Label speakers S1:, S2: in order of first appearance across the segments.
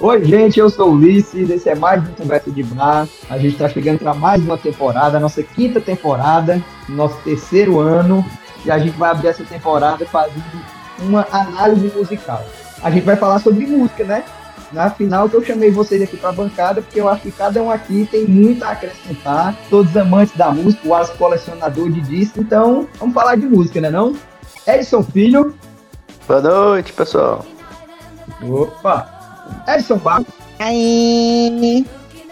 S1: Oi, gente, eu sou o Ulisses, esse é mais um Conversa de Bar. A gente está chegando para mais uma temporada, a nossa quinta temporada, nosso terceiro ano, e a gente vai abrir essa temporada fazendo uma análise musical. A gente vai falar sobre música, né? Na final que eu chamei vocês aqui para a bancada, porque eu acho que cada um aqui tem muito a acrescentar, todos amantes da música, o as colecionador de disco, então vamos falar de música, né não? Edson Filho.
S2: Boa noite, pessoal.
S1: Opa! Edson Barco,
S3: Aí.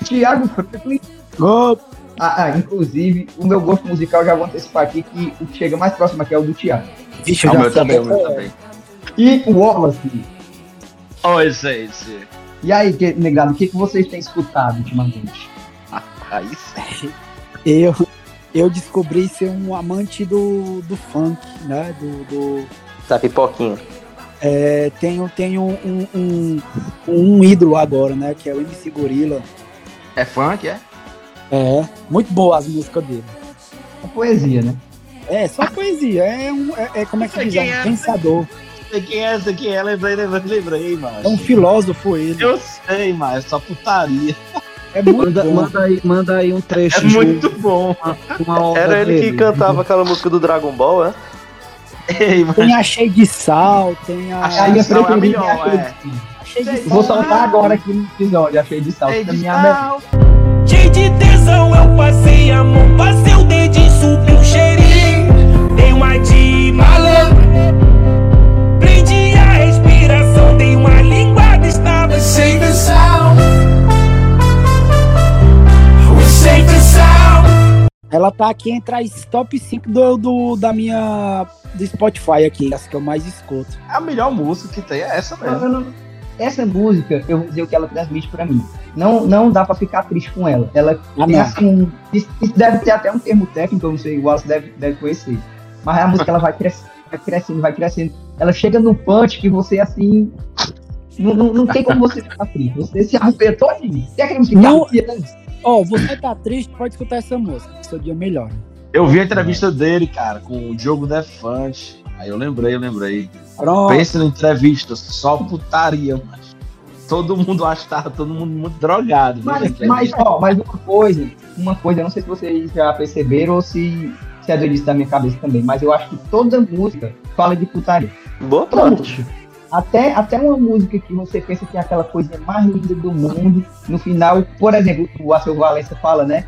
S1: Thiago Franklin. Ah, ah, inclusive, o meu gosto musical já vou antecipar aqui que o que chega mais próximo aqui é o do Thiago.
S2: Vixe, Ah, o meu também, o meu também.
S1: E o Wallace.
S4: Oi, gente.
S1: E aí, que- negado, o que, que vocês têm escutado ultimamente?
S4: Aí sim.
S3: Eu, eu descobri ser um amante do, do funk, né? Do, do-
S2: Tá pipoquinha.
S3: é, tenho tenho um, um, um ídolo agora, né? Que é o MC Gorila.
S4: É funk, é?
S3: É, muito boa as músicas dele.
S1: A poesia, né?
S3: É, só poesia. É, um, é, é- como é que se diz? É
S4: Quem é?
S3: um pensador.
S4: Sei quem é, sei quem é, lembrei, lembrei, lembrei, macho.
S3: É um filósofo ele.
S4: Eu sei, mas só putaria.
S3: É muito
S5: Manda,
S3: bom.
S5: manda aí, manda aí um trecho
S4: É muito bom.
S5: de uma obra
S2: Era ele que
S5: dele.
S2: cantava aquela música do Dragon Ball, né?
S4: Ei, mas
S3: Tem a Cheia de Sal, tem a...
S4: A
S1: A minha
S4: Cheia de Sal é a
S1: preferida é
S4: melhor,
S1: a Cheia de
S4: é.
S1: Sal.
S3: Cheia de
S1: Vou soltar agora aqui no episódio, a Cheia de Sal.
S4: sei
S1: Pra
S4: de
S1: mim é a melhor.
S4: tal.
S6: Cheio de tesão eu passei a mão, passei o dedinho, subi um cheirinho, dei uma de malandro. Prendi a respiração, dei uma linguada, estava sem tesão. Sem tesão.
S3: Ela tá aqui entre as top 5 do, do- da minha. do Spotify aqui, as que eu mais escuto.
S4: é A melhor música que tem é essa
S1: Não,
S4: mesmo.
S1: não, não. Essa música, eu vou dizer o que ela transmite pra mim. Não, não dá pra ficar triste com ela. Ela
S3: Ah,
S1: tem
S3: não.
S1: assim. Isso isso deve ter até um termo técnico, eu não sei, o Wallace deve, deve conhecer. Mas a música ela vai crescendo, vai crescendo, vai crescendo. Ela chega num punch que você assim. Não, não, não tem como você ficar triste. Você se arrepia todinho. Você acredita que
S3: Não.
S1: arrepia tanto?
S3: Ó, você tá triste, pode escutar essa música, que seu dia melhora.
S4: Eu vi a entrevista dele, cara, com o Diogo Defante. Aí eu lembrei, eu lembrei.
S3: Pronto.
S4: Pensa na entrevista, só putaria, macho. Todo mundo acha que tava todo mundo muito drogado. né, viu, na
S1: Mas,
S4: entrevista.
S1: mas, ó, mas uma coisa, uma coisa, eu não sei se vocês já perceberam ou se, se é doidice da minha cabeça também, mas eu acho que toda música fala de putaria.
S2: Boa parte.
S1: Até, até uma música que você pensa que é aquela coisa mais linda do mundo, no final, por exemplo, o Arthur Valença fala, né?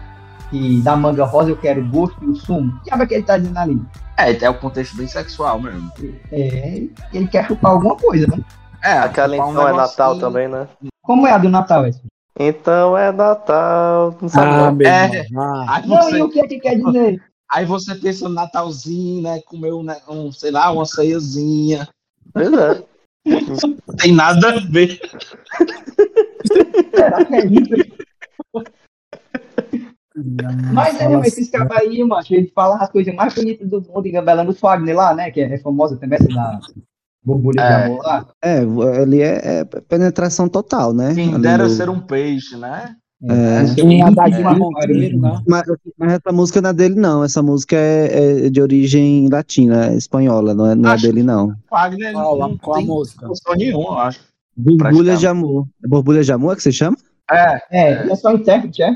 S1: Que da manga rosa eu quero gosto e o sumo. O que é que ele tá dizendo ali?
S4: É, é o contexto bem sexual mesmo.
S1: É, ele quer chupar alguma coisa, né?
S4: É,
S2: Aquela
S4: chupar um
S2: então é Natal
S4: negocinho.
S2: também, né?
S1: Como é a do Natal, Edson?
S2: Então é Natal. Não sabe não.
S3: meu
S4: É.
S3: irmão, ah.
S4: Aí
S1: Não,
S4: você,
S1: e o que é que quer dizer?
S4: aí você pensa no Natalzinho, né? Comer um, né, um, sei lá, uma ceiazinha.
S2: Pois é.
S4: Não tem nada a ver.
S1: Será que é isso? Mas é,
S3: Fala
S1: mas esses
S3: sério.
S1: caras aí, macho, ele fala as coisas mais bonitas do mundo, engabelando o Fagner lá, né? Que é, é famosa também, essa da borbulha
S4: É.
S1: de amor lá.
S5: É, ali é, é penetração total, né?
S4: Quem
S5: Ali
S4: dera
S5: no-
S4: ser um peixe, né?
S5: É.
S3: Tem a da
S1: É.
S3: Dina Monteiro, né?
S5: Mas, mas essa música não é dele, não. Essa música é, é de origem latina, espanhola, não é, não é
S4: Acho-
S5: dele, não.
S4: Wagner
S3: Qual,
S4: não
S3: a- qual a
S4: tem
S3: música?
S4: função nenhuma, eu acho.
S5: Borbulha
S4: Praticamente.
S5: de Amor. É Borbulha de Amor é que você chama?
S4: É,
S1: É, ele é só intérprete, é?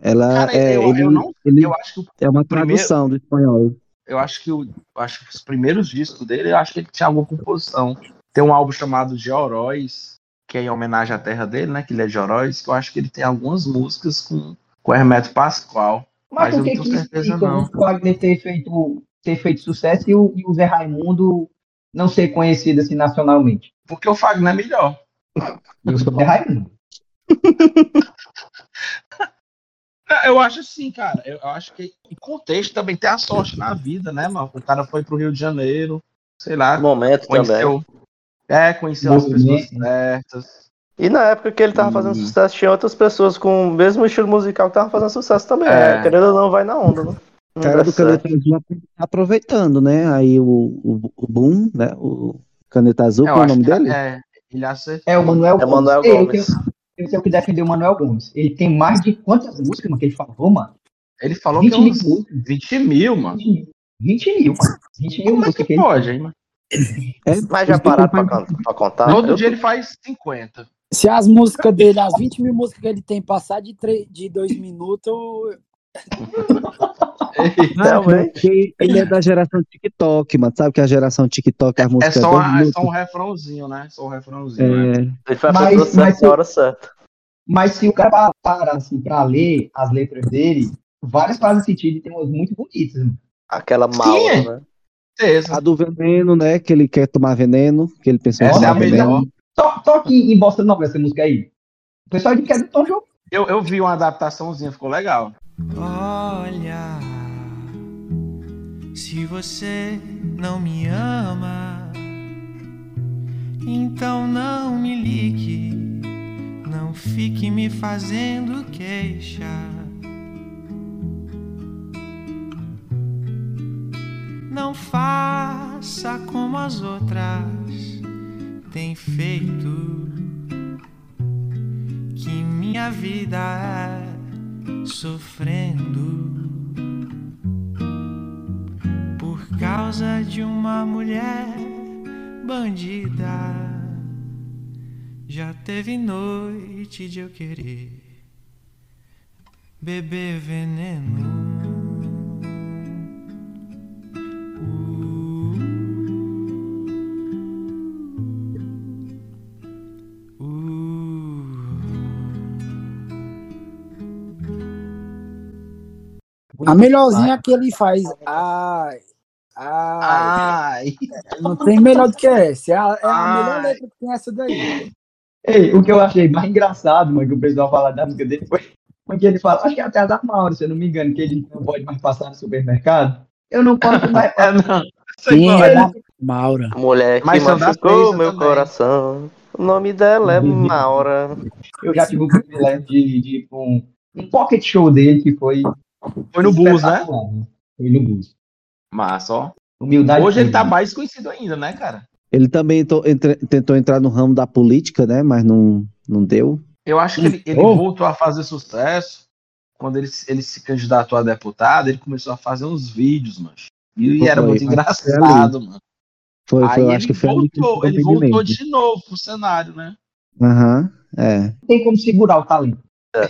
S5: Ela
S4: Cara,
S5: é,
S4: eu- eu
S5: ele-
S4: não-
S5: ele
S4: eu acho que o-
S5: é uma
S4: primeiro-
S5: tradução do espanhol.
S4: eu acho que o- eu acho que os primeiros discos dele, eu acho que ele tinha alguma composição. Tem um álbum chamado de Oróis, que é em homenagem à terra dele, né? Que ele é de Oróis, que eu acho que ele tem algumas músicas com, com Hermeto Pascoal.
S1: Mas,
S4: Mas
S1: por
S4: eu
S1: que
S4: não
S1: que
S4: tenho
S1: isso
S4: certeza,
S1: fica
S4: não.
S1: o Wagner ter feito, ter feito sucesso e o, e o Zé Raimundo não ser conhecido assim nacionalmente?
S4: Porque o Fagner é melhor.
S1: Eu sou Zé Raimundo.
S4: Não, Eu acho assim, cara. Eu eu acho que em contexto também tem a sorte na vida, né, mano? O cara foi pro Rio de Janeiro, sei lá,
S2: Momento também.
S4: conheceu. É, conheceu as pessoas
S1: Movimento.
S4: certas.
S2: E na época que ele tava fazendo
S4: Hum.
S2: sucesso, tinha outras pessoas com o mesmo estilo musical que tava fazendo sucesso também.
S4: É.
S2: né? Querendo ou não, vai na onda, né?
S5: O
S2: Não
S5: cara
S2: dá
S4: tá
S5: do
S2: certo.
S5: Caneta Azul aproveitando, né? Aí o, o, o Boom, né? O Caneta Azul,
S4: Eu
S5: qual é o
S4: acho
S5: nome
S4: que
S5: dele?
S4: É, ele acertou.
S1: É o Manuel
S2: É
S1: Gomes.
S2: Manuel
S1: Ei, Eu
S2: Gomes.
S1: tenho, eu tenho que defender o Manuel Gomes. Ele tem mais de quantas músicas mano, que ele falou, mano?
S4: Ele falou
S1: 20
S4: que é uns
S1: mil músicas.
S4: 20 mil, mano.
S1: 20 mil. 20 mil, mano. 20 mil
S4: Como é
S1: músicas que
S4: que
S1: ele
S4: pode, hein, mano?
S5: É,
S2: Mas já
S5: os
S2: pararam pra,
S4: um.
S5: caras-
S2: can- pra contar?
S4: No outro
S2: Ah, Eu-
S4: dia ele faz 50.
S3: Se as músicas dele, as 20 mil músicas que ele tem, passar de, tre- de dois minutos, eu-
S2: Também.
S5: Porque ele é da geração TikTok, mano. Sabe que a geração TikTok, as
S4: É
S5: músicas
S4: só,
S5: dois
S4: é só um
S5: minutos,
S4: refrãozinho, né? É só um refrãozinho. né?
S5: é,
S2: Ele foi a
S1: Mas-
S2: pessoa
S1: mas-
S2: certa na hora certa.
S1: Mas se o cara pa- para assim, pra ler as letras dele, várias fazem sentido e tem umas muito bonitas. mano.
S2: Aquela
S4: é.
S2: mala, né?
S4: Certeza.
S5: A do veneno, né? Que ele quer tomar veneno, que ele pensou em
S4: Essa é
S5: tomar
S4: a
S1: Nossa,
S5: veneno.
S4: melhor.
S1: To- Toque em Bossa Nova essa música aí. O pessoal diz que é do Tom Jobim.
S4: Eu, eu vi uma adaptaçãozinha, ficou legal.
S7: Olha, se você não me ama, então não me ligue, não fique me fazendo queixa. Não faça como as outras têm feito, que minha vida é sofrendo por causa de uma mulher bandida. Já teve noite de eu querer beber veneno. Uh, uh.
S3: a melhorzinha que ele faz. Ai, ai,
S4: Ai.
S3: não tem melhor do que essa. É a, é a
S4: Ai.
S3: melhor letra que tem essa daí.
S1: Ei, o que eu achei mais engraçado, mano, que o pessoal fala da música dele foi foi que ele fala, acho que é até a da Mauro, se eu não me engano, que ele não pode mais passar no supermercado. Eu não posso mais
S4: É, não. Sei
S3: Sim,
S4: qual
S3: é
S4: é.
S3: da Maura.
S2: Mulher que
S4: Mas são das
S2: machucou
S4: três,
S2: meu
S4: também.
S2: coração. O nome dela é
S1: Uhum.
S2: Maura.
S1: Eu já tive o privilégio de, de ir pra um, um pocket show dele que foi.
S4: Foi no Bulls, né?
S1: espetacular. Foi no Bulls.
S4: Massa, ó.
S1: Humildade.
S4: Hoje ele tá
S1: pura.
S4: mais conhecido ainda, né, cara?
S5: Ele também to- entre- tentou entrar no ramo da política, né? Mas não, não deu.
S4: Eu acho que ele, ele
S3: Oh.
S4: voltou a fazer sucesso quando ele, se- ele se candidatou a deputado. Ele começou a fazer uns vídeos, mano. E
S5: Foi,
S4: era muito
S5: foi
S4: engraçado, mano.
S5: Foi, foi-
S4: Aí
S5: eu
S4: ele
S5: acho que foi ali que
S4: voltou,
S5: ficou
S4: ele
S5: bem de
S4: voltou
S5: mente.
S4: de novo pro cenário, né?
S5: Aham, é.
S1: Não tem como segurar o talento.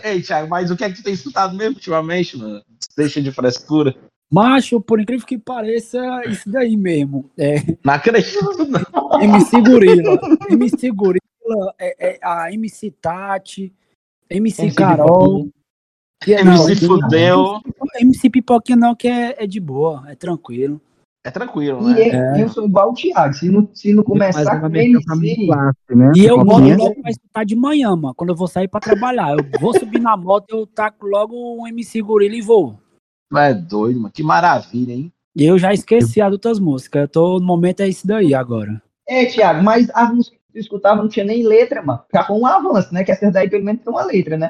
S4: Ei, Thiago, mas o que é que tu tem escutado mesmo ultimamente, mano? Deixa de frescura.
S3: Macho, por incrível que pareça, é isso daí mesmo. É,
S4: Não acredito, não.
S3: MC Gorila. MC Gorila, é, é a MC Tati, MC
S1: MC
S3: Carol. que é-
S4: Ele
S3: não,
S4: se fudeu.
S3: MC Pipoquinha não, que é, é de boa, é tranquilo.
S4: É tranquilo,
S1: E
S4: né?
S1: eu- eu sou igual o Thiago. Se não, se não começar
S5: Mas
S1: com
S5: uma
S4: é
S5: menção pra minha
S1: MC,
S5: classe, né?
S3: E eu boto
S5: Copinha.
S3: logo pra escutar de manhã, mano. Quando eu vou sair pra trabalhar. Eu vou subir na moto, eu taco logo um MC Gorila e vou.
S4: Tu é doido, mano. Que maravilha, hein?
S3: E eu já esqueci as outras músicas. Eu tô, no momento é isso daí agora.
S1: É, Thiago, mas as músicas que tu escutava não tinha nem letra, mano. Acabou um avanço, né? Que essas daí pelo menos tem uma letra, né?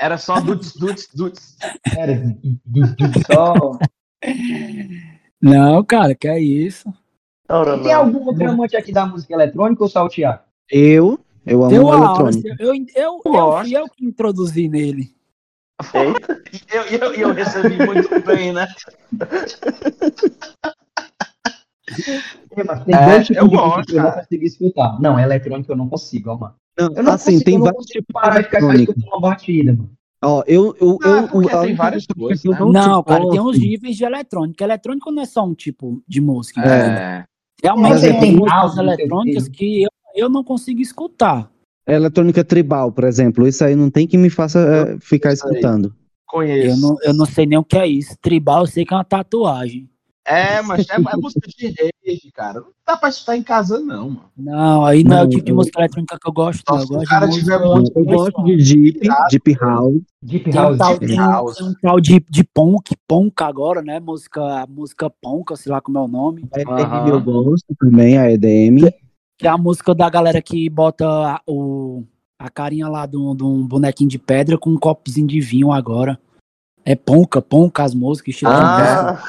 S4: Era só dudes, dudes, dudes.
S1: Era só.
S3: Não, cara, que é isso.
S2: Maura,
S1: Tem
S2: não.
S1: algum outro amante aqui da música eletrônica ou só o Thiago?
S5: Eu, eu amo
S3: Deu
S5: o
S3: a assim. aula.
S5: eletrônico.
S3: Eu, eu, eu, eu, fui eu que introduzi nele.
S2: Eita,
S4: Eu, eu, eu recebi muito bem, né?
S1: É, mas tem
S4: É,
S1: dois tipos
S4: eu
S1: de
S4: gosto,
S1: música que eu não consigo escutar. Não, eletrônica eu não consigo, ó, mano. Eu
S5: Não,
S1: não
S5: assim,
S1: consigo,
S5: tem
S1: eu não
S5: vários
S1: consigo
S5: tipos de
S1: parar de ficar só
S5: eletrônico.
S1: escutando uma batida, mano.
S5: Ó, eu, eu,
S4: Ah,
S5: eu,
S4: porque
S5: a
S4: tem
S5: única
S4: várias
S5: música que
S4: coisas,
S5: eu
S4: né?
S5: não
S3: Não, cara, tem
S5: suporto-
S3: uns níveis de eletrônica. Eletrônico não é só um tipo de música. entendeu?
S4: É.
S3: Realmente
S5: Mas
S3: tem,
S5: tem
S3: músicas
S1: house, não sei o quê.
S3: eletrônicas que eu, eu não consigo escutar.
S5: é Eletrônica tribal, por exemplo. Isso aí não tem que me faça é, ficar
S4: Isso aí.
S5: escutando.
S3: Eu
S4: Conheço.
S3: não, eu não sei nem o que é isso. Tribal, eu sei que é uma tatuagem.
S4: É, mas é, é música de rave, cara. Não dá pra escutar em casa, não, mano.
S3: Não, aí não, é o
S5: Não,
S3: tipo de
S5: eu-
S3: música eletrônica que eu gosto. não.
S4: Nossa,
S3: eu
S4: se o
S3: gosto
S4: cara
S3: de
S4: tiver
S3: música-
S4: muito-
S5: Eu
S3: Mas,
S5: gosto
S3: ó,
S5: de deep, deep house.
S1: Deep
S3: Tem um
S1: House. tipo,
S3: tal,
S1: Deep
S3: tem um,
S4: House.
S3: tem um tal de, de punk, ponca agora, né? Música, música ponca, sei lá como é o nome.
S5: A EDM
S4: Aham.
S5: eu gosto também, a EDM.
S3: Que é a música da galera que bota a, o, a carinha lá de um de um bonequinho de pedra com um copozinho de vinho agora. É ponca, ponca as músicas. estilo ponca.
S2: ah,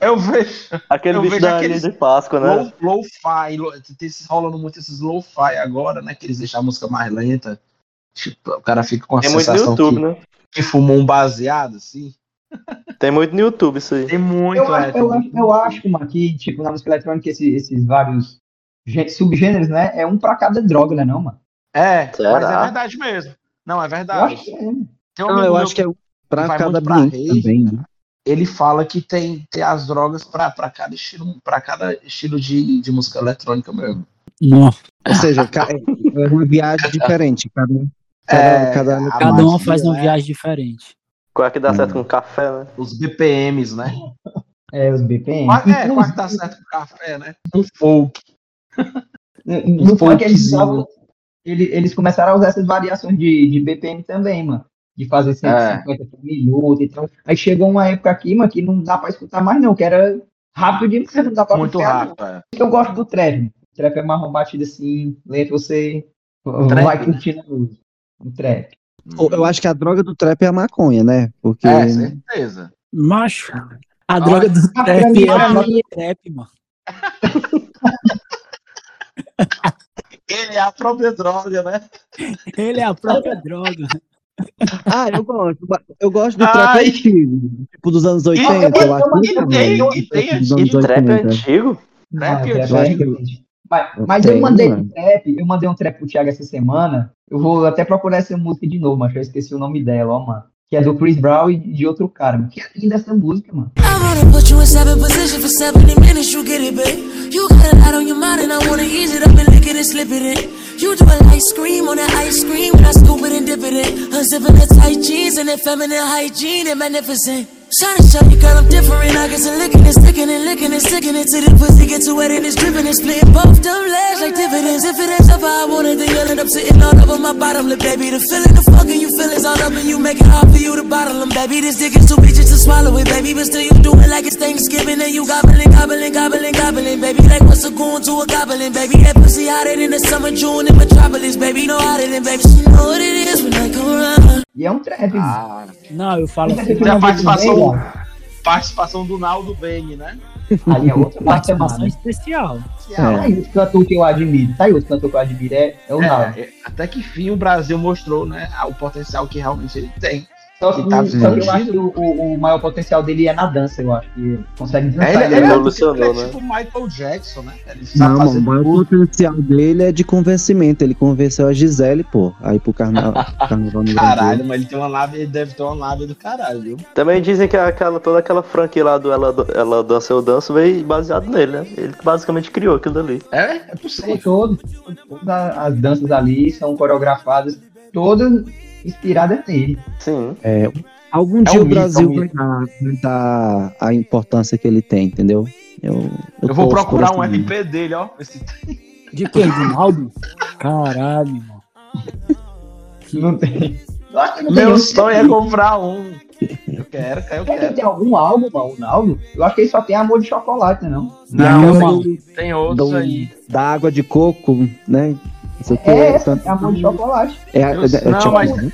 S4: Eu vejo
S2: aquele
S4: Eu
S2: bicho
S4: vejo
S2: da
S4: aqueles-
S2: Ilha de Páscoa, né?
S4: low- low-fi, low tem esses- rolando muito esses low-fi agora, né? Que eles deixam a música mais lenta. Tipo, o cara fica com a
S2: Tem É muito no
S4: sensação
S2: YouTube,
S4: que,
S2: né?
S4: que fumou um baseado, assim.
S2: Tem muito no YouTube isso aí.
S4: Tem muito,
S1: Eu
S4: é.
S1: acho,
S4: tem
S1: eu, acho,
S4: muito.
S1: eu acho, mano, que, tipo, na música eletrônica, esse- esses vários gê- subgêneros, né? É um pra cada droga, né, não, mano?
S4: É, mas é
S2: Será?
S4: verdade mesmo. Não, é
S1: Eu
S4: verdade.
S1: acho que é.
S4: Tem um
S5: Não,
S4: amigo
S5: eu
S4: meu
S5: acho que é um pra
S4: vai
S5: cada
S4: muito pra
S5: ambiente
S4: rave.
S5: também, né?
S4: ele fala que tem, tem as drogas pra pra cada estilo, para cada estilo de, de música eletrônica mesmo.
S3: Não,
S5: Ou seja, ca- é uma viagem diferente. Cada, um,
S4: É,
S5: cada,
S4: a
S5: cada
S3: cada um
S4: magia,
S3: faz uma
S4: né?
S3: viagem diferente.
S2: Qual é que dá certo com café, né?
S4: Os BPMs, né?
S1: É, os BPM.
S4: Qual- É, quase dá certo com café, né? Um folk.
S1: No no
S4: Um
S1: funk eles
S4: funkzinho.
S1: usavam- ele- eles começaram a usar essas variações de, de BPM também, mano. De fazer 150 por minuto e tal. Aí chegou uma época aqui, mano, que não dá pra escutar mais, não, que era rápido demais, não dá pra
S4: Muito
S1: acompanhar, não.
S4: rápido. é.
S1: Eu gosto do trap. mano. O trap é mais uma batida assim, lento, você
S4: Trap,
S1: vai
S4: né?
S1: curtindo a música. O trap.
S5: Ou- Eu acho que a droga do trap é a maconha, né? Porque
S4: É, certeza.
S3: Macho, a
S4: Olha,
S3: droga do
S1: pra
S3: trap
S1: mim,
S3: é
S1: olha,
S3: a minha trap, mano.
S4: Ele é a própria droga, né?
S3: Ele é a própria droga.
S5: ah, eu gosto, ba- eu gosto do
S4: Ai.
S5: trap antigo, tipo dos anos 80, eu acho.
S4: E
S5: muito
S4: tem-
S5: bom.
S4: e tem
S5: Dos
S2: E
S5: anos
S2: trap é
S5: 80.
S2: antigo?
S4: Trap,
S1: Ah,
S4: eu
S1: trap
S5: acho
S1: é
S5: que-
S1: excelente. Mas,
S5: Eu
S1: mas eu
S5: tenho,
S1: mandei
S5: mano.
S1: um trap, eu mandei um trap pro Thiago essa semana. Eu vou até procurar essa música de novo, mas eu esqueci o nome dela, ó, mano. Que é do Chris Brown e de outro cara. mano. Que é linda essa música, mano.
S8: I wanna put you in seven position for 70 minutes, you get it, babe. You got a lot on your mind, and I wanna ease it up and lick it and slip it in. You do a light scream on that ice cream when I scoop it and dip it in. Unzipping the tight jeans and that feminine hygiene and magnificent. Shot it, shot it, girl, I'm different. I guess I'm licking and sticking and licking and sticking it to the pussy gets wet and it's dripping and split. Both them legs like dividends. If it ends up how I wanted, then you'll end up sitting all over my bottom lip, baby. The feeling, the fucking you feelings all up and you make it hard for you to bottle them, baby. This dick is too big just to swallow it, baby. But still you do it like it's Thanksgiving and you gobbling, gobbling, gobbling, gobbling, baby. Like what's a goon to a goblin, baby? That pussy hotter than the summer June in Metropolis, baby. No hotter than, baby. She know what it is when I come around.
S1: E é um trap, mano.
S4: Ah,
S3: Não, eu falo assim,
S4: tem a participação,
S1: Aí
S4: participação do Naldo Bene, né?
S1: é outra
S3: participação
S1: participação.
S3: especial.
S1: Tá aí outro cantor que eu admiro. Tá aí outro cantor que eu admiro. É, é o Naldo.
S4: É, é, até que fim o Brasil mostrou né, o potencial que realmente ele tem.
S1: Só que,
S4: E tá
S1: só que eu
S4: fugindo.
S1: acho que o, o- o maior potencial dele é na dança, eu acho. Que consegue dançar.
S4: É, ele,
S1: né?
S4: ele é,
S2: evolucionou,
S4: tipo- ele
S2: né?
S4: é tipo Michael Jackson, né? Ele sabe
S5: Não, mano,
S4: fazer
S5: mas o potencial dele é de convencimento. Ele convenceu a Gisele, pô, aí pro carna- carnaval no Brasil.
S4: Caralho, mas ele tem uma lábia, ele deve ter uma lábia do caralho, viu?
S2: Também dizem que aquela, toda aquela franquia lá do Ela, Ela Dança Eu Danço veio baseado nele, né? Ele que basicamente criou aquilo ali.
S4: É, é
S1: Como
S4: possível.
S1: todo, todas as danças ali são coreografadas, todas inspiradas nele.
S2: Sim.
S5: É, algum dia
S4: um
S5: o
S4: mito, é
S5: Brasil
S4: um
S5: vai dar, vai dar a importância que ele tem, entendeu? Eu,
S4: Eu vou
S5: torço
S4: procurar
S5: por
S4: um
S5: esse menino.
S4: LP dele, ó. Esse
S3: De quem? Do Naldo? Caralho, mano.
S1: Não tem. Eu acho que não tem
S4: Meu
S1: um-
S4: sonho é comprar um. Eu quero, cara,
S1: Será
S4: eu
S1: que ele
S4: quero.
S1: tem algum álbum, mano, o Naldo? Eu acho que ele só tem amor de chocolate, né, não.
S4: Não,
S3: Não,
S4: tem-
S3: mano.
S4: tem outros
S5: Do-
S4: aí.
S5: Da água de coco, né? Isso aqui
S1: É,
S5: é,
S1: é amor de chocolate.
S5: é, é,
S4: Eu-
S5: é
S4: não,
S5: tipo,
S4: mas-
S5: né?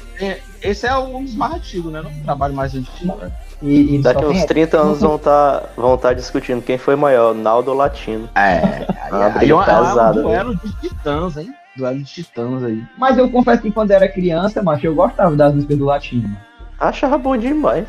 S4: Esse é um dos mais antigos, né? Não trabalho mais antigo. né?
S1: E, e
S2: Daqui
S1: só
S2: a uns
S1: tem-
S2: 30 anos vão estar vão tá discutindo quem foi maior, Naldo ou Latino.
S4: É,
S2: Ah,
S4: aí é
S2: briga
S4: um é
S2: pesada.
S4: um duelo de titãs, hein? Duelo de titãs aí.
S1: Mas eu confesso que quando era criança, macho, eu gostava das músicas do latino.
S2: Achava bom demais.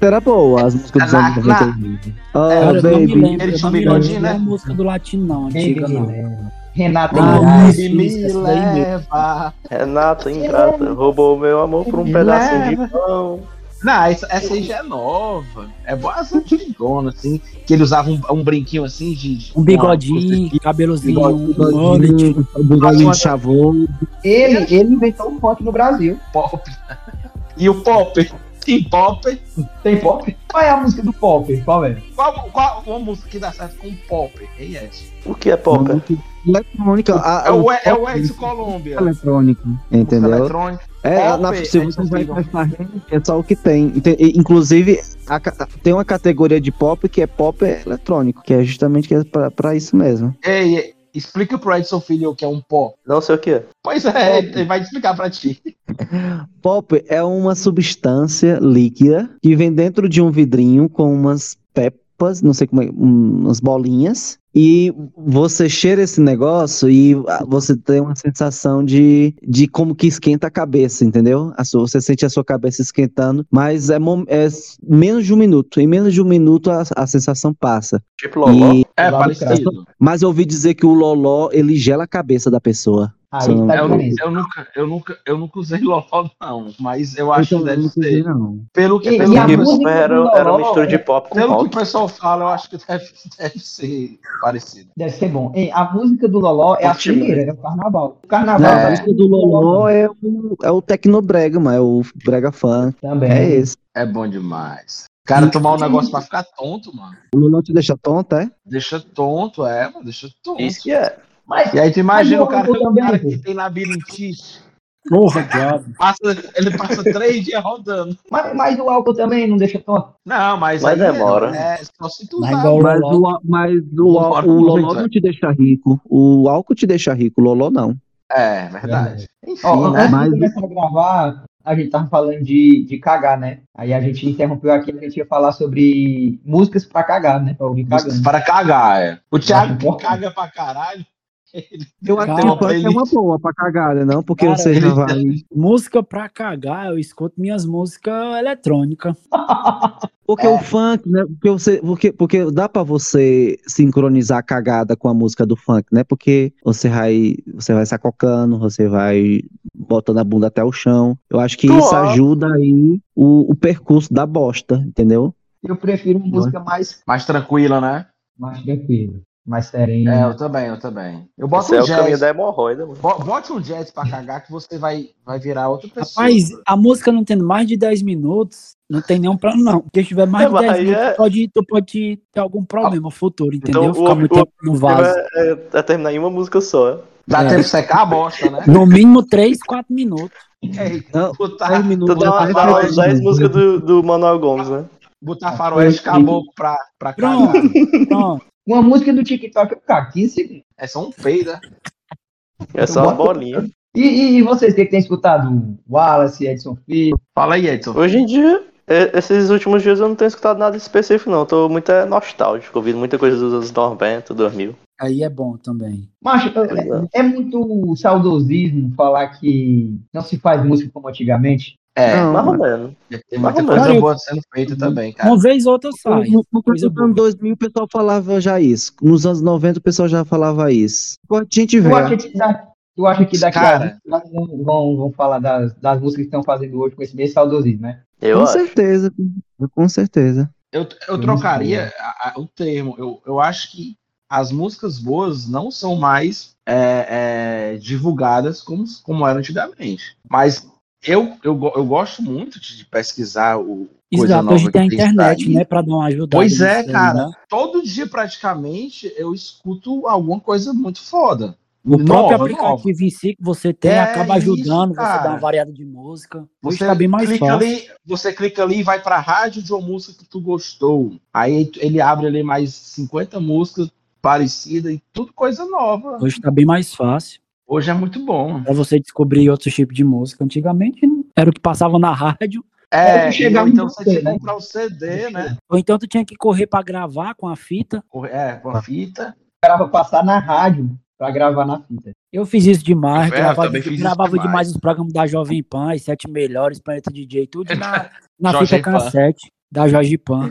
S5: Era boa as músicas dos anos
S4: Na- É,
S5: 90.
S3: Cara,
S5: Oh,
S3: eu não me
S5: baby.
S3: lembro,
S4: Ele
S3: eu
S4: tinha
S3: não me
S4: bigodinho,
S3: lembro
S4: né?
S3: da música do latino, não, antiga não.
S1: Renata
S3: Ah,
S1: Moraes,
S4: Ele
S1: isso, isso daí mesmo.
S4: leva.
S2: Renata, ingrata, roubou o meu amor por um
S4: Me
S2: pedacinho
S4: leva.
S2: de pão.
S4: Não, essa, essa aí já é nova. É boa essa antigona, assim. Que ele usava um, um brinquinho assim de. de-
S3: Um bigodinho, cabelozinho, um mullet.
S5: O bigodinho de chavou.
S1: Ele, ele inventou o funk no Brasil.
S4: pop. E o pop? Sim, pop.
S1: Tem pop? Qual é a música do pop? Qual é?
S4: Qual, qual uma música que dá certo com pop? É isso.
S2: O que é pop?
S5: Eletrônica. a-
S4: É o,
S5: a-
S4: é o ex Colômbia.
S5: eletrônica,
S4: Música
S5: entendeu?
S4: eletrônica.
S5: É,
S4: Pop
S5: na,
S4: é
S5: se você vai
S4: impossível.
S5: pra farrinha, é só o que tem. Ente- e, Inclusive, a ca- tem uma categoria de pop que é pop eletrônico, que é justamente que é pra, pra isso mesmo.
S4: Ei, ei, explica pro Edson Filho o que é um pop.
S2: Não sei o que é.
S4: Pois é, ele vai te explicar pra ti.
S5: Pop é uma substância líquida que vem dentro de um vidrinho com umas pepas, não sei como é, um- umas bolinhas. E você cheira esse negócio e ah, você tem uma sensação de, de como que esquenta a cabeça, entendeu? A sua- você sente a sua cabeça esquentando, mas é, mom- é s- menos de um minuto. Em menos de um minuto a, a sensação passa.
S2: Tipo loló.
S5: E-
S4: É,
S1: Lá no
S4: parecido.
S5: Mas eu ouvi dizer que o loló, ele gela a cabeça da pessoa.
S1: Aí
S5: Sim.
S1: tá
S4: Eu, nu-
S1: bonito.
S4: eu nunca, eu, nunca, eu nunca usei loló, não, mas
S5: Então,
S4: eu
S5: Eu
S4: acho que
S5: também
S4: deve
S5: não sei,
S4: ser.
S5: não.
S4: Pelo que,
S1: Então, E-
S4: pelo
S1: e a
S4: que,
S1: música
S2: Porque tipo, era,
S1: do
S2: era
S1: Loró,
S2: uma mistura de pop com
S4: pelo que o
S2: rock.
S4: pessoal fala, eu acho que deve, deve ser parecido.
S1: Deve ser bom. Ei, a música do Loló é a
S2: Ótimo.
S1: primeira, é o carnaval. O carnaval
S4: É.
S5: A música do Loló é o, é o Tecnobrega, mas é o Brega Funk.
S1: também.
S5: É esse.
S4: É bom demais. Cara, tomar um negócio pra ficar tonto, mano.
S5: O Loló te deixa tonta, é?
S4: Deixa tonto, é, mano, deixa tonto.
S2: Isso que é.
S1: Mas
S4: E aí tu imagina
S1: Mas
S4: o cara,
S1: eu- eu
S4: o
S1: também
S4: cara
S1: não.
S4: que tem labirintite,
S3: Porra, diabo.
S4: passa, ele passa três dias rodando.
S1: Mas, mas o álcool também não deixa tonto.
S4: Não, mas,
S2: Mas
S4: aí
S2: demora.
S4: É, é só se tu
S3: Mas
S4: usar.
S3: igual o
S5: Mas
S3: Loló.
S5: o, mas o,
S4: Loló
S5: o Loló
S4: muito,
S5: não
S4: velho.
S5: te deixa rico. O álcool te deixa rico, o Loló não.
S4: É, verdade. Enfim,
S1: Ó,
S4: né?
S1: antes
S5: Mas-
S1: de começar a gravar, a gente tava falando de, de cagar, né? Aí a gente interrompeu aqui, a gente ia falar sobre músicas pra cagar, né? Pra ouvir cagando.
S4: Para cagar, é. O Thiago
S1: bom.
S4: que caga pra caralho.
S5: Eu acho
S3: Cara,
S5: que o funk
S4: ele-
S5: é uma boa pra cagada, não? Porque
S3: Cara,
S5: você já
S4: ele-
S5: vai.
S3: Música pra cagar, eu escuto minhas músicas eletrônicas.
S5: Porque o funk, né? Porque, você, porque, porque dá pra você sincronizar a cagada com a música do funk, né? Porque você vai, você vai sacocando, você vai botando a bunda até o chão. Eu acho que
S2: Claro.
S5: isso ajuda aí o, o percurso da bosta, entendeu?
S1: Eu prefiro uma música mais,
S4: Mais tranquila, né?
S1: mais tranquila, mais serena.
S3: Hum.
S4: É, eu também, eu também. Eu boto
S2: Esse é
S4: um
S2: o caminho
S4: jazz.
S2: da hemorroida, mano.
S4: Bo- Bote um jazz pra cagar que você vai, vai virar outra pessoa.
S3: Rapaz, a música não tendo mais de 10 minutos, não tem nenhum plano, não. Porque se tiver mais de
S2: Mas
S3: 10
S2: aí
S3: minutos,
S2: é-
S3: tu pode, tu pode ter algum problema futuro, entendeu?
S2: Então,
S3: Ficar
S2: o-
S3: muito
S2: o-
S3: tempo no vaso.
S2: É, é terminar em uma música só.
S4: Dá
S3: é.
S4: tempo de secar a bosta,
S2: é-
S4: né? É,
S3: No mínimo 3, 4 minutos. é
S5: Não,
S4: botar,
S5: Dez minutos,
S2: Tu dá Então uma-
S5: dez
S2: dá umas
S5: minutos.
S2: 10 músicas do, do Manuel Gomes, né?
S4: botar faroeste caboclo pra, pra cagar.
S3: Pronto, pronto.
S1: Uma música do TikTok eu cago 15 segundos.
S4: É só um peido, né?
S2: É só uma bolinha.
S1: E, e, e vocês, o que, que tem escutado? Wallace, Edson Filho.
S4: Fala aí, Edson.
S2: Hoje em dia, é, esses últimos dias eu não tenho escutado nada específico, não. Eu tô muito é, nostálgico, ouvindo muita coisa dos anos 90, 2000.
S3: Aí é bom também.
S1: Macho, é, é muito saudosismo falar que não se faz música como antigamente.
S4: É,
S5: Não,
S2: Mais ou menos.
S4: tem muita
S2: Mas,
S4: coisa
S3: cara,
S4: boa sendo feita também, cara.
S3: Uma vez ou outra sai.
S5: No, no
S3: Coisa
S5: no ano
S3: boa.
S5: 2000 o pessoal falava já isso. Nos anos 90 o pessoal já falava isso. Pode gente
S1: Tu
S5: ver.
S1: acha que, da- tu acha que daqui
S4: Cara.
S1: a pouco vão, vão, vão falar das, das músicas que estão fazendo hoje com esse mesmo saudosismo, né?
S2: Eu
S5: Com
S2: acho.
S5: certeza, com certeza.
S4: Eu, eu trocaria a- a- o termo. Eu, eu acho que as músicas boas não são mais é, é, divulgadas como, como eram antigamente. Mas eu, eu, go- eu gosto muito de pesquisar o. coisa
S3: Exato,
S4: nova
S3: hoje tem a
S4: que está
S3: internet,
S4: aí.
S3: né, pra dar uma ajuda.
S4: Pois é,
S3: né?
S4: cara. Todo dia, praticamente, eu escuto alguma coisa muito foda.
S3: O
S4: Nova,
S3: próprio aplicativo em si que você tem
S4: É
S3: acaba
S4: isso,
S3: ajudando, você
S4: cara.
S3: dá uma variada de música. Hoje tá bem mais
S4: clica
S3: fácil.
S4: ali, você clica ali e vai pra rádio de uma música que tu gostou. Aí tu- ele abre ali mais 50 músicas parecidas e tudo coisa nova.
S3: Hoje tá bem mais fácil
S4: Hoje é muito bom.
S3: pra você descobrir outro tipo de música. Antigamente não- era o que passava na rádio,
S1: É,
S4: É,
S1: tu chega
S4: ou então
S1: muito
S4: você tinha que
S1: cedo, né?
S4: comprar o CD, né?
S3: ou então tu tinha que correr pra gravar com a fita.
S4: É, com a fita.
S1: Esperava passar na rádio pra gravar na fita.
S3: Eu fiz isso demais,
S4: É, eu
S3: gravava,
S4: também fiz isso
S3: gravava demais.
S4: demais.
S3: os programas da Jovem Pan, as Sete Melhores, Planeta DJ, tudo na, na
S4: Jorge
S3: fita
S4: Pan.
S3: cassete da Jorge Pan.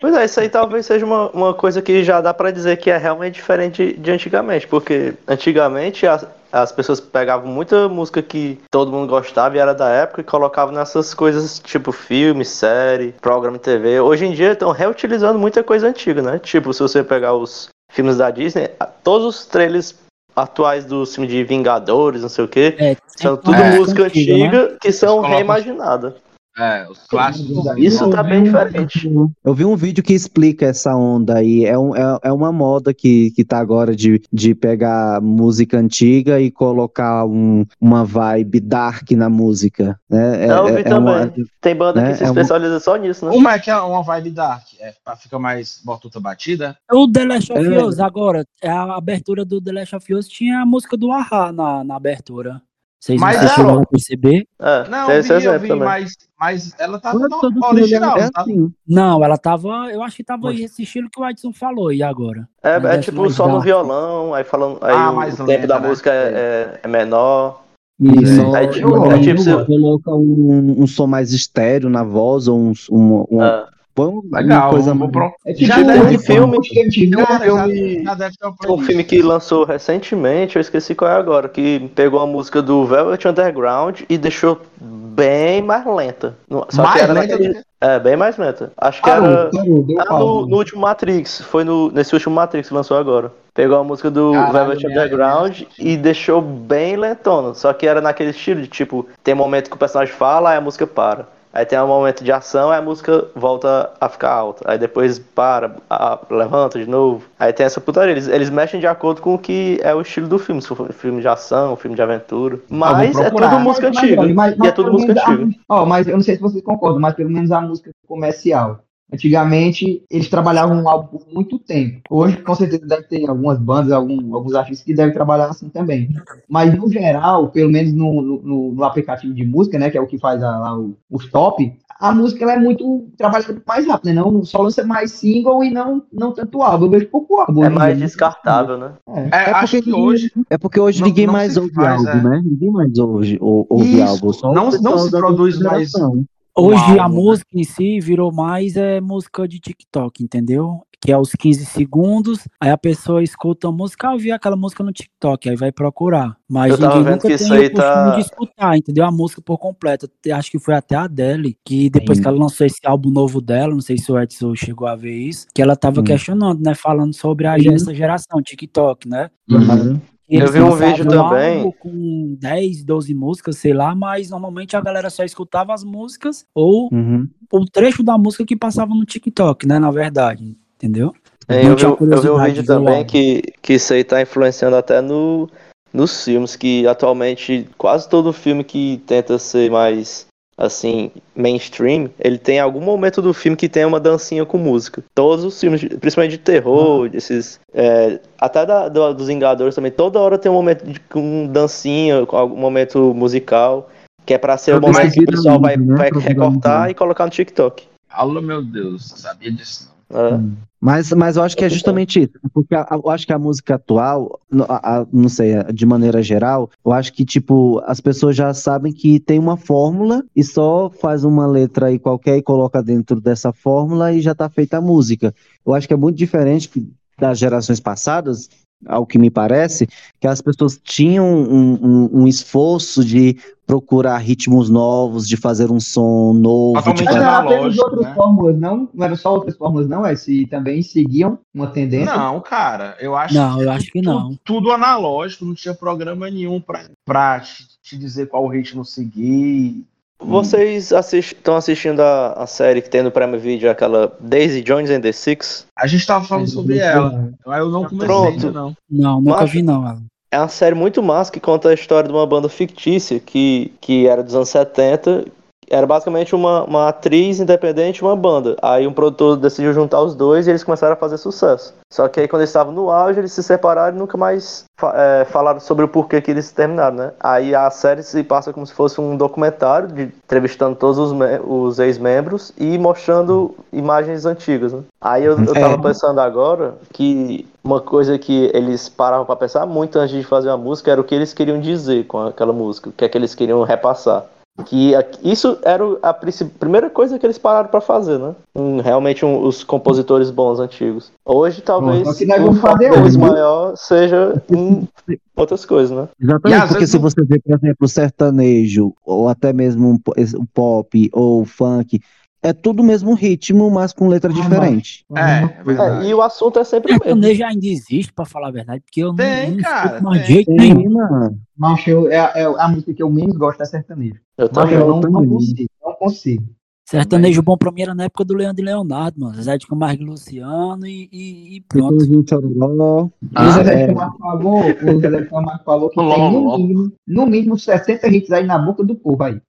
S2: Pois é, isso aí talvez seja uma, uma coisa que já dá pra dizer que é realmente diferente de, de antigamente, porque antigamente as, as pessoas pegavam muita música que todo mundo gostava e era da época e colocavam nessas coisas tipo filme, série, programa de TV. Hoje em dia estão reutilizando muita coisa antiga, né? Tipo, se você pegar os filmes da Disney, a- todos os trailers atuais do filme de Vingadores, não sei o quê,
S3: É,
S2: são
S3: tem
S2: tudo
S3: uma
S2: música
S3: né?
S2: antiga que são
S4: colocam-
S2: reimaginadas.
S4: É, os clássicos.
S2: Isso tá
S4: Uhum.
S2: bem diferente.
S5: Eu vi um vídeo que explica essa onda aí. É, um- é, é uma moda que, que tá agora de, de pegar música antiga e colocar um- uma vibe dark na música. Né? É,
S2: Eu vi
S5: é- é
S2: também.
S5: uma-
S2: Tem banda que
S5: É,
S2: se
S5: é uma-
S2: especializa só nisso, né?
S4: Uma é que é uma vibe dark, é, pra- fica mais batuta batida.
S3: O The Last of
S5: É.
S3: Us, agora, a abertura do The Last of Us tinha a música do Ahá na, na abertura. Vocês
S4: Mas
S3: não
S4: é,
S3: chegaram
S2: ó.
S3: a perceber?
S2: É,
S4: Não,
S2: tem
S4: eu
S2: esse
S4: vi, eu
S2: exemplo
S4: vi,
S2: também.
S4: mas, mas ela tá
S5: Todo-
S4: no-
S5: todo filme
S4: original,
S5: é
S4: tá?
S5: assim.
S3: Não, ela tava. Eu acho que tava
S4: Poxa.
S3: esse estilo que o Edson falou e agora.
S2: É,
S3: Mas
S2: é
S3: essa
S2: tipo
S3: mais
S2: só no
S3: dark.
S2: violão, aí falando. Aí
S4: Ah,
S2: o
S4: mais
S2: tempo
S4: lenta,
S2: da
S4: né?
S2: música é, é- é menor.
S5: Isso.
S2: Aí, tipo,
S5: Ou
S2: é tipo, se-
S5: Coloca um, um som mais estéreo na voz ou um, um- um-
S2: ah,
S5: Põe uma
S4: Legal,
S5: coisa
S4: vou pro-
S1: É tipo
S4: Já deve ter
S2: um filme.
S1: MTV,
S4: Tem um
S1: né?
S4: filme- já deve ter uma
S2: Tem um filme que lançou recentemente, eu esqueci qual é agora, que pegou a música do Velvet Underground e deixou bem mais lenta. No- Só
S4: Mais
S2: que era
S4: lenta
S2: naquele-
S4: do
S2: É, bem mais lenta. Acho que
S1: Parou,
S2: era.
S1: parou, deu
S2: Ah, no,
S1: pau.
S2: no último Matrix, foi no, nesse último Matrix que lançou agora. Pegou a música do
S4: Caralho,
S2: Velvet
S4: minha-
S2: Underground e deixou bem lentona. Só que era naquele estilo de tipo, tem momento que o personagem fala, aí a música para. Aí tem um momento de ação, aí a música volta a ficar alta. Aí depois para, a- levanta de novo. Aí tem essa putaria. Eles, eles mexem de acordo com o que é o estilo do filme. Se for filme de ação, filme de aventura. Mas é
S4: procurar.
S2: tudo música antiga.
S1: olha,
S2: e é tudo
S1: pelo
S2: música
S1: menos a-
S2: antiga.
S1: Ó, mas eu não sei se vocês concordam, mas pelo menos a música comercial. Antigamente, eles trabalhavam um álbum por muito tempo. Hoje, com certeza, deve ter algumas bandas, algum- alguns artistas que devem trabalhar assim também. Mas, no geral, pelo menos no, no- no- no aplicativo de música, né, que é o que faz a- lá o- os top, a música ela é muito trabalhada mais rápido, né? Não, só lança mais single e não, não tanto álbum. Eu vejo pouco álbum.
S2: É
S1: hoje em
S2: mais
S1: dia.
S2: descartável, né?
S1: É.
S4: É, acho que hoje
S5: É porque hoje
S4: Não-
S5: ninguém
S4: não
S5: mais
S4: se
S5: ouve
S4: faz,
S5: álbum,
S4: é.
S5: né? Ninguém mais ouve, ou- ouve
S4: Isso,
S5: álbum.
S2: um
S5: Só o
S4: não- não
S5: pessoal
S4: se
S5: da
S4: produz
S5: minha
S4: mais-
S5: geração.
S4: álbum,
S3: Hoje a
S4: né?
S3: música em si virou mais é música de TikTok, entendeu? Que é os 15 segundos, aí a pessoa escuta a música, ah, eu vi aquela música no TikTok, aí vai procurar. Mas
S2: Eu tava
S3: ninguém
S2: vendo
S3: nunca
S2: que
S3: tem
S2: isso
S3: o
S2: aí
S3: costume
S2: tá-
S3: de escutar, entendeu? A música por completo. Te- Acho que foi até a Adele, que depois
S5: Sim.
S3: que ela lançou esse álbum novo dela, não sei se o Edson chegou a ver isso, que ela tava
S5: Hum.
S3: questionando, né? Falando sobre a,
S5: Sim.
S3: essa geração, TikTok, né?
S5: Uhum.
S3: E eles
S2: Eu vi um
S3: lançavam
S2: vídeo também.
S3: álbum Com 10, 12 músicas, sei lá, mas normalmente a galera só escutava as músicas ou
S5: Uhum.
S3: o um trecho da música que passava no TikTok, né? Na verdade, entendeu?
S2: É, eu,
S3: Não
S2: vi,
S3: tinha
S2: eu vi um
S3: curiosidade
S2: vídeo
S3: de ver o
S2: também
S3: álbum.
S2: que, que isso aí tá influenciando até no, nos filmes, que atualmente quase todo filme que tenta ser mais, assim, mainstream, ele tem algum momento do filme que tem uma dancinha com música. Todos os filmes, de- principalmente de terror, desses, é, até da- do- dos Vingadores também, toda hora tem um momento de, com dancinha, com algum momento musical, que é pra ser o
S5: Pra
S2: momento que o
S5: conseguir
S2: pessoal vai,
S5: dançar, né?
S2: vai
S5: Pra conseguir
S2: recortar
S5: dançar.
S2: e colocar no TikTok.
S4: Alô, meu Deus, não sabia disso. não.
S2: né?
S5: Mas, mas eu acho que é justamente isso, porque a- eu acho que a música atual, no- a- a- não sei, de maneira geral, eu acho que, tipo, as pessoas já sabem que tem uma fórmula e só faz uma letra aí qualquer e coloca dentro dessa fórmula e já tá feita a música. Eu acho que é muito diferente que- das gerações passadas, ao que me parece, que as pessoas tinham um, um- um esforço de procurar ritmos novos, de fazer um som novo, de
S4: Totalmente
S1: Mas
S5: fazer
S1: era apenas
S4: analógico,
S1: outras
S4: né?
S1: fórmulas, não? Não eram só outras fórmulas, não? É se também seguiam uma tendência.
S4: Não, cara, eu acho
S3: Não, eu acho que
S4: tu-
S3: não.
S4: Tudo, analógico, não tinha programa nenhum pra, pra te, te dizer qual ritmo seguir.
S2: Vocês estão assistindo a, a série que tem no Prime Video, aquela Daisy Jones and the Six?
S4: A gente tava falando sobre ela, aí eu não comecei
S2: Pronto.
S4: ainda, não.
S3: Não, nunca
S2: Macho.
S3: vi, não. Alan.
S2: É uma série muito massa que conta a história de uma banda fictícia que, que era dos anos 70. Era basicamente uma, uma atriz independente e uma banda. Aí um produtor decidiu juntar os dois e eles começaram a fazer sucesso. Só que aí quando eles estavam no auge, eles se separaram e nunca mais fa- é, falaram sobre o porquê que eles terminaram, né? Aí a série se passa como se fosse um documentário, de, entrevistando todos os, me- os ex-membros e mostrando imagens antigas, né? Aí eu, eu tava pensando agora que uma coisa que eles paravam pra pensar muito antes de fazer uma música era o que eles queriam dizer com aquela música, o que é que eles queriam repassar que a- isso era o- a princi- primeira coisa que eles pararam pra fazer, né? Um- realmente um- os compositores bons antigos. Hoje talvez
S1: Pronto, é o que nós
S2: o
S1: vamos
S2: foco
S1: fazer
S2: deles
S1: hoje, né?
S2: maior seja em outras coisas, né?
S5: Exatamente,
S4: E às
S5: porque
S4: vezes
S5: se
S4: não-
S5: você vê, por exemplo, o sertanejo, ou até mesmo um po- esse- o pop ou o funk, é tudo o mesmo ritmo, mas com letra
S1: Ah,
S5: diferente.
S4: É, é
S2: É,
S4: verdade.
S2: e o assunto é sempre o mesmo.
S3: Sertanejo ainda existe, pra falar a verdade, porque eu não-
S4: Tem,
S3: não
S4: cara,
S3: escuto mais
S4: tem.
S3: de jeito
S5: Tem,
S3: nenhum.
S5: mano.
S1: Macho, eu- é, é a música que eu menos gosto é sertanejo.
S2: Eu
S1: Macho,
S2: também.
S1: eu não, não
S5: também.
S1: consigo, não consigo.
S3: Sertanejo bom pra mim era na época do Leandro e Leonardo, mano. Zé de Camargo e Luciano e, e- e
S5: Tem
S3: pronto.
S5: gente chororó.
S1: o
S4: Ah,
S1: Zezé de
S5: é.
S1: Camargo falou, o Zezé de Camargo falou que tem no
S4: Loló.
S1: mínimo, no mínimo 60 hits aí na boca do povo aí.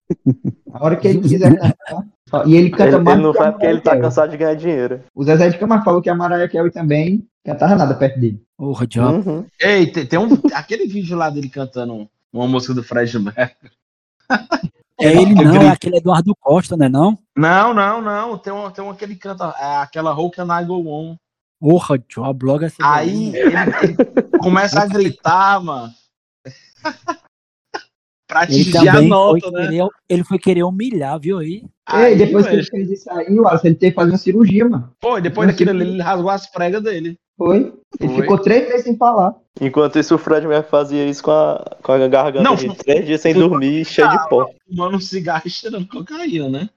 S1: A hora que ele quiser cantar. só- E ele
S2: Ele,
S1: canta
S2: ele
S1: mais
S2: não
S1: que é a
S2: faz porque ele tá
S1: Mariah Carey.
S2: cansado de ganhar dinheiro.
S1: O Zezé de Camargo falou que a Mariah Carey também cantava nada perto dele.
S3: Porra,
S1: Ah.
S3: Job.
S2: Uhum.
S4: Ei, tem, tem um, aquele vídeo lá dele cantando uma música do Fred Mercury.
S3: É ele
S4: que
S3: não, é
S4: grito.
S3: aquele Eduardo Costa, né não?
S4: Não, não, não. Tem, um, tem um, aquele canta, é, aquela How Can I Go On.
S3: Porra, Job, logo assim.
S4: Aí ele, ele começa a gritar, mano. Pra
S3: Ele
S4: atingir a
S3: também
S4: nota,
S3: foi
S4: né?
S3: querer, ele foi querer humilhar, viu aí?
S4: Aí,
S1: Ei, depois que
S4: velho,
S1: ele fez isso aí, o Alisson, ele teve que fazer uma cirurgia, mano.
S4: Pô, depois daquilo ali, ele rasgou as pregas dele.
S1: Foi. Ele
S4: Foi.
S1: ficou três meses sem falar.
S2: Enquanto isso, o Fred mesmo fazia isso com a, com a garganta
S4: Não,
S2: de
S4: foi-
S2: três dias sem
S4: foi-
S2: dormir, cheio de pó.
S4: Fumando um cigarro e cheirando cocaína, né?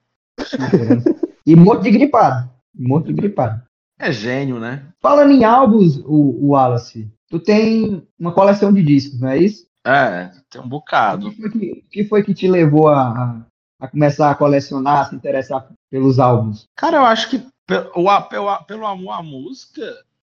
S1: E morto de gripado. Morto de gripado.
S4: É gênio, né?
S1: Falando em álbuns, o, o Wallace, tu tem uma coleção de discos, não é isso?
S4: É, tem um bocado.
S1: O que foi que, o que, foi que te levou a, a começar a colecionar, a se interessar pelos álbuns?
S4: Cara, eu acho que pe- o a- pelo, a- pelo amor à música,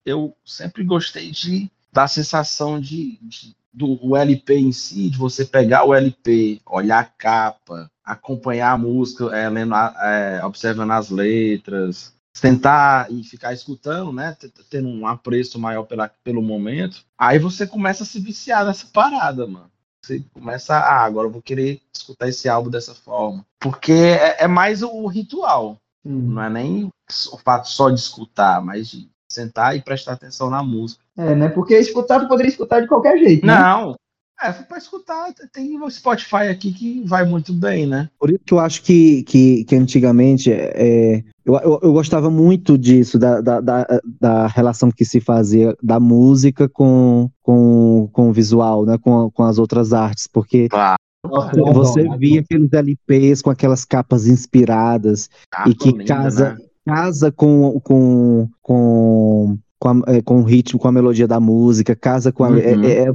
S4: eu sempre gostei de da sensação de, de- do o LP em si, de você pegar o LP, olhar a capa, acompanhar a música, é, lendo a- é, observando as letras, tentar e ficar escutando, né? t- t- Tendo um apreço maior pela, pelo momento. Aí você começa a se viciar nessa parada, mano. Você começa, ah, agora eu vou querer escutar esse álbum dessa forma. Porque é- é mais o ritual não é nem o fato só de escutar, mas de sentar e prestar atenção na música.
S1: É, né? Porque escutar, tu poderia escutar de qualquer
S5: Hum?
S1: jeito, né?
S4: Não, é para escutar, tem o Spotify aqui que vai muito bem, né?
S5: Por isso que eu acho que, que, que antigamente é, eu, eu, eu gostava muito disso, da, da, da, da relação que se fazia da música com, com, com o visual, né? com, com as outras artes, porque
S1: Nossa,
S4: Bom,
S5: você
S1: bom,
S5: via aqueles LPs com aquelas capas inspiradas,
S4: Capa
S5: E que
S4: linda,
S5: casa-
S4: Ah, né?
S5: casa com, com, com, com, a- é, com o ritmo, com a melodia da música, casa com a. é-
S4: Uhum.
S5: é-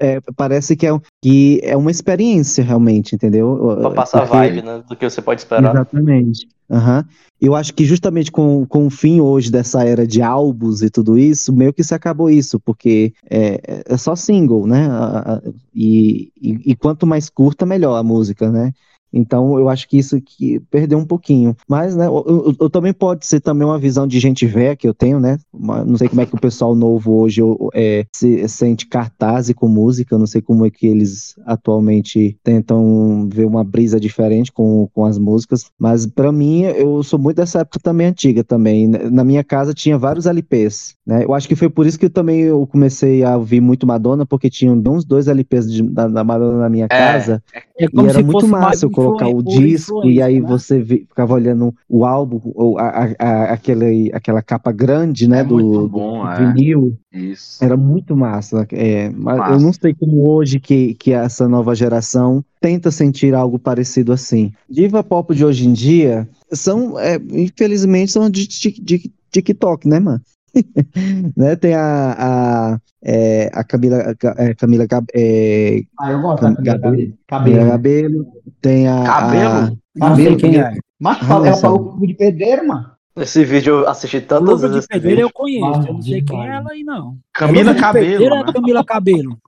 S5: é- parece que é, um- que é uma experiência realmente, entendeu?
S2: Pra passar
S5: Porque-
S2: vibe, né? Do que você pode
S1: Uhum.
S2: esperar.
S5: Exatamente. Aham. Eu acho que justamente com, com o fim hoje dessa era de álbuns e tudo isso, meio que se acabou isso, porque é, é- é só single, né? A- a- E, e, e quanto mais curta, melhor a música, né? Então eu acho que isso que perdeu um pouquinho. Mas, né, eu, eu- eu também pode ser também uma visão de gente velha que eu tenho, né? Uma- Não sei como é que o pessoal novo hoje eu- é, se sente cartaz e com música, eu não sei como é que eles atualmente tentam ver uma brisa diferente com, com as músicas, mas pra mim eu sou muito dessa época também antiga também. Na minha casa tinha vários LPs, né? Eu acho que foi por isso que eu também eu comecei a ouvir muito Madonna, porque tinham uns dois LPs de- da, da Madonna na minha casa.
S3: É
S5: E era muito
S3: fosse mais
S5: massa eu colocar o
S3: influen- por
S5: disco e
S3: influência,
S5: aí
S3: né?
S5: você vi- ficava olhando o álbum, ou a, a- a- aquele, aquela capa grande, né?
S4: É
S5: do,
S4: muito
S5: do É,
S4: bom, é.
S5: vinil.
S4: Isso.
S5: Era muito massa. É, mas
S4: Massa.
S5: eu não sei como hoje que, que essa nova geração tenta sentir algo parecido assim. Diva pop de hoje em dia são, é, infelizmente, são de, tic- de TikTok, né, mano? né? Tem a, a, é, a Camila, é, Camila Gab- é,
S1: Ah, eu gosto da Camila
S5: Cabelo.
S1: Cabelo.
S5: Camila
S1: Cabelo.
S5: Cabelo, tem a. a-
S4: Cabelo?
S3: Não sei
S1: Cabelo,
S3: quem
S1: cabelo.
S3: é.
S1: Mas
S5: Ah,
S1: fala, ela
S5: nossa.
S1: falou o clube de pedreiro, mano.
S2: Esse vídeo eu assisti tantas
S3: Luva
S2: vezes.
S3: de
S2: esse
S3: Pedreiro é
S2: vídeo.
S3: eu conheço, eu não sei
S1: Maldito
S3: quem é
S1: pai.
S3: ela aí não.
S4: Camila
S3: Luva de Pedreiro
S4: Cabelo,
S3: é
S4: né?
S3: Camila Cabelo.
S5: né?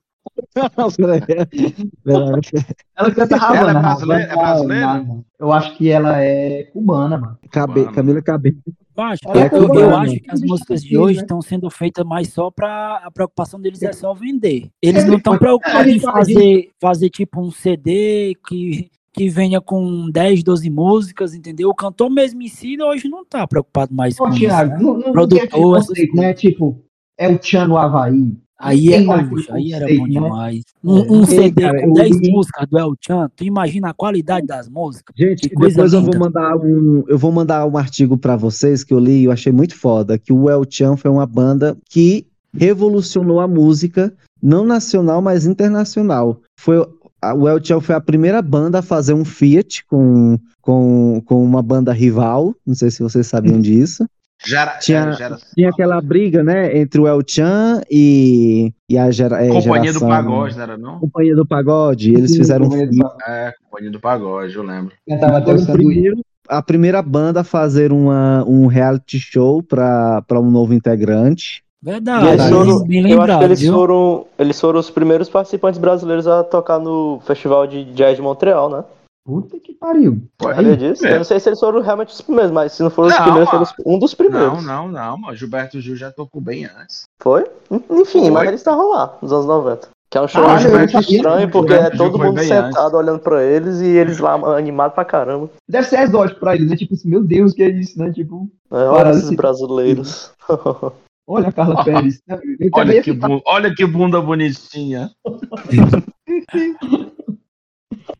S1: Ela canta
S4: Ela é
S1: Havana. né? Havana,
S4: brasileira- é brasileira?
S1: Havana. Eu acho que ela é cubana, mano.
S5: Cabe-
S4: Mano.
S5: Camila Cabelo.
S3: Eu acho,
S1: Ela
S5: é
S3: eu- eu,
S5: cubana.
S3: acho que as músicas de hoje estão sendo feitas mais só para a preocupação deles é só vender. Eles não estão preocupados em fazer, fazer tipo um CD que, que venha com 10, 12 músicas, entendeu? O cantor mesmo em si hoje não tá preocupado mais
S1: Ô,
S3: com isso.
S1: Thiago,
S3: né?
S1: não, não, não
S3: Produtor,
S1: tem aquele
S3: essas
S1: conceito, né? Tipo, é o Tchan no Havaí.
S3: Aí é
S1: Tem mais
S3: luxo, aí era
S1: preconceito,
S3: bom
S1: né?
S3: demais. Um, um
S5: Ei,
S3: CD
S5: cara,
S3: com
S5: eu
S3: 10
S5: ouvi-
S3: músicas do El Chan, tu imagina a qualidade das músicas?
S5: Gente,
S3: Que coisa
S5: depois eu vou
S3: linda.
S5: mandar um, eu vou mandar um artigo pra vocês que eu li e eu achei muito foda, que o El Chan foi uma banda que revolucionou a música, não nacional, mas internacional. Foi a- o El Chan foi a primeira banda a fazer um feat com, com, com uma banda rival, não sei se vocês sabiam disso.
S4: Gera, é,
S5: Tinha-
S4: gera-
S5: Tinha aquela briga, né, entre o El Chan e, e a gera, é,
S4: Companhia do
S5: geração-
S4: Pagode, não era não?
S5: Companhia do Pagode, eles
S1: Sim,
S5: fizeram um
S1: com
S5: feat.
S1: eles, ó.
S4: É, Companhia do Pagode, eu lembro.
S1: Cantava até
S5: Foi
S1: o
S5: o
S1: sanduíche.
S5: primeiro- a primeira banda a fazer uma, um reality show para um novo integrante.
S3: Verdade,
S2: eles foram-
S3: bem
S2: Eu acho que
S3: lembrado,
S2: eles
S3: viu?
S2: foram, eles foram os primeiros participantes brasileiros a tocar no Festival de Jazz de Montreal, né?
S1: Puta que pariu.
S4: Pô,
S2: Sabia disso?
S4: é.
S2: Eu não sei se eles foram realmente os primeiros, mas se não foram os
S4: Não,
S2: primeiros,
S4: mano.
S2: foram os- um dos primeiros.
S4: Não, não, não, mano. Gilberto Gil já tocou bem antes.
S2: Foi? Enfim,
S4: Foi.
S2: mas eles estavam lá, nos anos 90. Que é um show
S1: Ah,
S2: muito
S1: eu não sabia.
S2: estranho, porque
S4: Gilberto
S2: é
S4: Gil
S2: todo
S4: foi
S2: mundo
S4: bem
S2: sentado
S4: antes.
S2: olhando pra eles e eles lá animados pra caramba.
S1: Deve ser exótico pra eles, né? Tipo assim, meu Deus, que é isso, né? Tipo,
S2: É, olha
S1: Parece-
S2: esses brasileiros.
S1: olha a Carla Pérez. né? Eu
S4: Olha
S1: também
S4: que, bu- olha que bunda bonitinha.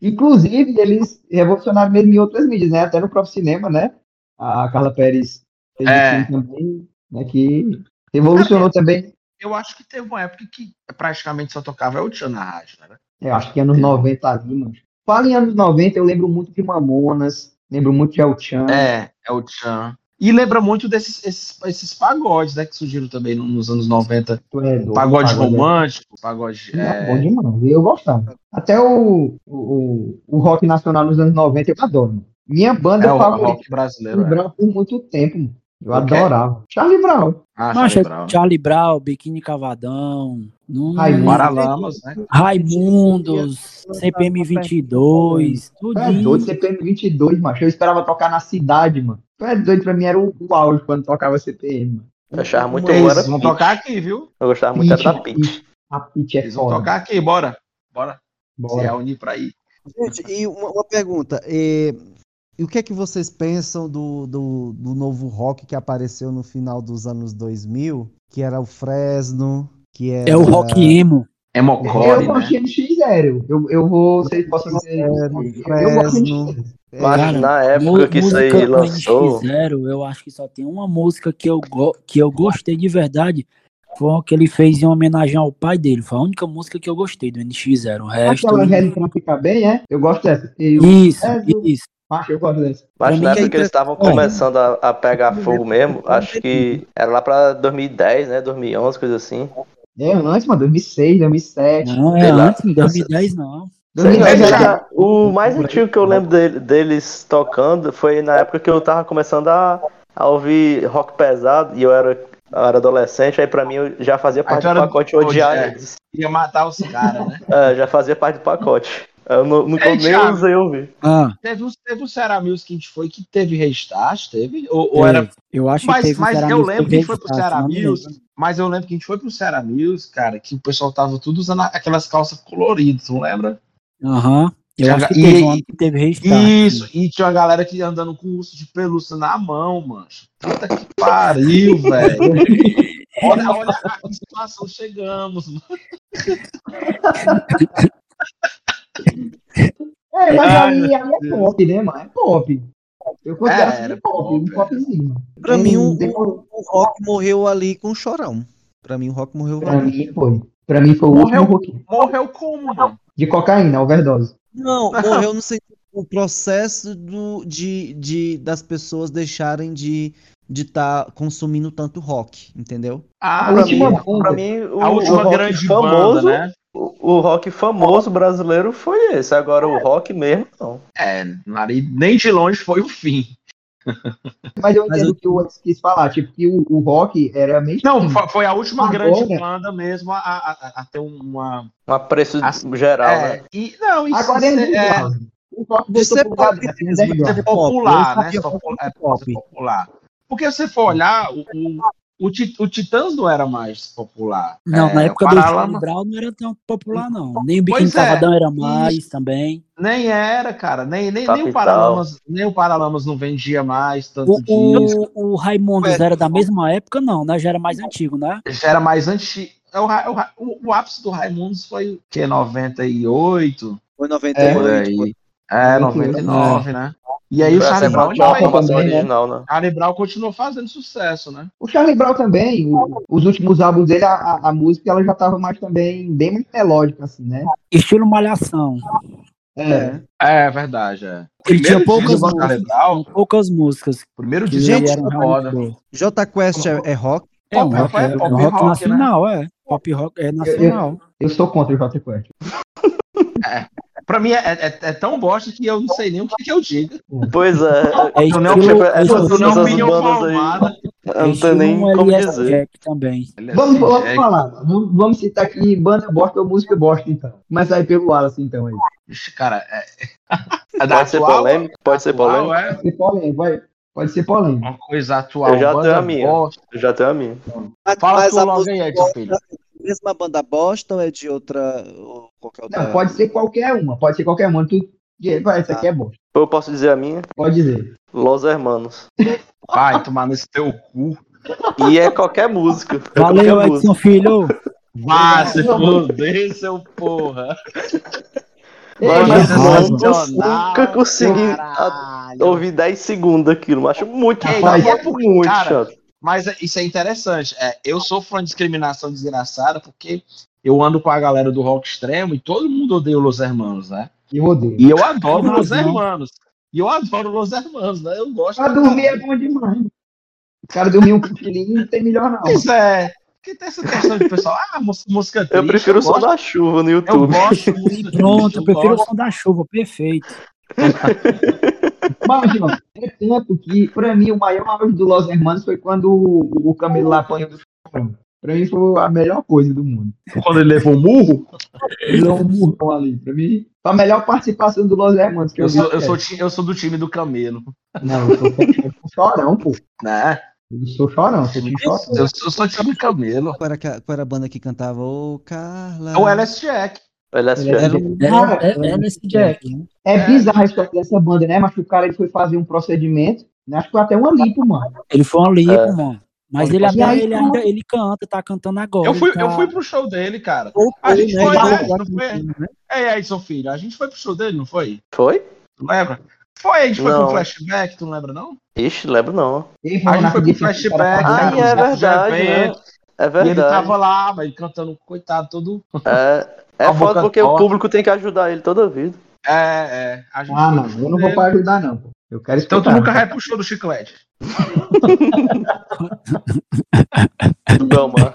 S1: Inclusive, eles revolucionaram mesmo em outras mídias, né? Até no próprio cinema, né? A Carla Pérez fez
S4: É.
S1: um filme também, né? Que revolucionou também.
S4: Eu acho que teve uma época que praticamente só tocava El Chan na rádio, né?
S1: Eu É, acho que anos 90 ali, mano. Fala em anos 90, eu lembro muito de Mamonas, lembro muito de El Chan.
S4: É, El Chan. E lembra muito desses esses, esses pagodes, né? Que surgiram também no- nos anos 90.
S1: Tu é doido,
S4: Pagode romântico, pagode.
S1: Não,
S4: é,
S1: bom demais. Eu gostava. Até o, o, o rock nacional nos anos 90 eu adoro. Minha banda
S4: é o
S1: favorita
S4: rock brasileiro.
S1: Charlie
S4: É.
S1: Brown por muito tempo. mano. Eu
S4: O quê?
S1: adorava. Charlie Brown.
S4: Ah,
S3: Macho,
S4: Charlie
S3: é
S4: Brown.
S3: Charlie Brown, Biquíni Cavadão, não- é?
S1: Raimundo.
S4: Paralamas, né?
S3: Raimundos, CPM 22,
S1: Tu é doido,
S3: tudo.
S1: CPM 22, macho. Eu esperava tocar na cidade, mano. Tu é doido, pra mim era o, o auge quando tocava CPM. mano.
S2: Eu achava muito
S4: Eles
S2: bom, era
S4: vão
S2: Pitch.
S4: tocar aqui, viu?
S2: Eu gostava muito era da
S1: Pitch,
S2: Pitch.
S1: A Pitty é
S4: Eles vão
S1: foda.
S4: tocar aqui, bora. Bora. Se
S1: Bora.
S4: reunir pra ir.
S5: Gente, e uma, uma pergunta. eh, e o que é que vocês pensam do, do, do novo rock que apareceu no final dos anos 2000? Que era o Fresno, que era...
S3: É o rock emo.
S4: É
S1: Eu um
S4: mocore, né?
S1: gostei do X0. Eu, eu vou. Vocês possam dizer. Eu um gostei do
S5: Fresno.
S1: X0.
S2: Eu acho que na
S3: Mu-
S2: época que isso aí
S3: música com
S2: lançou.
S3: NX0, eu acho que só tem uma música que eu, go- que eu gostei de verdade. Foi uma que ele fez em homenagem ao pai dele. Foi a única música que eu gostei do NX0. O resto.
S1: Aquela velha pra ficar bem, é? Eu gosto dessa. Eu,
S3: Isso,
S1: É, viu?
S3: isso.
S1: macho, eu gosto dessa.
S2: Mas
S5: mim
S2: na
S5: que é
S2: época que eles estavam
S5: interessante.
S2: começando a, a pegar
S4: é
S2: fogo mesmo, acho que era lá pra 2010, né? 2011, coisa assim.
S1: É antes, mano, 2006, 2007.
S3: Não, é
S2: Sei lá.
S3: antes, em 2010 não.
S2: Sei lá,
S1: 2010
S4: Eles
S1: era-
S2: já- o mais antigo que eu lembro dele- deles tocando foi na época que eu tava começando a, a ouvir rock pesado e eu era, eu era adolescente, aí pra mim eu já fazia parte
S4: tu era
S2: do pacote odiar
S4: odiar.
S2: eles.
S4: Ia matar os caras, né?
S2: É, já fazia parte do pacote. Eu não, nunca
S4: Ei,
S2: nem
S4: É, Thiago.
S2: usei ouvir.
S3: Ah,
S4: Teve um, teve um Ceará Music que a gente foi que teve restart, teve? Ou, ou era.
S3: é, eu acho que
S4: Mas,
S3: teve um
S4: mas
S3: Ceará
S4: eu
S3: Music
S4: lembro que a gente foi pro
S3: Restart,
S4: Ceará
S3: não me lembro.
S4: Music, mas eu lembro que a gente foi pro Ceará Music, cara, que o pessoal tava tudo usando aquelas calças coloridas, tu lembra?
S3: Aham. Eu
S4: Thiago,
S3: acho que
S4: e-
S3: teve um ano que teve restart.
S4: Isso, e tinha uma galera que ia andando com urso de pelúcia na mão, mano. Puta que pariu, velho. Olha, olha a que situação chegamos, mano.
S1: É, mas
S4: Ah,
S1: aí, aí é pop, né, mano? É pop. Eu considero
S4: É,
S1: assim,
S4: era
S1: pop, um
S4: pop,
S1: popzinho.
S5: Pra
S1: Não
S5: mim, um-
S1: tem como-
S5: O rock morreu ali com o chorão. Pra mim, o rock morreu
S1: Pra
S5: ali.
S1: mim foi. Pra mim foi o último
S4: Morreu.
S1: rock.
S4: Morreu como, mano?
S1: De cocaína, overdose.
S5: Não, morreu no sentido o processo do, de, de, das pessoas deixarem de de estar consumindo tanto rock, entendeu?
S1: A
S4: Ah,
S2: pra
S1: última
S2: mim,
S1: banda.
S2: pra mim, o,
S4: a
S2: o
S4: última
S2: rock
S4: grande
S2: famoso,
S4: banda, né?
S2: o, o rock famoso brasileiro foi esse. Agora o rock mesmo, não.
S4: É, Mari, nem de longe foi o fim.
S1: Mas eu
S5: Mas
S1: entendo
S5: eu-
S1: o que o outro quis falar. Tipo, que o, o rock era meio.
S4: Não, fo- foi a última
S1: Agora-
S4: grande banda mesmo a, a- a- a ter uma.
S2: Um apreço
S4: As-
S2: geral,
S4: é,
S2: né?
S4: e, não, isso
S1: Agora é,
S4: é, é,
S1: underground. O rock
S5: Isso
S1: voltou
S5: é
S1: pro
S5: pop
S1: lado, né? Tem
S5: mesmo,
S1: underground.
S5: isso é
S4: popular,
S5: pop,
S4: né?
S5: eu sabia
S4: Só po- é
S5: pop.
S4: popular. Porque se for olhar, o, o, o Ti- o Titãs não era mais popular.
S3: Não,
S4: É,
S3: na época
S4: o
S3: do
S4: Paralamas
S3: Charlie Brown não era tão popular, não. Nem o Biquíni
S4: Pois é.
S3: Cavadão era mais também.
S4: Nem era, cara. Nem, nem, nem, o
S2: Capital.
S4: Paralamas, nem o Paralamas não vendia mais tanto
S3: O,
S4: disco.
S3: o, o Raimundos era da mesma época, não, né? Já era mais antigo, né?
S4: Já era mais antigo. O, Ra- é o, Ra- o, o ápice do Raimundos foi o quê? 98?
S5: Foi em
S1: É,
S5: 98.
S4: por aí. É, 99, né? E aí o
S2: Pra
S4: Charlie
S2: lembrar
S4: Brown
S2: de uma
S1: também,
S4: não,
S2: formação
S1: né?
S2: original, né?
S4: Charlie Brown continuou fazendo sucesso, né?
S1: O Charlie Brown também, o- os últimos álbuns dele, a, a- a música ela já tava mais também, bem mais melódica, assim, né?
S3: Estilo Malhação.
S1: É.
S4: É, verdade, é.
S3: Ele tinha
S4: Primeiro
S3: poucas
S4: disco do Charlie
S3: músicas.
S4: Brown,
S3: Poucas músicas.
S4: primeiro
S3: Que
S4: disco
S5: Gente,
S3: eram
S4: é
S3: realmente
S4: foda.
S3: boas.
S5: J Quest é, é rock?
S3: É um
S4: Pop
S3: rock,
S4: rock,
S3: é, um
S4: pop
S3: rock
S4: rock, né?
S3: nacional, é. Pop rock é nacional.
S1: Eu sou contra o Jota Quest.
S4: Pra mim é, é- é tão bosta que eu não sei nem o que, que eu digo.
S2: Pois é,
S3: É
S4: Eu não-
S3: estilo-
S4: tipo,
S2: essas-
S3: estilo-
S2: essas
S4: não opinião
S2: bandas aí-
S4: formada.
S2: eu não
S3: estilo
S2: tenho nem
S3: um
S2: como
S3: LS
S2: dizer.
S3: Jack também.
S4: É,
S1: Vamos, vamos
S4: Jack,
S1: falar, vamos, vamos citar aqui banda bosta ou música bosta, então. Mas aí pelo Wallace, então, aí.
S4: Ixi, cara, é. é da
S2: Pode ser
S4: atual,
S2: polêmico, pode ser
S4: atual,
S2: polêmico.
S4: é
S1: Pode ser polêmico, vai. Pode ser polêmico.
S4: uma coisa atual.
S2: Eu já
S4: banda
S2: tenho a minha.
S4: bosta.
S2: Eu já tenho a minha.
S5: Mas,
S4: Fala
S5: mas
S4: tu
S5: a
S4: logo
S5: música
S4: aí, Ed,
S5: bosta é
S4: filho.
S5: da mesma banda bosta ou é de outra. ou é qualquer outra?
S1: Não, pode ser qualquer uma, pode ser qualquer uma. Tu, vai, essa aqui é bosta.
S2: Eu posso dizer a minha?
S1: Pode dizer.
S2: Los Hermanos.
S4: Vai tomar nesse teu cu.
S2: E é qualquer música. É
S3: Valeu,
S2: qualquer música.
S3: Edson Filho.
S4: Vai, se
S1: Não,
S4: fuder, seu porra.
S2: Mano,
S1: mas
S2: eu
S1: mas
S2: nunca- nunca consegui a- ouvir 10 segundos daquilo. Acho muito
S4: Ei,
S2: chato.
S4: daqui a pouco,
S2: muito
S4: cara,
S2: chato.
S4: Mas é- isso é interessante. É, eu sofro uma discriminação desgraçada porque eu ando com a galera do rock extremo e todo mundo odeia o Los Hermanos, né?
S1: Eu odeio.
S4: E eu adoro Los
S3: Razão.
S4: Hermanos. E eu adoro Los Hermanos, né? Eu gosto.
S1: Pra dormir é bom demais. O cara dormiu um cochilinho não tem melhor não.
S4: Pois é. Porque tem essa questão de pessoal, ah, mus- música triste.
S2: Eu prefiro o som
S4: gosto,
S2: da chuva no
S4: Eu
S2: YouTube.
S4: gosto.
S3: E pronto, eu prefiro o
S4: gosto.
S3: som da chuva, perfeito.
S1: Mas, João, é tanto que, pra mim, o maior auge do Los Hermanos foi quando o, o Camilo lá apanhou do Chorão. Pra mim foi a melhor coisa do mundo.
S4: Quando ele levou o murro,
S1: Ele é um burrão ali. Pra mim, foi a melhor participação do Los Hermanos. Que eu,
S4: eu sou,
S1: vi.
S4: eu, sou,
S3: é.
S4: ti- eu sou do time do Camelo.
S1: Não, eu sou, eu sou chorão, pô.
S4: Né?
S1: Eu sou chorão, sou time
S4: Eu,
S1: chorão.
S4: eu sou do time do Camelo.
S5: Qual era, que- qual era a banda que cantava? Ô, Carla.
S4: É o LS Jack.
S2: Olha essa
S1: Ele
S2: cara.
S5: Era um-
S1: Cara,
S3: É, é, é nesse Jack. né?
S1: É bizarro a história dessa banda, né? Mas o cara ele foi fazer um procedimento, né? acho que foi até uma lipo, mano.
S3: Ele foi um livro, mano. Mas
S4: Olha,
S3: ele,
S1: e
S3: até,
S1: aí,
S3: ele
S1: como-
S3: ainda ele canta, tá cantando agora.
S4: Eu fui,
S3: ele tá...
S4: eu fui pro show dele, cara. A
S3: Voltou,
S4: gente
S3: né?
S4: foi,
S3: Ele
S4: né?
S3: voltou
S4: Não foi?
S3: assim, né?
S4: É, aí, seu filho, a gente foi pro show dele, não foi?
S2: Foi?
S4: Tu lembra? Foi, a gente foi
S2: Não.
S4: pro flashback, tu não lembra, não?
S2: Ixi, lembro não.
S1: Ele
S4: A gente foi pro
S1: acredita que o cara
S4: flashback.
S2: Ai, é
S1: fazia-
S4: né? cara,
S2: verdade,
S4: já
S2: né? É
S4: veio. tá E ele tá
S2: verdade.
S4: tava lá, mas cantando, coitado, todo.
S2: É,
S4: Com
S2: é foda
S4: a boca
S2: porque o
S4: torta.
S2: público tem que ajudar ele toda vida.
S4: É, é. A gente
S1: Ah,
S4: foi
S1: não,
S4: pro show
S1: eu não
S4: dele.
S1: vou pra ajudar, não. pô. Eu quero escutar. né?
S4: Então tu nunca vai pro show do chiclete.
S2: Não, mano.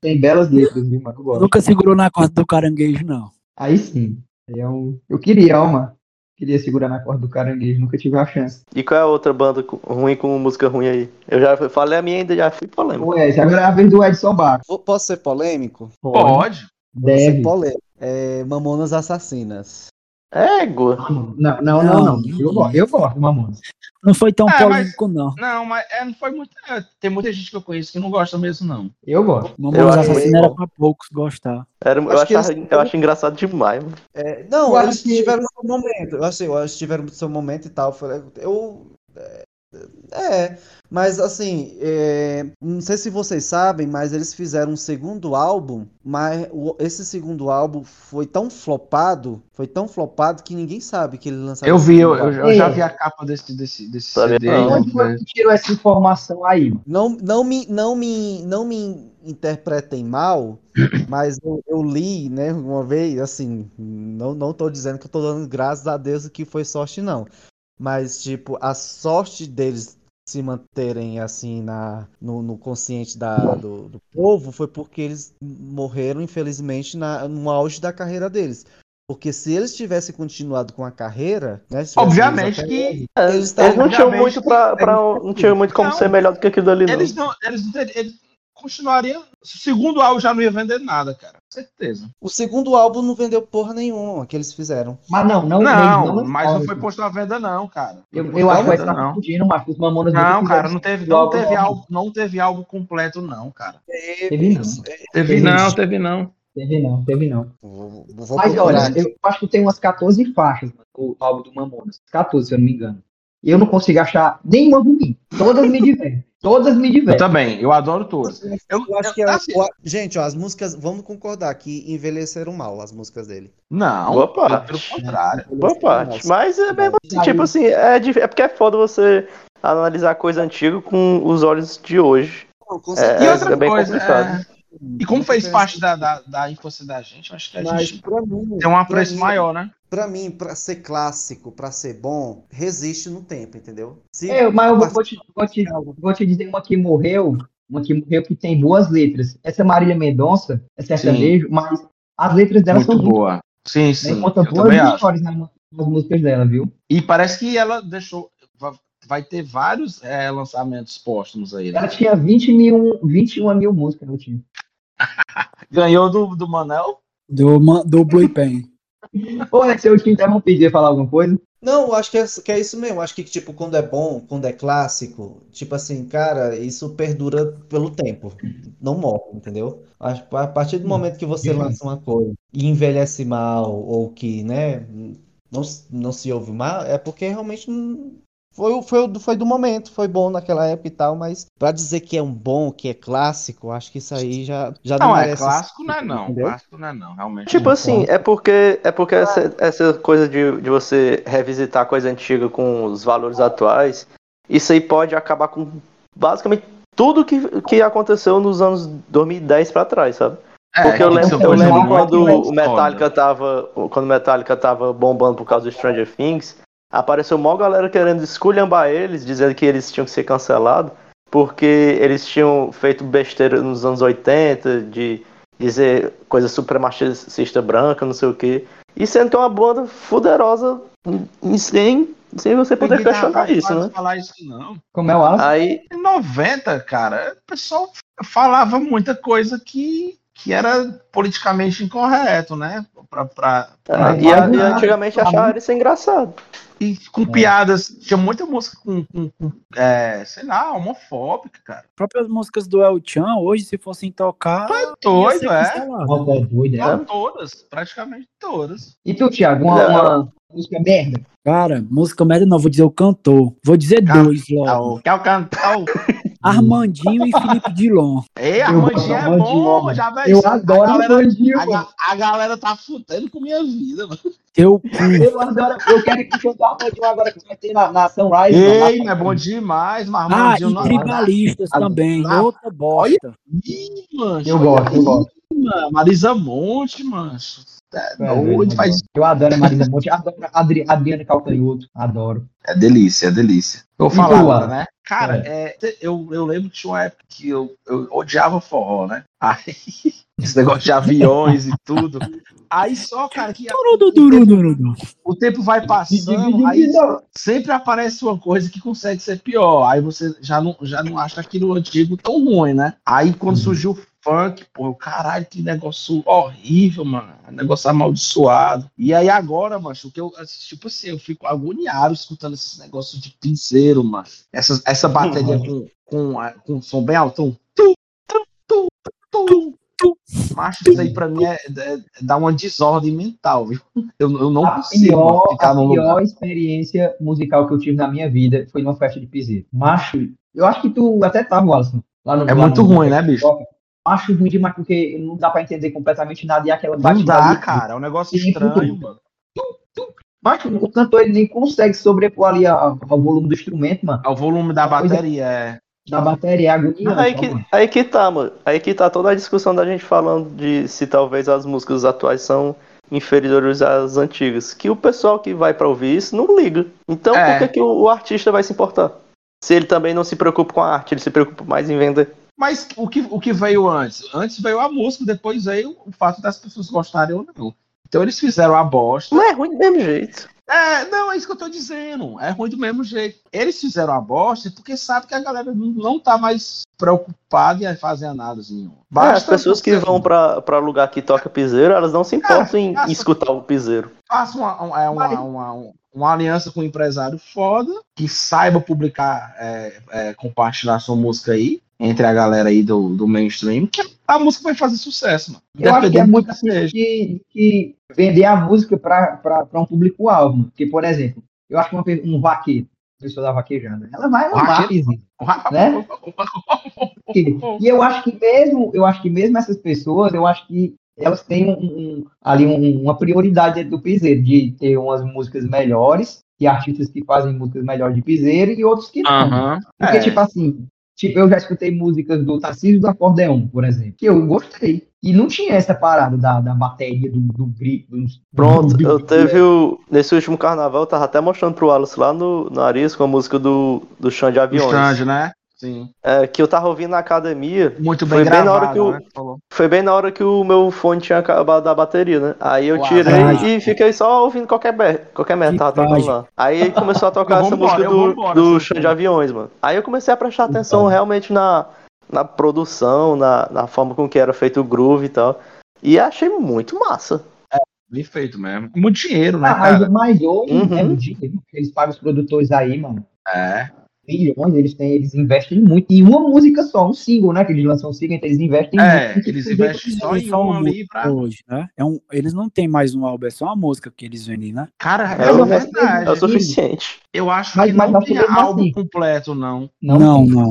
S1: Tem belas letras, viu, mano? Eu gosto.
S3: Nunca segurou na corda do caranguejo, não.
S1: Aí sim. Aí é um- Eu queria, ó, mano. Queria segurar na corda do caranguejo, nunca tive a chance.
S2: E qual é a outra banda com- ruim com música ruim aí? Eu já falei a minha ainda, já fui polêmico.
S1: Ué, essa agora é a vez do Edson Barco.
S5: Vou- Posso ser polêmico?
S4: Pode.
S1: Deve.
S5: Ser polêmico. É, Mamonas Assassinas.
S2: Égua.
S1: Não, não, não, não. Eu gosto, eu gosto, Mamonas.
S3: Não foi tão
S4: É,
S3: polêmico, não.
S4: Não, mas é, não foi muito. é, tem muita gente que eu conheço que não gosta mesmo, não.
S1: Eu gosto.
S2: Eu
S3: Mamonas
S2: acho
S3: Assassina
S5: que-
S3: era pra poucos gostar.
S2: Era, um- eu,
S5: Acho que
S2: achava-
S5: eles-
S2: eu acho engraçado demais, mano.
S5: É, não,
S1: Eu
S5: eles
S1: acho que-
S5: tiveram seu momento. Eu achei, eu acho que tiveram seu momento e tal. foi- Eu. É, é, mas assim, é, não sei se vocês sabem, mas eles fizeram um segundo álbum, mas o- esse segundo álbum foi tão flopado, foi tão flopado que ninguém sabe que eles lançaram.
S4: Eu
S5: esse
S4: vi, eu,
S5: segundo álbum.
S4: eu já vi a capa desse, desse, desse
S2: Tá
S4: CD.
S2: vendo?
S4: aí,
S1: é Onde foi
S4: né?
S1: que tirou essa informação aí, mano?
S5: Não, não me, não me, não me interpretem mal, mas eu, eu li, né, uma vez, assim, não, não tô dizendo que eu tô dando graças a Deus que foi sorte, não. Mas, tipo, a sorte deles se manterem, assim, na, no, no consciente da, do, do povo foi porque eles morreram, infelizmente, na, no auge da carreira deles. Porque se eles tivessem continuado com a carreira, né, se tivessem eles
S4: Obviamente
S5: até-
S4: que
S2: É,
S5: Eles
S2: Eles,
S5: estavam
S2: não tinham
S4: realmente-
S2: muito pra, pra- um- Não tinham muito como
S4: Não.
S2: ser melhor do que aquilo ali, não.
S4: Eles não, eles não teriam- eles continuariam. Segundo álbum já não ia vender nada, cara. Com certeza.
S5: o segundo álbum não vendeu porra nenhuma que eles fizeram.
S1: Mas não, não.
S4: Não,
S1: eles
S4: mas não
S1: lançaram.
S4: foi posto à venda, não, cara.
S1: Eu, eu acho que vai
S4: não.
S1: estar fugindo, mas os Mamonas
S4: Não,
S1: nunca
S4: cara,
S1: fizeram
S4: não teve,
S1: esse álbum,
S4: não teve
S1: não.
S4: álbum, não teve álbum completo, não, cara.
S1: Teve não.
S4: Teve não, teve não.
S1: Teve não, teve não.
S5: Vou, vou
S1: Mas
S5: procurar
S1: olha,
S5: aqui.
S1: eu acho que tem umas 14 faixas mano, o álbum do Mamonas. 14, se eu não me engano. E eu não consigo achar nenhuma ruim. Todas me divertem. Todas me
S4: Eu
S1: divertem.
S4: também, eu adoro todos. Eu,
S5: Eu acho que
S4: eu-
S5: a-
S4: assim,
S5: o- gente, ó, as músicas, vamos concordar que envelheceram mal as músicas dele.
S4: Não,
S2: Boa parte.
S4: pelo contrário.
S2: Boa parte. Mas é mesmo assim,
S1: Aí-
S2: tipo assim, é, dif- é porque é foda você analisar coisa antiga com os olhos de hoje.
S5: Não, com
S2: É,
S4: E
S5: certeza.
S4: outra
S2: é bem
S4: coisa,
S2: complicado.
S4: é, e como fez parte da, da, da infância da gente, eu acho que a
S5: Mas
S4: gente
S5: pra mim,
S4: tem um
S5: pra
S4: apreço
S5: mim-
S4: maior, né?
S5: Pra mim, pra ser clássico, pra ser bom, resiste no tempo, entendeu? Se-
S1: É, mas eu vou- vou te, vou, te, vou te dizer uma que morreu. Uma que morreu que tem boas letras. Essa é Marília Mendonça é sertanejo, mas as letras dela
S4: Muito
S1: são boas.
S4: boa. Sim, sim.
S1: Ela conta
S4: eu
S1: boas
S4: também acho.
S1: histórias nas, nas músicas dela, viu?
S4: E parece que ela deixou. va- Vai ter vários é, lançamentos póstumos aí, né?
S1: Ela tinha 20 mil, 21 mil músicas, não tinha.
S4: Ganhou do, do Manel?
S3: Do, ma- do Blue Pen.
S1: Ô, Alex, eu te interrompi, ia falar alguma coisa?
S5: Não, eu acho que é, que é isso mesmo. Eu Acho que, tipo, quando é bom, quando é clássico, tipo assim, cara, isso perdura pelo tempo. Não morre, entendeu? Acho que A partir do momento que você
S1: Sim.
S5: lança uma coisa e envelhece mal, ou que, né, não, se- não se ouve mal, é porque realmente não,
S9: Foi, o- foi, o do- foi do momento, foi bom naquela época e tal, mas pra dizer que é um bom, que é clássico, acho que isso aí já, já não,
S4: Não, é
S9: merece-
S4: clássico, não é não.
S9: entendeu?
S4: Clássico não é não, realmente.
S2: Tipo
S4: não.
S2: assim, é porque, é porque essa, essa coisa de, de você revisitar coisa antiga com os valores atuais, isso aí pode acabar com basicamente tudo que, que aconteceu nos anos 2010 pra trás, sabe?
S4: É,
S2: Porque eu
S4: isso
S2: lembro,
S4: é
S2: eu
S4: uma
S2: lembro
S4: coisa
S2: quando
S4: muito
S2: o Metallica tava. Quando o Metallica tava bombando por causa do Stranger Things, apareceu mó galera querendo esculhambar eles, dizendo que eles tinham que ser cancelados, porque eles tinham feito besteira nos anos 80, de dizer coisa supremacista branca, não sei o quê. E sendo que é uma banda fuderosa em- sem, sem você poder
S4: Ninguém tava
S2: questionar isso,
S4: acostumado a
S2: né?
S4: falar isso, não.
S1: Como é o Alan?
S2: Aí,
S4: Em 90, cara, o pessoal falava muita coisa que, que era politicamente incorreto, né? Pra, pra, pra-
S2: e, a- e antigamente acharam isso engraçado.
S4: e com
S9: É.
S4: piadas. Tinha muita música com, com, com, é, sei lá, homofóbica, cara.
S3: próprias músicas do El Chan, hoje, se fossem tocar.
S4: Foi
S3: ia
S4: Tá doido,
S3: ser
S4: é.
S3: cancelado.
S1: Nossa, é doido, né?
S4: Não todas, praticamente todas.
S1: E tu, Thiago, uma,
S2: Não.
S1: uma música merda?
S3: Cara, música merda não, vou dizer o cantor. Vou dizer
S4: Cara,
S3: dois logo.
S4: Quer o cantal?
S3: Armandinho e Felipe Dilon.
S4: Ei, a
S1: Eu
S4: Mandinha é
S1: gosto da Mandinha,
S4: bom,
S1: mano.
S4: já vai.
S1: Eu adoro
S4: a
S1: o
S4: galera,
S1: Bandinho,
S4: a,
S1: mano.
S4: ga- a galera tá fudendo com minha vida, mano.
S3: Teu
S1: Eu adoro. Eu quero que chegue o Armandinho agora que vai ter na, na Sunrise.
S4: Ei,
S1: mano.
S4: é bom demais, mas
S3: Ah,
S4: Armandinho
S3: e
S4: não é
S3: tribalistas
S1: Ah,
S3: também.
S4: ah,
S3: Outra bosta.
S4: Ih, mancho,
S1: Eu
S4: olha
S1: gosto, eu
S4: aí,
S1: gosto.
S4: mano, Marisa Monte, mancho. É,
S1: É,
S4: doido,
S1: eu
S4: faz...
S1: adoro. Eu adoro a Marisa Monte. Adoro a Adri, Adriana Calcanhoto. Adoro.
S4: é delícia, é delícia. Vou
S1: E
S4: falar
S1: tu,
S4: agora,
S1: Alan?
S4: né? Cara, é, eu, eu lembro que tinha uma época que eu, eu odiava forró, né? Aí, esse negócio de aviões e tudo. Aí só, cara, que
S3: Turudu, turudu, turudu.
S4: o tempo vai passando, aí sempre aparece uma coisa que consegue ser pior. Aí você já não, já não acha aquilo antigo tão ruim, né? Aí quando surgiu o funk, pô, eu, caralho, que negócio horrível, mano. Negócio amaldiçoado. E aí agora, mano, o que eu, tipo assim, eu fico agoniado escutando esses negócios de pinceiro, mano. Essa, essa bateria com, com, a- com um som bem altão. Tu, tu, tu, tu, tu. Macho, isso aí pra mim é, é- dá uma desordem mental, viu? Eu, eu não
S1: A
S4: consigo mano,
S1: pior,
S4: ficar
S1: a
S4: num lugar.
S1: pior experiência musical que eu tive na minha vida foi numa festa de piseiro. Macho, eu acho que tu até tava, Wallace. Lá no,
S4: É
S1: lá
S4: muito
S1: no-
S4: ruim, né, bicho?
S1: Macho ruim demais, porque não dá pra entender completamente nada. E aquela
S4: Não
S1: batida
S4: dá,
S1: ali,
S4: cara. É um negócio
S1: Sim,
S4: estranho,
S1: tudo.
S4: mano.
S1: Macho, o cantor ele nem consegue sobrepor ali a- a- ao volume do instrumento, mano.
S4: É o volume da
S1: Pois é.
S4: bateria. É...
S1: Da bateria, é agonia.
S2: Aí que, aí que tá, mano. Aí que tá toda a discussão da gente falando de se talvez as músicas atuais são inferiores às antigas. Que o pessoal que vai pra ouvir isso não liga. Então
S4: É.
S2: por que, que o, o artista vai se importar? Se ele também não se preocupa com a arte, ele se preocupa mais em vender.
S4: Mas o que, o que veio antes? Antes veio a música, depois veio o fato das pessoas gostarem ou não. Então eles fizeram a bosta.
S2: Não é ruim do mesmo jeito.
S4: É, não, é isso que eu tô dizendo. É ruim do mesmo jeito. Eles fizeram a bosta porque sabe que a galera não- não tá mais preocupada em fazer análise nenhuma.
S2: É, as pessoas que
S4: você É,
S2: vão pra, pra lugar que toca piseiro, elas não se importam em,
S4: basta-
S2: em escutar o piseiro.
S4: faça uma, um- é, uma, uma, um- uma aliança com um empresário foda, que saiba publicar, é, é, compartilhar sua música aí, entre a galera aí do, do mainstream, que a música vai fazer sucesso, mano.
S1: Eu acho que é
S4: Independente
S1: muito
S4: do
S1: assim
S4: seja.
S1: que, que vender a música para um público-alvo. mano. Porque, por exemplo, eu acho que uma pe- um vaqueiro, a pessoa da vaquejada, ela vai no
S4: Vaqueiro?
S1: vaquezinho. Né? Porque- E eu acho que mesmo, eu acho que mesmo essas pessoas, eu acho que elas têm um- um- ali um- uma prioridade dentro do piseiro, de ter umas músicas melhores, e artistas que fazem músicas melhores de piseiro e outros que não.
S4: Aham.
S1: Porque,
S4: É.
S1: tipo assim, tipo, eu já escutei músicas do Tarcísio do Acordeon, por exemplo, que eu gostei. E não tinha essa parada da, da bateria, do, do grito. dos-
S2: Pronto,
S1: do-
S2: eu
S1: do-
S2: teve o. Nesse último carnaval, eu tava até mostrando pro Alice lá no, no Ariz com a música do, do Chão de
S4: O
S2: Aviões.
S4: Strange, né? Sim.
S2: É, que eu tava ouvindo na academia.
S4: Muito bem
S2: Foi bem na
S4: gravado,
S2: hora que o-
S4: né? Falou.
S2: Foi bem na hora que o meu fone tinha acabado da bateria, né? Aí eu
S4: Uau.
S2: tirei
S4: Ai.
S2: e fiquei só ouvindo qualquer, ber- qualquer merda,
S3: Que
S2: tava tocando
S3: trágico.
S2: lá. Aí começou a tocar
S4: Eu
S2: essa
S4: vambora,
S2: música
S4: eu
S2: do,
S4: vambora, Então.
S2: do
S4: assim,
S2: chão de
S4: cara.
S2: aviões, mano. Aí eu comecei a prestar atenção realmente na, na produção, na, na forma com que era feito o groove e tal. E achei muito massa.
S4: Bem feito mesmo. Muito dinheiro, né,
S1: Ah, mas,
S4: cara?
S1: mas hoje
S2: Uhum.
S1: é um dia que eles pagam os produtores aí, mano.
S4: É.
S1: bilhões, eles têm, eles investem muito. E uma música só, um single, né? Que eles lançam um single, então eles investem
S4: É,
S1: muito.
S4: eles investem
S3: Eles
S4: só
S3: têm
S4: em uma
S3: música
S4: ali pra.
S3: hoje, né? É um, eles não têm mais um álbum, é só uma música que eles vendem, né?
S4: Cara,
S2: É
S4: é
S2: o-
S4: verdade.
S2: É o suficiente.
S4: Eu acho
S1: Mas-
S4: que
S1: mas
S4: não
S1: nós
S4: tem
S1: podemos
S4: álbum
S1: assim.
S4: completo, não.
S3: Não, não.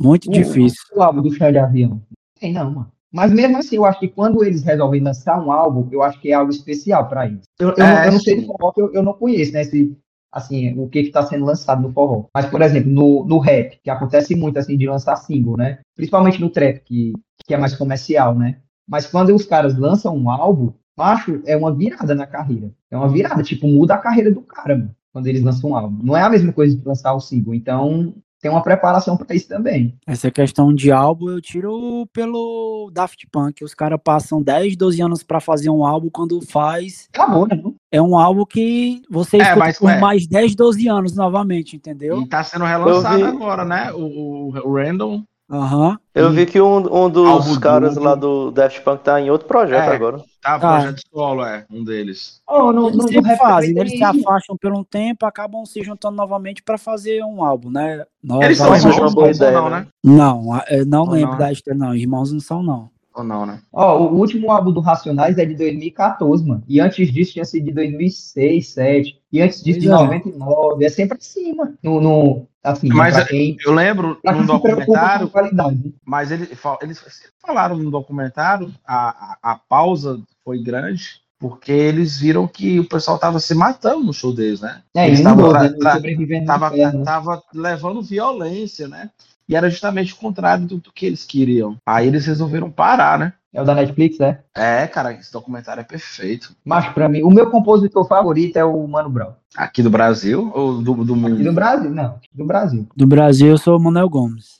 S3: Muito
S1: O-
S3: difícil.
S1: o álbum do Chão de Avião. Não Tem não, mano. Mas mesmo assim, eu acho que quando eles resolvem lançar um álbum, eu acho que é algo especial pra eles. Eu, eu
S4: É,
S1: não, eu não sei do
S4: sim.
S1: forró, que eu, eu não conheço, né? Esse, assim, o que que tá sendo lançado no forró. Mas, por exemplo, no, no rap, que acontece muito, assim, de lançar single, né? Principalmente no trap, que, que é mais comercial, né? Mas quando os caras lançam um álbum, macho, é uma virada na carreira. É uma virada, tipo, muda a carreira do cara, mano, quando eles lançam um álbum. Não é a mesma coisa de lançar o single. Então, tem uma preparação pra isso também.
S3: Essa questão de álbum eu tiro pelo Daft Punk. Os caras passam 10, 12 anos pra fazer um álbum, quando faz,
S1: Acabou, né?
S3: é um álbum que você
S4: É,
S3: escuta
S4: mas,
S3: por
S4: é.
S3: mais 10, 12 anos novamente, entendeu?
S4: E tá sendo relançado
S2: Eu vi-
S4: agora, né? O, o, o Random.
S3: Aham.
S2: Eu vi que um, um dos
S4: Álbum
S2: caras
S4: duplo.
S2: lá do Daft Punk tá em outro projeto
S4: É.
S2: agora.
S1: Ah.
S4: Tá,
S3: Tá.
S4: projeto solo, é, um deles.
S1: Oh, no,
S3: Eles
S1: no, no
S3: sempre
S1: rap
S3: fazem,
S1: também
S3: eles se
S1: tem-
S3: afastam por um tempo, acabam se juntando novamente pra fazer um álbum, né?
S1: Ah,
S3: Nova-
S1: tá
S4: Eles são
S2: Talvez
S4: irmãos,
S2: seja uma
S4: não
S2: boa
S4: são
S2: ideia,
S4: não,
S2: né?
S4: né?
S3: Não, a- eu não
S4: Ou
S3: lembro
S4: não, né?
S3: da história, não. Irmãos não são, não.
S4: Ou não, né?
S1: Ó, o último álbum do Racionais é de 2014, mano. E antes disso tinha sido de 2006, 2007. E antes disso de
S3: Pois é.
S1: 99. É sempre assim, mano. No, no, assim, né,
S4: Mas
S1: pra quem,
S4: Eu lembro
S1: pra quem
S4: num
S1: se preocupa com
S4: documentário,
S1: qualidade. né?
S4: mas ele, fa- eles falaram num documentário, a, a, a pausa foi grande, porque eles viram que o pessoal tava se matando no show deles, né?
S1: É,
S4: Eles
S1: ele
S4: tavam
S1: mudou,
S4: tra-
S1: né?
S4: tra-
S1: Sobrevivendo no
S4: tava, tá.
S1: inferno.
S4: tava levando violência, né? E era justamente o contrário do, do que eles queriam. Aí eles resolveram parar, né?
S1: É o da Netflix, é?
S4: É, cara, esse documentário é perfeito.
S1: Mas pra mim, o meu compositor favorito é o Mano Brown.
S4: Aqui do Brasil ou do, do
S1: E
S4: mundo?
S1: do Brasil? Não, do Brasil.
S3: Do Brasil, eu sou o Manuel Gomes.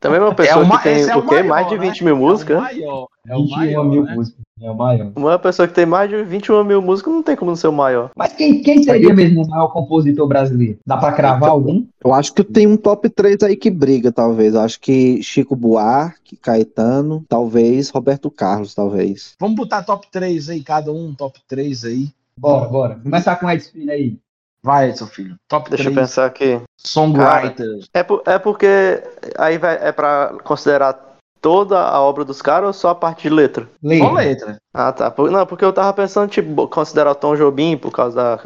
S2: Também é uma pessoa
S4: o ma-
S2: que tem
S4: esse é
S2: o
S4: o
S2: quê?
S4: maior,
S2: mais de
S4: né?
S2: 20 mil
S4: É o
S2: músicas?
S4: maior. É o
S1: 21
S4: maior,
S1: mil
S4: né?
S1: músicas. É o maior.
S2: Uma pessoa que tem mais de 21 mil músicas não tem como não ser o maior.
S1: Mas quem, quem seria mesmo o maior compositor brasileiro? Dá pra
S4: Então,
S1: cravar algum?
S5: Eu acho que tem um top 3 aí que briga, talvez. Eu acho que Chico Buarque, Caetano, talvez Roberto Carlos, talvez.
S4: Vamos botar top 3 aí, cada um, top 3 aí.
S1: Bora, bora. Começar com a Edson aí.
S4: Vai, seu filho. Top
S2: Deixa eu
S4: 3
S2: pensar aqui.
S4: songwriters.
S2: É, por- é porque aí vai, é pra considerar toda a obra dos caras ou só a parte de letra?
S4: Qual
S1: Leia.
S4: letra?
S2: Ah, tá. Por- Não, porque eu tava pensando, tipo, considerar o Tom Jobim por causa da,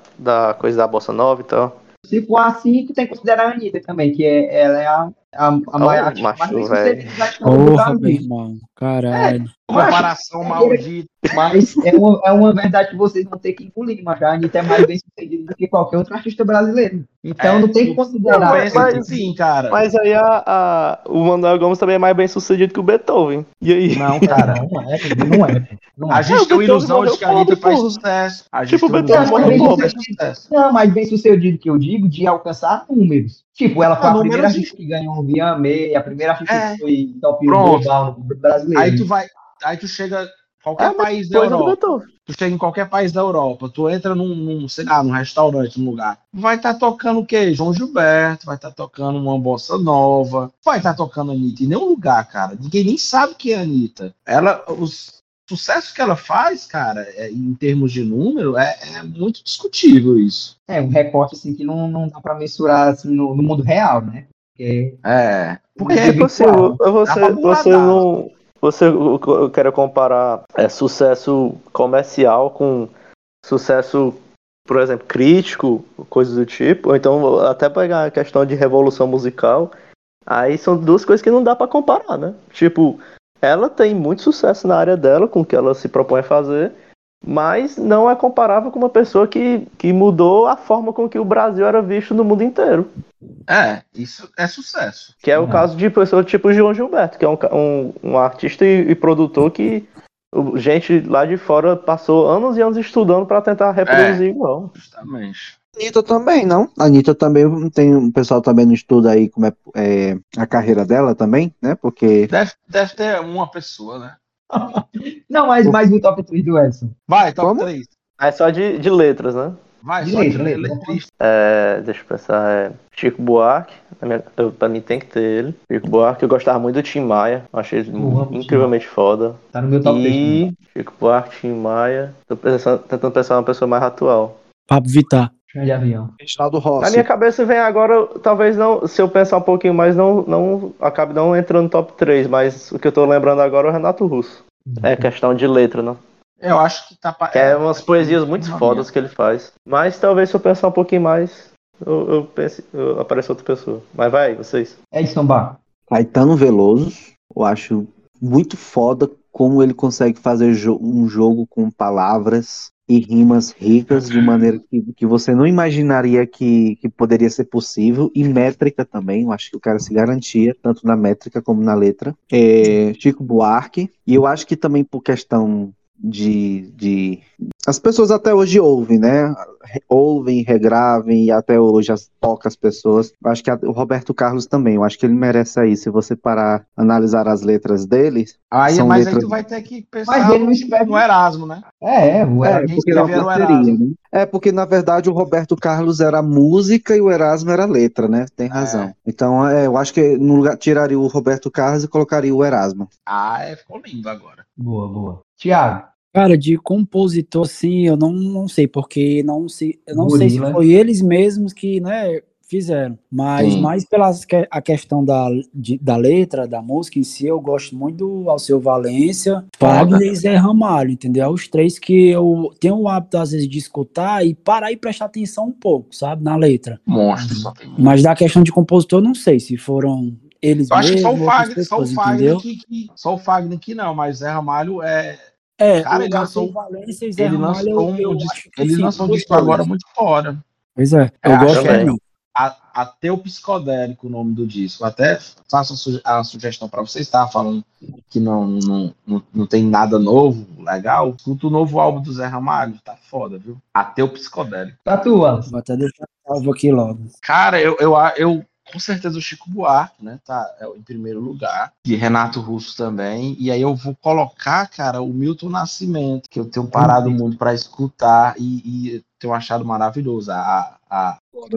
S2: da coisa da Bossa Nova e tal.
S1: Se for assim, tu tem que considerar a Anitta também, que é, ela é a, a, a maior artista
S2: macho,
S1: mais bem
S2: velho.
S1: sucedida da história do
S3: Porra, meu
S1: Brasil.
S3: irmão. Caralho.
S4: Comparação maldita.
S1: Mas é uma, é uma verdade que vocês vão ter que engolir, mas a Anitta é mais bem sucedida do que qualquer outro artista brasileiro. Então
S4: É,
S1: não tem que
S4: não
S1: considerar.
S4: Mas,
S2: mas-
S4: assim, cara.
S2: Mas aí a, a- o Manuel Gomes também é mais bem sucedido que o Beethoven. E aí?
S4: Não, cara.
S1: Não é, não é. Não,
S4: A
S1: é.
S4: gente tem uma
S2: Beethoven
S4: ilusão
S2: morreu
S4: de que a Anitta
S2: pobre,
S4: faz
S2: porra.
S4: sucesso. A gente
S2: Tipo,
S4: tem uma
S2: Beethoven
S4: ilusão de que a
S1: morreu
S4: Anitta faz
S1: pobre.
S4: sucesso.
S1: não, mas bem sucedido que eu digo de alcançar números. Tipo, ela foi
S4: Ah,
S1: a primeira
S4: números de-
S1: artista que ganhou um VMA, a primeira artista
S4: É.
S1: que foi top
S4: Pronto.
S1: global no brasileiro.
S4: Aí tu vai. Aí tu chega. Qualquer
S2: Ah, mas
S4: país da
S2: Coisa do
S4: Europa.
S2: Beethoven.
S4: Tu chega em qualquer país da Europa. Tu entra num, num, sei lá, num restaurante, num lugar. Vai estar tocando o quê? João Gilberto. Vai estar tocando uma bossa nova. Vai estar tocando Anitta em nenhum lugar, cara. Ninguém nem sabe quem é a Anitta. Ela. Os. O sucesso que ela faz, cara, é- em termos de número, é- é muito discutível isso.
S1: É, um recorte assim que não, não dá pra mensurar assim, no, no mundo real, né? Porque
S4: É. Porque
S2: É
S1: Mas
S2: possível.
S4: Dá
S2: Você,
S4: pra
S2: você
S4: mudar.
S2: não. Você eu- eu quero comparar é, sucesso comercial com sucesso, por exemplo, crítico, coisas do tipo. Ou então, até pegar a questão de revolução musical. Aí são duas coisas que não dá pra comparar, né? Tipo, ela tem muito sucesso na área dela, com o que ela se propõe a fazer. Mas não é comparável com uma pessoa que, que mudou a forma com que o Brasil era visto no mundo inteiro.
S4: É, isso é sucesso.
S2: Que é o
S1: Não.
S2: caso de pessoa tipo João Gilberto, que é um, ca- um, um artista e, e produtor que o- gente lá de fora passou anos e anos estudando pra tentar reproduzir igual.
S4: Justamente.
S5: Anitta também, não? A Anitta também tem. O pessoal também não estuda aí como é, é, a carreira dela também, né? Porque.
S4: Deve, deve ter uma pessoa, né?
S1: Não, mas mais um top 3 do Edson.
S4: Vai, top
S5: Como?
S4: 3.
S2: É só de, de letras, né?
S4: Vai,
S1: De
S4: só
S1: letra,
S4: de
S1: letra.
S4: letrista.
S2: É, deixa eu pensar, é Chico Buarque, na minha- eu- pra mim tem que ter ele. Chico Buarque, eu gostava muito do Tim Maia, achei ele
S1: Eu amo o Tim
S2: incrivelmente foda.
S1: Tá no meu top 3.
S2: e Chico Buarque, Tim Maia, tô pensando- tentando pensar uma pessoa mais atual.
S3: Pablo Vittar.
S1: Grande avião.
S10: Reginaldo Rossi.
S2: Na minha cabeça vem agora, talvez não, se eu pensar um pouquinho mais, não, não acabe não entrando no top 3, mas o que eu tô lembrando agora é o Renato Russo. É questão de letra, não.
S4: Eu acho que tá. pa-
S2: É umas poesias muito
S4: Uma
S2: fodas que ele faz. Mas talvez se eu pensar um pouquinho mais, eu, eu pense, eu- apareça outra pessoa. Mas vai, vocês.
S1: Edson Bar.
S5: Caetano Veloso, eu acho muito foda como ele consegue fazer jo- um jogo com palavras e rimas ricas de maneira que, que você não imaginaria que, que poderia ser possível, e métrica também, eu acho que o cara se garantia, tanto na métrica como na letra. É, Chico Buarque, e eu acho que também por questão de, de. As pessoas até hoje ouvem, né? re- ouvem, regravem e até hoje as, toca as pessoas. Eu acho que a- o Roberto Carlos também, eu acho que ele merece aí. Se você parar analisar as letras dele,
S4: Aí,
S5: São
S4: mas aí
S5: letras-
S4: tu vai ter que pensar
S1: Mas ele não escreve.
S4: no Erasmo, né?
S1: É, é, o
S5: é,
S1: Erasmo.
S5: porque era uma
S4: escreveram o
S5: parceria,
S4: Erasmo.
S5: né? É, porque na verdade o Roberto Carlos era a música e o Erasmo era a letra, né?
S1: É.
S5: Tem razão. Então, é, eu acho que no lugar tiraria o Roberto Carlos e colocaria o Erasmo.
S4: Ah, é, ficou lindo agora.
S1: Boa, boa. Tiago.
S3: Cara, de compositor, assim, eu não, não sei, porque não sei, eu não sei se
S1: Gorila.
S3: foi eles mesmos que, né, fizeram. Mas
S4: Sim.
S3: mais pela que- a questão da, de- da letra, da música em si, eu gosto muito do Alceu Valença, Wagner e Zé Ramalho, entendeu? É Os três que eu tenho o hábito, às vezes, de escutar e parar e prestar atenção um pouco, sabe, na letra.
S4: Monstro, só tem.
S3: Mas da questão de compositor, eu não sei se foram eles
S4: Eu acho que
S3: mesmos
S4: só
S3: ou
S4: o
S3: outras
S4: Fagner, só o
S3: pessoas,
S4: Fagner
S3: entendeu?
S4: que, que- Só o Fagner que não, mas Zé Ramalho é.
S3: É,
S4: Cara,
S3: o
S4: ele lançou- um-
S3: Alceu Valença e Zé
S4: Ele
S3: Ramalho,
S4: lançou
S3: eu-
S4: um
S3: eu
S4: disco.
S3: acho que
S4: Ele
S3: sim,
S4: lançou um
S3: os
S4: disco agora
S3: dois.
S4: muito fora.
S3: Pois é,
S4: É,
S3: eu gosto
S2: também.
S3: também.
S4: A- Ateu Psicodélico, o nome do disco. Até faço a, suge- a sugestão pra vocês, tá? Falando que não, não, não, não tem nada novo, legal. Escuta o novo álbum do Zé Ramalho, tá foda, viu? Ateu Psicodélico.
S1: Tatua.
S3: Vou até deixar salvo aqui logo.
S4: Cara, eu, eu, a- eu com certeza o Chico Buarque, né? Tá é, o- em primeiro lugar. E Renato Russo também. E aí eu vou colocar, cara, o Milton Nascimento, que eu tenho parado muito pra escutar e, e tenho achado maravilhoso a, a, as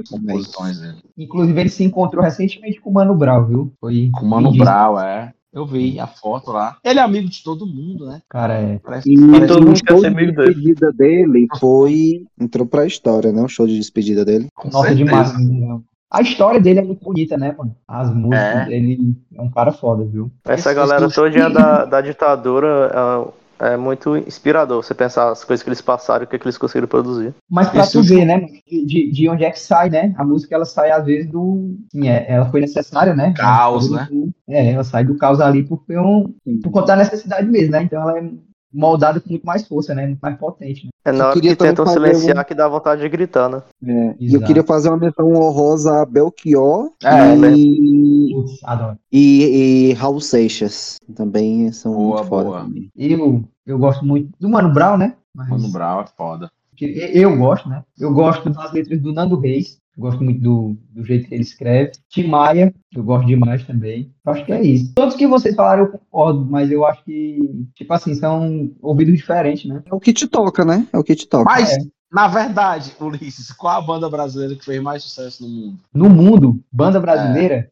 S4: composições dele.
S1: Inclusive, ele se encontrou recentemente com o Mano Brau, viu? Foi
S4: Com o Mano
S1: Entendi.
S4: Brau, é. Eu vi a foto lá. Ele é amigo de todo mundo, né?
S1: Cara, é.
S4: Parece
S5: E,
S4: parece-
S2: todo
S5: o
S2: mundo quer
S5: um show
S2: ser
S5: de
S2: amigo dele.
S5: despedida dele foi. Entrou pra história, né? O show de despedida dele.
S4: com
S1: Nossa,
S4: certeza.
S1: demais. né? A história dele é muito bonita, né, mano? As músicas,
S4: É.
S1: ele é um cara foda, viu?
S2: Essa
S4: Esses
S2: galera
S4: dois-
S2: toda é da, da ditadura é, é muito inspirador. Você pensar as coisas que eles passaram, o que, que eles conseguiram produzir.
S1: Mas pra
S4: Esse
S1: tu
S4: eu
S1: ver, né, mano, de, de- de onde é que sai, né? A música, ela sai às vezes do... Sim, é, ela foi necessária, né?
S4: Caos,
S1: Ela foi do- É, ela sai do caos ali porque um, por conta da necessidade mesmo, né? Então ela é moldada com muito mais força, né? Muito mais potente. Né?
S2: É na
S5: Eu
S2: hora
S5: queria
S2: que
S5: também
S2: tentam
S5: fazer um
S2: silenciar que dá vontade de gritar, né?
S5: É, E eu
S1: Exato.
S5: queria fazer uma menção honrosa a Belchior
S4: É,
S2: né?
S5: e,
S1: Putz, adoro.
S5: e, e Raul Seixas. Também são
S4: Boa,
S5: muito foda
S4: boa.
S5: também.
S1: Eu, eu gosto muito do Mano Brown, né? Mas-
S4: Mano Brau é foda.
S1: que eu gosto, né? Eu gosto das letras do Nando Reis, gosto muito do, do jeito que ele escreve. Tim Maia, eu gosto demais também. Eu Acho que é isso. Todos que vocês falaram eu concordo, mas eu acho que, tipo assim, são ouvidos diferentes, né?
S5: É o que te toca, né? É o que te toca.
S4: Mas,
S1: É.
S4: na verdade, Ulisses, qual a banda brasileira que fez mais sucesso no mundo?
S1: No mundo, banda brasileira,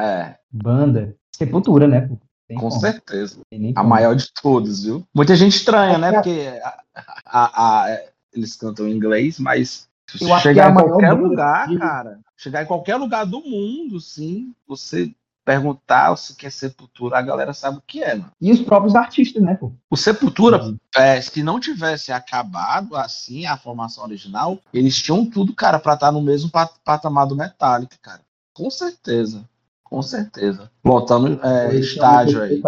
S4: É,
S1: banda, sepultura, né? pô? Tem
S4: com
S1: como,
S4: certeza.
S1: tem nem
S4: A
S1: como.
S4: maior de todas, viu? Muita gente estranha, né?
S1: Acho
S4: Porque a- a- a- eles cantam em inglês, mas se
S1: Eu acho que é
S4: chegar
S1: a
S4: em
S1: maior
S4: qualquer
S1: banda
S4: lugar,
S1: de-
S4: cara, chegar em qualquer lugar do mundo, sim, você perguntar se quer Sepultura, a galera sabe o que é, mano.
S1: E os próprios artistas, né? Pô?
S4: O Sepultura, é, se não tivesse acabado assim a formação original, eles tinham tudo, cara, pra estar no mesmo pat- patamar do Metallica, cara. Com certeza. Com certeza. Lotando é, estádio aí.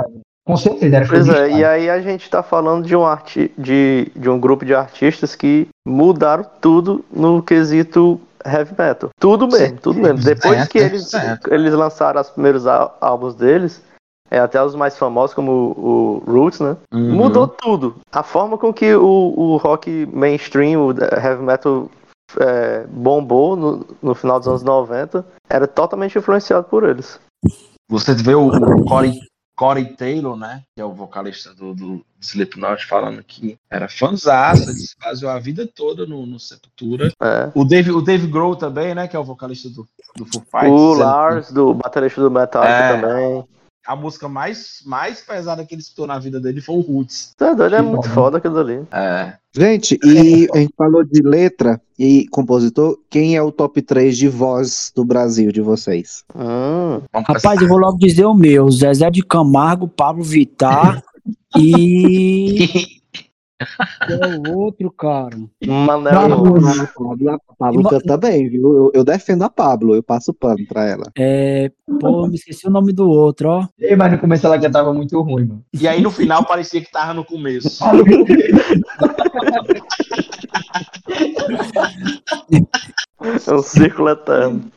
S1: Com certeza, era
S2: Pois
S1: show de
S2: é, e
S1: estádio.
S2: aí a gente tá falando de um, arti de, de um grupo de artistas que mudaram tudo no quesito heavy metal. Tudo mesmo, tudo mesmo. Depois
S4: certo,
S2: que eles,
S4: certo.
S2: eles lançaram os primeiros á- álbuns deles, é, até os mais famosos, como o, o Roots, né?
S4: Uhum.
S2: Mudou tudo. A forma com que o, o rock mainstream, o heavy metal, é, bombou no, no final dos anos 90, era totalmente influenciado por eles.
S4: Você vê o, o Corey, Corey Taylor, né? Que é o vocalista do, do Slipknot, falando que era fãzaça, eles faziam a vida toda no, no Sepultura.
S2: É.
S4: O Dave, o Dave Grohl também, né? Que é o vocalista do, do Foo Fighters.
S2: O
S4: dizendo que
S2: Lars, do baterista do Metallica
S4: É.
S2: também.
S4: a música mais, mais pesada que ele escutou na vida dele foi o Roots.
S2: Tá doido, é muito foda aquilo ali.
S4: É.
S5: Gente, e a gente falou de letra e compositor. Quem é o top 3 de voz do Brasil de vocês?
S2: Hum.
S4: Vamos
S3: Rapaz,
S4: começar.
S3: eu vou logo dizer o meu. Zezé de Camargo, Pablo Vittar e. Quem é o outro, cara?
S2: Manel.
S5: a Pablo, a Pablo canta bem, viu? Eu, eu defendo a Pablo, eu passo pano pra ela.
S3: É. Pô, me esqueci o nome do outro, ó.
S1: Ei, mas no começo ela cantava muito ruim, mano.
S4: E aí no final parecia que tava no começo.
S2: É um círculo eterno.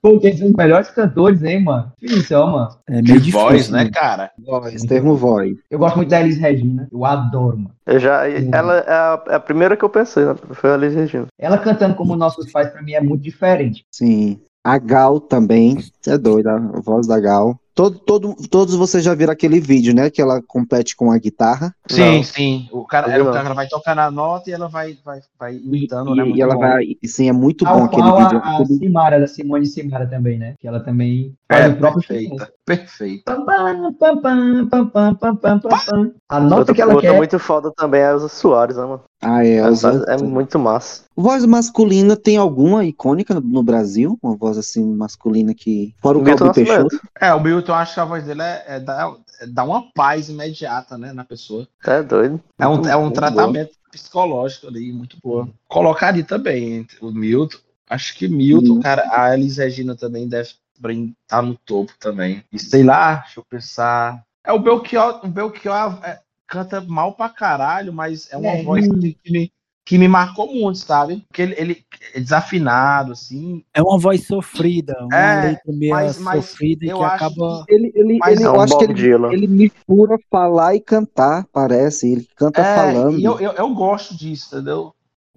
S1: Pô, quem são os melhores cantores, hein, mano? Difícil, ó, mano.
S3: É
S4: De
S3: meio difícil.
S4: voz, né, cara?
S5: Voz, termo voz.
S1: Eu gosto muito da Elis Regina. Eu adoro, mano.
S2: Eu já,
S5: Hum.
S2: ela é a, é a primeira que eu pensei, né? foi a Liz Regina.
S1: Ela cantando como nossos pais, pra mim, é muito diferente.
S5: Sim. A Gal também. Você é doida, a voz da Gal. Todo, todo, todos vocês já viram aquele vídeo, né? Que ela compete com a guitarra.
S4: Sim,
S2: Não.
S4: sim. O cara,
S2: Eu
S4: ela,
S2: não.
S4: ela vai tocar na nota e ela vai, vai, vai imitando, né?
S5: e,
S4: Muito
S5: e ela
S4: bom.
S5: vai. e Sim, é muito bom
S1: Ao
S5: aquele
S1: qual
S5: vídeo.
S1: a, a Simara, da Simone Simara também, né? Que ela também
S4: É,
S1: faz o próprio sucesso.
S4: perfeita. Perfeita.
S1: Pam, pam, pam, pam, pam, pam, pam, pam, pam, pam. A nota
S2: Outra,
S1: que ela
S2: outra
S1: quer.
S2: muito foda também é a Elza Soares, né, mano?
S5: Ah, é,
S2: Ela faz-
S5: Elza.
S2: é muito massa.
S5: Voz masculina tem alguma icônica no- no Brasil? Uma voz assim masculina que. Fora o
S2: Milton
S5: Caldo
S2: Nascimento.
S5: Peixoto.
S4: É, o Milton, acho que a voz dele é, é dá, é dá uma paz imediata, né, na pessoa.
S2: É doido.
S4: É um, é um
S2: Muito
S4: tratamento psicológico ali, muito boa. Colocaria também entre o Milton. Acho que Milton, cara, a Elis Regina também deve estar no topo também. E sei lá, deixa eu pensar. É o Belchior, o Belchior é, canta mal pra caralho, mas é uma
S1: É.
S4: voz que, que me, que me marcou muito, sabe? Porque ele, ele é desafinado, assim.
S3: É uma voz sofrida, uma
S4: É,
S3: letra meio
S4: mas- mas
S3: sofrida
S4: eu
S3: que
S4: acho
S3: acaba.
S5: Ele, ele,
S4: Mas
S5: ele-
S2: bom. É
S5: eu
S2: um
S5: acho que
S2: Bob
S5: ele,
S2: Dylan.
S5: ele mistura falar e cantar, parece. Ele canta
S4: é,
S5: falando.
S4: E eu, eu, eu gosto disso, entendeu?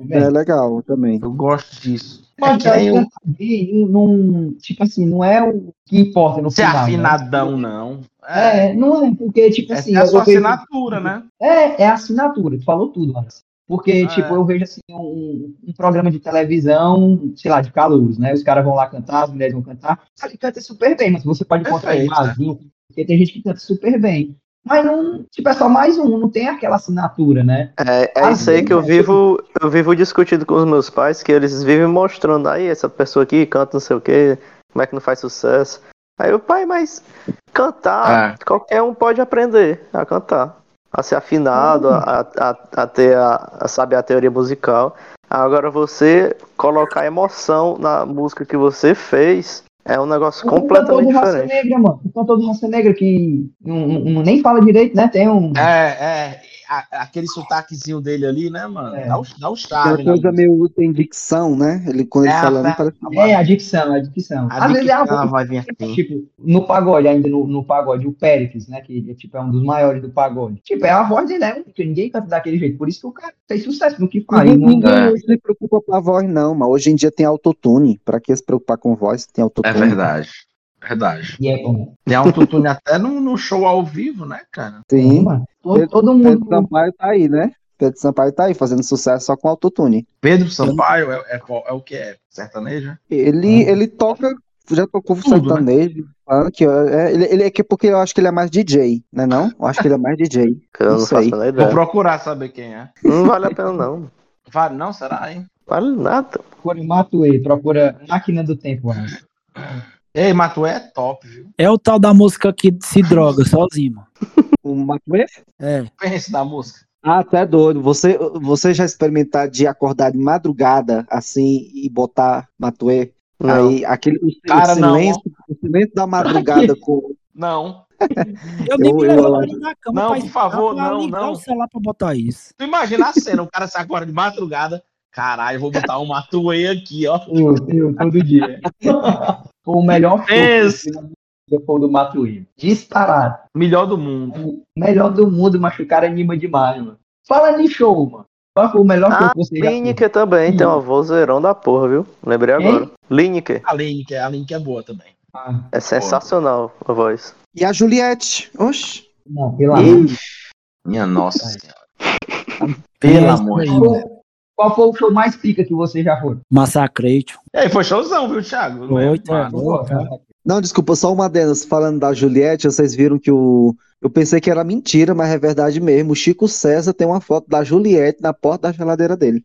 S5: É legal também.
S4: Eu gosto disso. É
S1: Mas
S4: que nem
S1: ela
S4: o
S1: canta bem, não. Tipo assim, não é o que importa no
S4: ser
S1: final. né?
S4: afinadão, não. É,
S1: É, não é, porque, tipo
S4: é,
S1: assim.
S4: é a
S1: eu
S4: sua
S1: vejo-
S4: assinatura, né?
S1: É, é a assinatura, tu falou tudo, mano. Porque,
S4: Ah,
S1: tipo,
S4: é.
S1: eu vejo assim um, um programa de televisão, sei lá, de calouros, né? Os caras vão lá cantar, as mulheres vão cantar. Ele canta super bem, mas você pode encontrar em
S4: Perfeito.
S1: barzinho, porque tem gente que canta super bem. Mas não, tipo, é só mais um, não tem aquela assinatura, né?
S2: É, é
S1: Ah,
S2: isso aí
S1: sim,
S2: que eu
S1: né?
S2: vivo, eu vivo discutindo com os meus pais, que eles vivem mostrando aí essa pessoa aqui canta não sei o quê, como é que não faz sucesso. Aí o pai, mas cantar, qualquer um pode aprender a cantar, a ser afinado, a, a, a ter a, a saber a teoria musical. Agora você colocar emoção na música que você fez é um negócio
S1: Então, Uhum.
S2: completamente
S1: cantor do Raça
S2: diferente.
S1: Negra, mano. O cantor do Raça Negra, que não, não- nem fala direito, né? Tem um.
S4: É, é. a- aquele sotaquezinho dele ali, né, mano?
S1: É.
S4: Dá, o, dá o
S5: É
S4: charme.
S5: uma
S4: né?
S5: coisa meio tem dicção, né? Ele, quando ele
S4: É,
S5: falando,
S4: tá.
S5: parece.
S1: É, a dicção, a dicção.
S4: A
S1: Às vezes é
S4: dicção,
S1: uma
S4: ela vai vir assim.
S1: Tipo, no pagode, ainda no, no pagode, o Péricles, né? Que é, tipo, é um dos maiores do pagode. Tipo, é a voz dele, né? Porque ninguém canta daquele jeito. Por isso que o cara fez sucesso no que faz. né?
S5: Ninguém,
S1: Ah, Não-
S5: ninguém
S4: É.
S5: hoje se preocupa com a voz, não, mas hoje em dia tem autotune. Pra que se preocupar com voz? Tem
S4: É
S5: autotune.
S4: verdade. Verdade.
S1: E é bom.
S4: Tem autotune até no, no show ao vivo, né, cara?
S1: Sim,
S5: Sim.
S1: mano. Todo,
S5: Pedro-
S1: todo
S5: Pedro
S1: mundo.
S5: Sampaio tá aí, né? Pedro Sampaio tá aí fazendo sucesso só com autotune.
S4: Pedro Sampaio é, é, qual- é o que é? Sertanejo?
S5: Ele, ele toca, já tocou
S4: Tudo, né?
S5: sertanejo, funk. ó, é, ele, ele é que porque eu acho que ele é mais DJ, né? Não? Eu acho que ele é mais DJ.
S2: Eu não
S5: Isso
S2: faço
S5: aí.
S2: a menor
S4: Vou
S2: ideia.
S4: procurar saber quem é.
S2: Não vale a pena, não.
S4: Vale, não? Será, hein?
S2: Vale nada.
S1: Procura um Matuê, procura Máquina do Tempo, mano.
S4: Ei, Matuê é top, viu?
S3: É o tal da música que se droga sozinho, mano.
S5: O Matuê?
S3: É.
S4: Pense na música.
S5: Ah, tá doido. Você, você já experimentar de acordar de madrugada assim e botar Matuê?
S2: Não.
S5: Aí aquele o,
S4: Cara, não.
S5: silêncio, o silêncio da madrugada com
S4: Não.
S3: Eu nem
S5: Eu-
S3: me
S5: eu-
S3: levantaria da cama
S4: Não,
S3: pra
S4: por favor,
S3: pra
S4: não,
S3: ligar
S4: não.
S3: o celular pra botar isso.
S4: Tu imagina a cena, o cara sai agora de madrugada. Caralho, vou botar um Matuê aqui, ó.
S1: Eu, eu, todo dia. Foi o melhor
S4: Esse.
S1: filme foi o do Matuê. Disparado.
S4: Melhor do mundo.
S1: Melhor do mundo, machucar anima demais, mano. Fala de show, mano. Qual foi o melhor show
S2: Ah,
S1: que você já fez?
S2: Lineker também tem uma vozeirão da porra, viu? Lembrei
S1: Quem?
S2: agora. Lineker.
S4: A Link, a Link é boa também.
S1: Ah,
S2: É sensacional a voz.
S5: e a Juliette. Oxe,
S1: não, pelo amor de
S4: Minha nossa senhora.
S3: É
S4: Pelo
S3: isso
S4: amor de
S3: aí,
S4: Deus.
S3: mano.
S1: Qual foi o show mais pica que você já foi?
S3: Massacreito.
S4: E aí, foi showzão, viu, Thiago? Não é?
S3: Oito, é.
S4: Mano,
S1: Pô, cara.
S5: Não, desculpa, só uma delas. Falando da Juliette, vocês viram que o. Eu pensei que era mentira, mas é verdade mesmo. O Chico César tem uma foto da Juliette na porta da geladeira dele.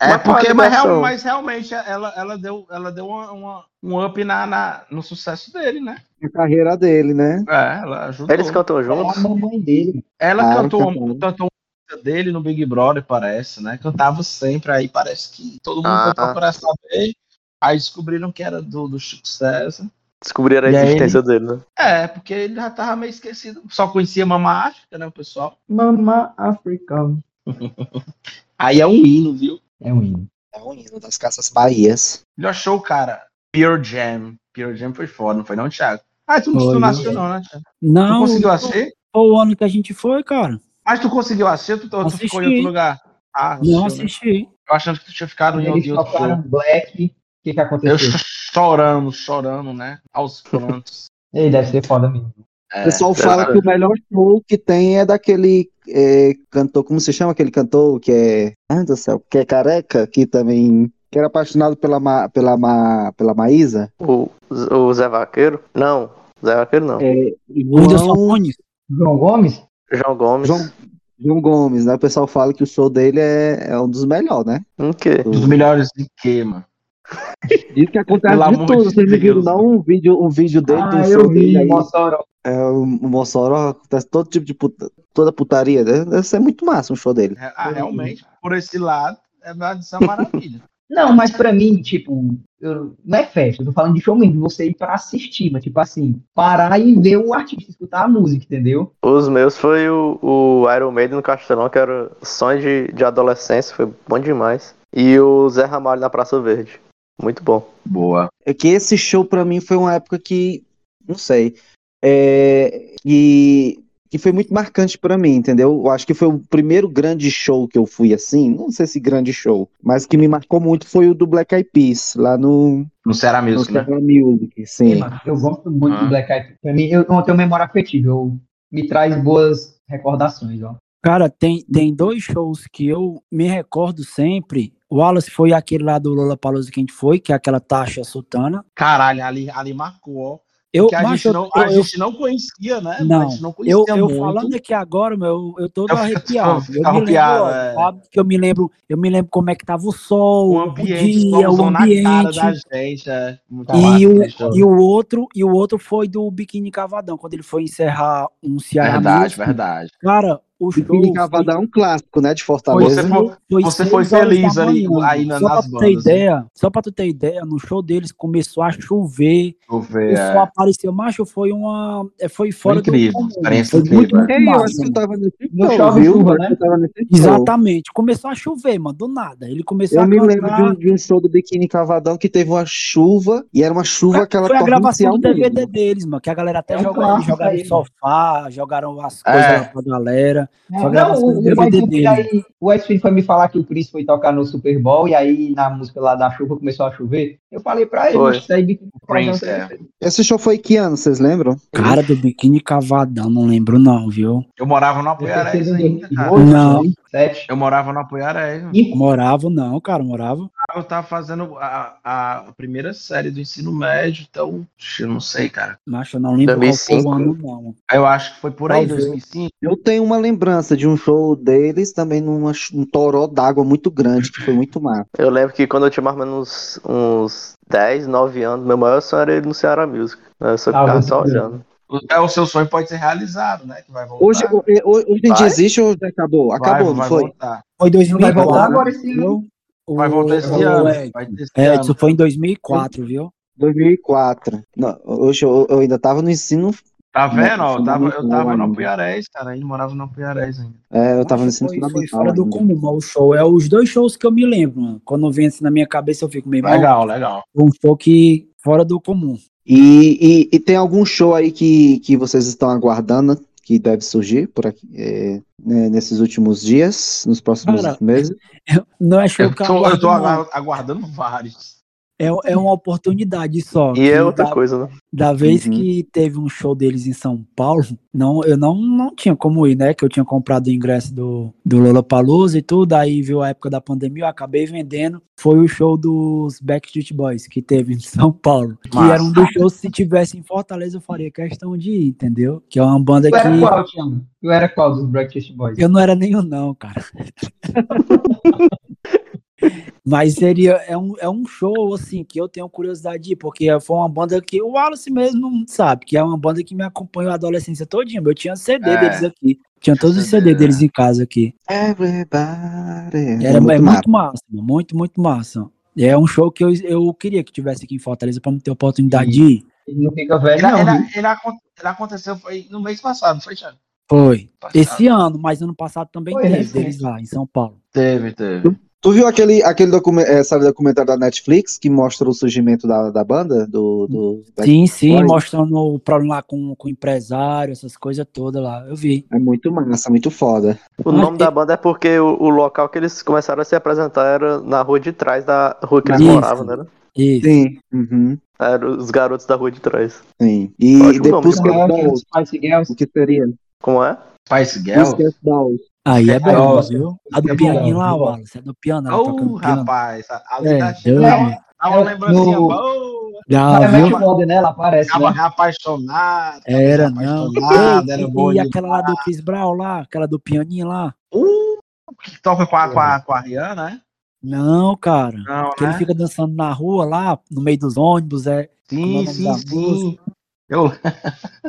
S4: É
S5: Mas
S4: porque,
S5: qual a
S4: mas, real-
S5: ligação?
S4: mas realmente ela, ela deu, ela deu uma, uma- um up na, na- no sucesso dele, né?
S5: A carreira dele, né?
S4: É, ela ajudou.
S2: Eles cantam
S1: É a
S2: juntos?
S1: mamãe dele.
S4: Ela
S5: Claro,
S4: cantou, uma-
S5: cantou.
S4: cantou uma música dele no Big Brother, parece, né? Cantava sempre, aí parece que todo mundo
S2: Ah.
S4: foi procurar saber. Aí descobriram que era do, do Chico César.
S2: Descobriram a
S4: E aí
S2: existência dele, né?
S4: É, porque ele já tava meio esquecido. Só conhecia Mama África, né, o pessoal?
S1: Mama africana.
S4: Aí é um hino, viu?
S1: É um hino.
S5: É um hino das Casas Bahias.
S4: Melhor show, cara. Pure Jam. Pure Jam foi foda, não foi não, Thiago? Ah, tu,
S1: Foi,
S4: tu não assistiu
S1: viu?
S4: não, né, Thiago? Tu
S3: Não,
S4: conseguiu assistir?
S3: foi o ano que a gente foi, cara.
S4: Mas tu conseguiu assistir ou tu, tu
S3: Assisti.
S4: ficou em outro lugar? Ah,
S3: Não
S4: assistiu, né?
S3: assisti.
S4: Eu achando que tu tinha ficado em
S1: Eles
S4: outro, em outro
S1: tocaram
S4: show.
S1: Black. O que, que
S4: Eu
S1: aconteceu?
S4: ch- chorando, chorando, né? Aos prantos.
S1: Ele deve ser foda mesmo.
S5: O
S4: É,
S5: pessoal fala
S2: verdade.
S5: que o melhor show que tem é daquele é, cantor, como se chama aquele cantor que é. Ai, meu Deus do céu, que é careca, que também. Que era apaixonado pela, Ma- pela, Ma- pela Maísa.
S2: O, o Zé Vaqueiro? Não, Zé Vaqueiro não.
S4: É.
S3: O Whindersson
S5: João-
S3: Nunes.
S1: João Gomes?
S2: João Gomes.
S5: João, João Gomes, né? O pessoal fala que o show dele é, é um dos melhores, né?
S2: O quê?
S4: É, Dos melhores de quê, mano?
S5: Diz que acontece
S4: Pelo
S5: de
S4: amor
S5: tudo.
S4: de
S5: Vocês não viram
S4: Deus.
S5: não um vídeo, um vídeo dele, do
S1: Ah,
S5: show
S1: eu vi,
S5: dele aí.
S1: Mossoró.
S5: É, o Mossoró, acontece todo tipo de puta, toda putaria. né? Deve ser muito massa um show dele.
S4: É, Ah, realmente, por esse lado, é verdade, isso é uma maravilha.
S1: Não, mas pra mim, tipo, eu- não é festa, eu tô falando de show mesmo, você ir pra assistir, mas tipo assim, parar e ver o artista, escutar a música, entendeu?
S2: Os meus foi o, o Iron Maiden no Castelão, que era sonho de, de adolescência, foi bom demais. E o Zé Ramalho na Praça Verde. Muito bom.
S4: Boa.
S5: É que esse show pra mim foi uma época que, não sei, é, e que foi muito marcante pra mim, entendeu? Eu acho que foi o primeiro grande show que eu fui assim, não sei se grande show, mas que me marcou muito foi o do Black Eyed Peas, lá no,
S4: Não será
S5: no
S4: mesmo, né?
S5: Serra Music, sim.
S1: Eu gosto muito
S4: Ah.
S1: do Black Eyed Peas. Pra mim, eu, eu tenho memória afetiva, eu, me traz boas recordações, ó.
S3: Cara, tem, tem dois shows que eu me recordo sempre. O Wallace foi aquele lá do Lola Palusa que a gente foi, que é aquela taxa sultana.
S4: Caralho, ali, ali marcou, ó.
S3: Eu,
S4: Que a
S3: macho,
S4: gente, não, a
S3: eu, eu,
S4: gente não conhecia, né?
S3: Não,
S4: a gente não conhecia
S3: eu, eu
S4: muito.
S3: falando aqui agora, meu, eu, eu tô
S4: Eu fico-
S3: arrepiado.
S4: fico
S3: Eu me lembro,
S4: arrepiado,
S3: ó,
S4: é.
S3: sabe, que eu me lembro, eu me lembro como é que tava o sol,
S4: o
S3: o,
S4: ambiente,
S3: dia, o
S4: somzão na cara
S3: ambiente.
S4: da gente. É muito
S3: E
S4: massa,
S3: o,
S4: né, show?
S3: e o outro e o outro foi do Biquíni Cavadão, quando ele foi encerrar um Ceará
S4: Verdade,
S3: Music.
S4: verdade.
S3: Cara, o
S5: E
S3: show
S5: Pini
S3: foi-
S5: Cavadão é um clássico, né, de
S4: Você
S5: Fortaleza.
S4: foi,
S3: foi
S4: Você
S3: seis
S4: foi
S3: horas
S4: feliz
S3: da
S4: ali,
S3: manhã.
S4: aí na-
S3: só
S4: nas
S3: pra tu ter
S4: bandas, né?
S3: ideia, só pra tu ter ideia, no show deles começou a chover,
S4: Deixa eu
S3: o
S4: ver, é.
S3: pessoal apareceu, macho, foi uma, é, foi
S4: Foi
S3: fora do
S4: incrível,
S3: comum,
S4: experiência
S3: foi muito,
S4: incrível. é.
S3: muito
S5: Ei, É, eu
S3: massa,
S5: acho que eu
S3: mano.
S5: tava nesse
S1: No
S5: show,
S1: Chove
S5: viu?
S1: Chuva,
S5: Eu acho que
S1: né?
S5: eu tava nesse show.
S3: Exatamente, começou a chover, mano, do nada. Ele começou
S5: Eu
S3: a
S5: me
S3: cantar,
S5: lembro de um, de um show do Biquíni Cavadão que teve uma chuva e era uma chuva aquela
S3: foi a gravação
S5: torrencial
S3: do DVD
S5: mesmo.
S3: deles, mano, que a galera até
S1: É um
S3: jogou,
S1: clássico
S3: jogaram
S1: aí,
S3: o sofá, jogaram as
S4: É.
S3: coisas lá pra galera. Só
S1: É, não,
S3: gravação
S1: o,
S3: do
S1: o
S3: DVD
S1: Edson foi
S3: dele.
S1: aí- o Edson foi me falar que o Chris foi tocar no Super Bowl e aí na música lá da chuva começou a chover. Eu falei pra ele,
S2: Foi.
S1: mas isso aí Biquíni Cavadão
S4: Prince,
S1: tem-
S5: Esse show foi que ano, vocês lembram?
S3: Cara do biquíni cavadão, não lembro não, viu?
S4: Eu morava no
S1: deve ter
S4: Apoiarés
S1: sido em
S4: ainda, cara.
S1: 2008,
S3: Não.
S1: 2007.
S4: Eu morava no Apoiarés. mano.
S1: né? E
S3: Morava não, cara, morava.
S4: Eu tava fazendo a, a primeira série do ensino médio, então, eu não sei, cara.
S3: Mas eu não lembro qual foi
S2: 2005.
S3: o ano não.
S4: Eu acho que foi por aí,
S3: Talvez.
S4: 2005.
S5: Eu tenho uma lembrança de um show deles também num um toró d'água muito grande, que foi muito massa.
S2: Eu lembro que quando eu tinha mais ou menos uns 10, 9 anos, meu maior sonho era ele no Ceará Music. né? Eu só
S1: Ah,
S2: ficava
S1: você
S2: só
S1: viu.
S2: olhando.
S4: O- É, o seu sonho pode ser realizado, né? Que vai voltar.
S5: Hoje, ho- hoje, em dia
S2: Vai?
S5: existe ou já acabou?
S4: Vai-
S5: Acabou,
S4: vai
S5: não foi?
S4: Voltar.
S3: Foi
S1: vai
S3: 2004.
S1: voltar
S5: né?
S1: agora esse ano.
S3: viu? O-
S4: Vai voltar esse
S3: o-
S4: ano.
S3: É,
S4: Vai ter esse
S3: é,
S4: ano.
S3: isso foi em 2004, viu?
S5: 2004. Não, hoje eu, eu ainda tava no ensino,
S4: Tá vendo? ó? Eu tava, eu
S5: Não,
S4: tava no
S5: ainda.
S4: Apoiarés, cara. Ainda morava no Apoiarés ainda.
S5: é, eu tava no ensino
S3: foi, foi
S5: fundamental
S3: fora do
S5: ainda.
S3: comum, mas o show é os dois shows que eu me lembro, mano. Quando vem assim na minha cabeça, eu fico meio mal.
S4: Legal, legal.
S3: Foi um show que fora do comum.
S5: E, e- e tem algum show aí que, que vocês estão aguardando que deve surgir por aqui, é, né, nesses últimos dias, nos próximos
S3: Cara,
S5: meses?
S3: Não é show
S4: Eu
S3: que eu
S4: tô, eu
S3: aguardo,
S4: tô
S3: não.
S4: aguardando vários.
S3: É, é uma oportunidade só.
S2: E é outra
S3: da,
S2: coisa, né?
S3: da vez que teve um show deles em São Paulo, não, eu não, não tinha como ir, né? Que eu tinha comprado o ingresso do, do Lollapalooza e tudo. Aí viu a época da pandemia, eu acabei vendendo. Foi o show dos Backstreet Boys que teve em São Paulo. Que
S4: Massa.
S3: era um dos shows, se tivesse em Fortaleza, eu faria questão de ir, entendeu? Que é uma banda que.
S1: Tu era qual, Thiago? Tu era qual dos Breakfast Boys?
S3: Eu não era nenhum, não, cara. Mas seria é um, é um show assim que eu tenho curiosidade de ir, porque foi uma banda que o Wallace mesmo sabe, que é uma banda que me acompanhou a adolescência todinha. Eu tinha CD
S4: É.
S3: deles aqui. Tinha todos os CD
S4: né?
S3: deles em casa aqui.
S5: Everybody.
S3: Era, é muito,
S5: massa.
S3: massa, mano, muito, muito massa. É um show que eu, eu queria que tivesse aqui em Fortaleza pra me ter a oportunidade de ir.
S1: Ele não fica velho,
S4: Ele,
S1: não.
S4: ele-
S1: viu?
S4: ele acon- ele aconteceu foi no mês passado, não foi, Thiago?
S3: Foi.
S4: Passado.
S3: Esse ano, mas ano passado também
S1: Foi
S3: teve
S1: recente.
S3: deles lá em São Paulo.
S4: Teve, teve.
S5: Tu viu aquele, aquele documen- eh, sabe, documentário da Netflix que mostra o surgimento da, da banda? Do, do- da-
S3: Sim, sim,
S5: Boys.
S3: mostrando o problema lá com, com o empresário, essas coisas todas lá. Eu vi.
S5: É muito massa, muito foda.
S2: O
S3: Mas
S2: nome
S3: é-
S2: da banda é porque o, o local que eles começaram a se apresentar era na rua de trás da rua que eles
S3: Isso.
S2: moravam, né?
S3: Isso.
S5: Sim. Uhum,
S2: Eram os garotos da rua de trás.
S5: sim. E
S2: Ótimo
S5: depois
S2: nome,
S5: Pussycat
S1: Não, que os
S5: Dolls,
S1: Spice Girls.
S5: o que seria?
S2: Como é?
S4: Spice Girl.
S5: Pussycat Dolls.
S3: Aí é bom,
S4: Nossa,
S3: viu? A
S1: é
S3: do
S1: bom,
S3: pianinho lá,
S1: é bom.
S3: Wallace. A do piano, ela
S4: Ô,
S3: tocando piano.
S4: rapaz, a- ali
S3: É,
S4: tá
S3: Deus
S1: É,
S3: me livre.
S4: Dá uma
S1: é,
S4: lembrancinha
S1: no-
S4: boa.
S3: Já
S1: Cara,
S3: Ah, viu?
S1: Match Modern, né? Ela aparece,
S4: Tava
S1: né?
S4: apaixonado.
S3: Era,
S4: tava
S3: não.
S4: apaixonado,
S3: Ei,
S4: tá era
S3: e-
S4: bom
S3: e
S4: de-
S3: aquela lá do Chris Brown lá, aquela do pianinho lá?
S4: Uh, que toca com a, com a, com a Rihanna, né?
S3: Não, cara.
S4: Não, né?
S3: Que ele fica dançando na rua lá, no meio dos ônibus, é.
S4: Sim,
S3: Como é o nome
S4: sim,
S3: da
S4: sim. Eu...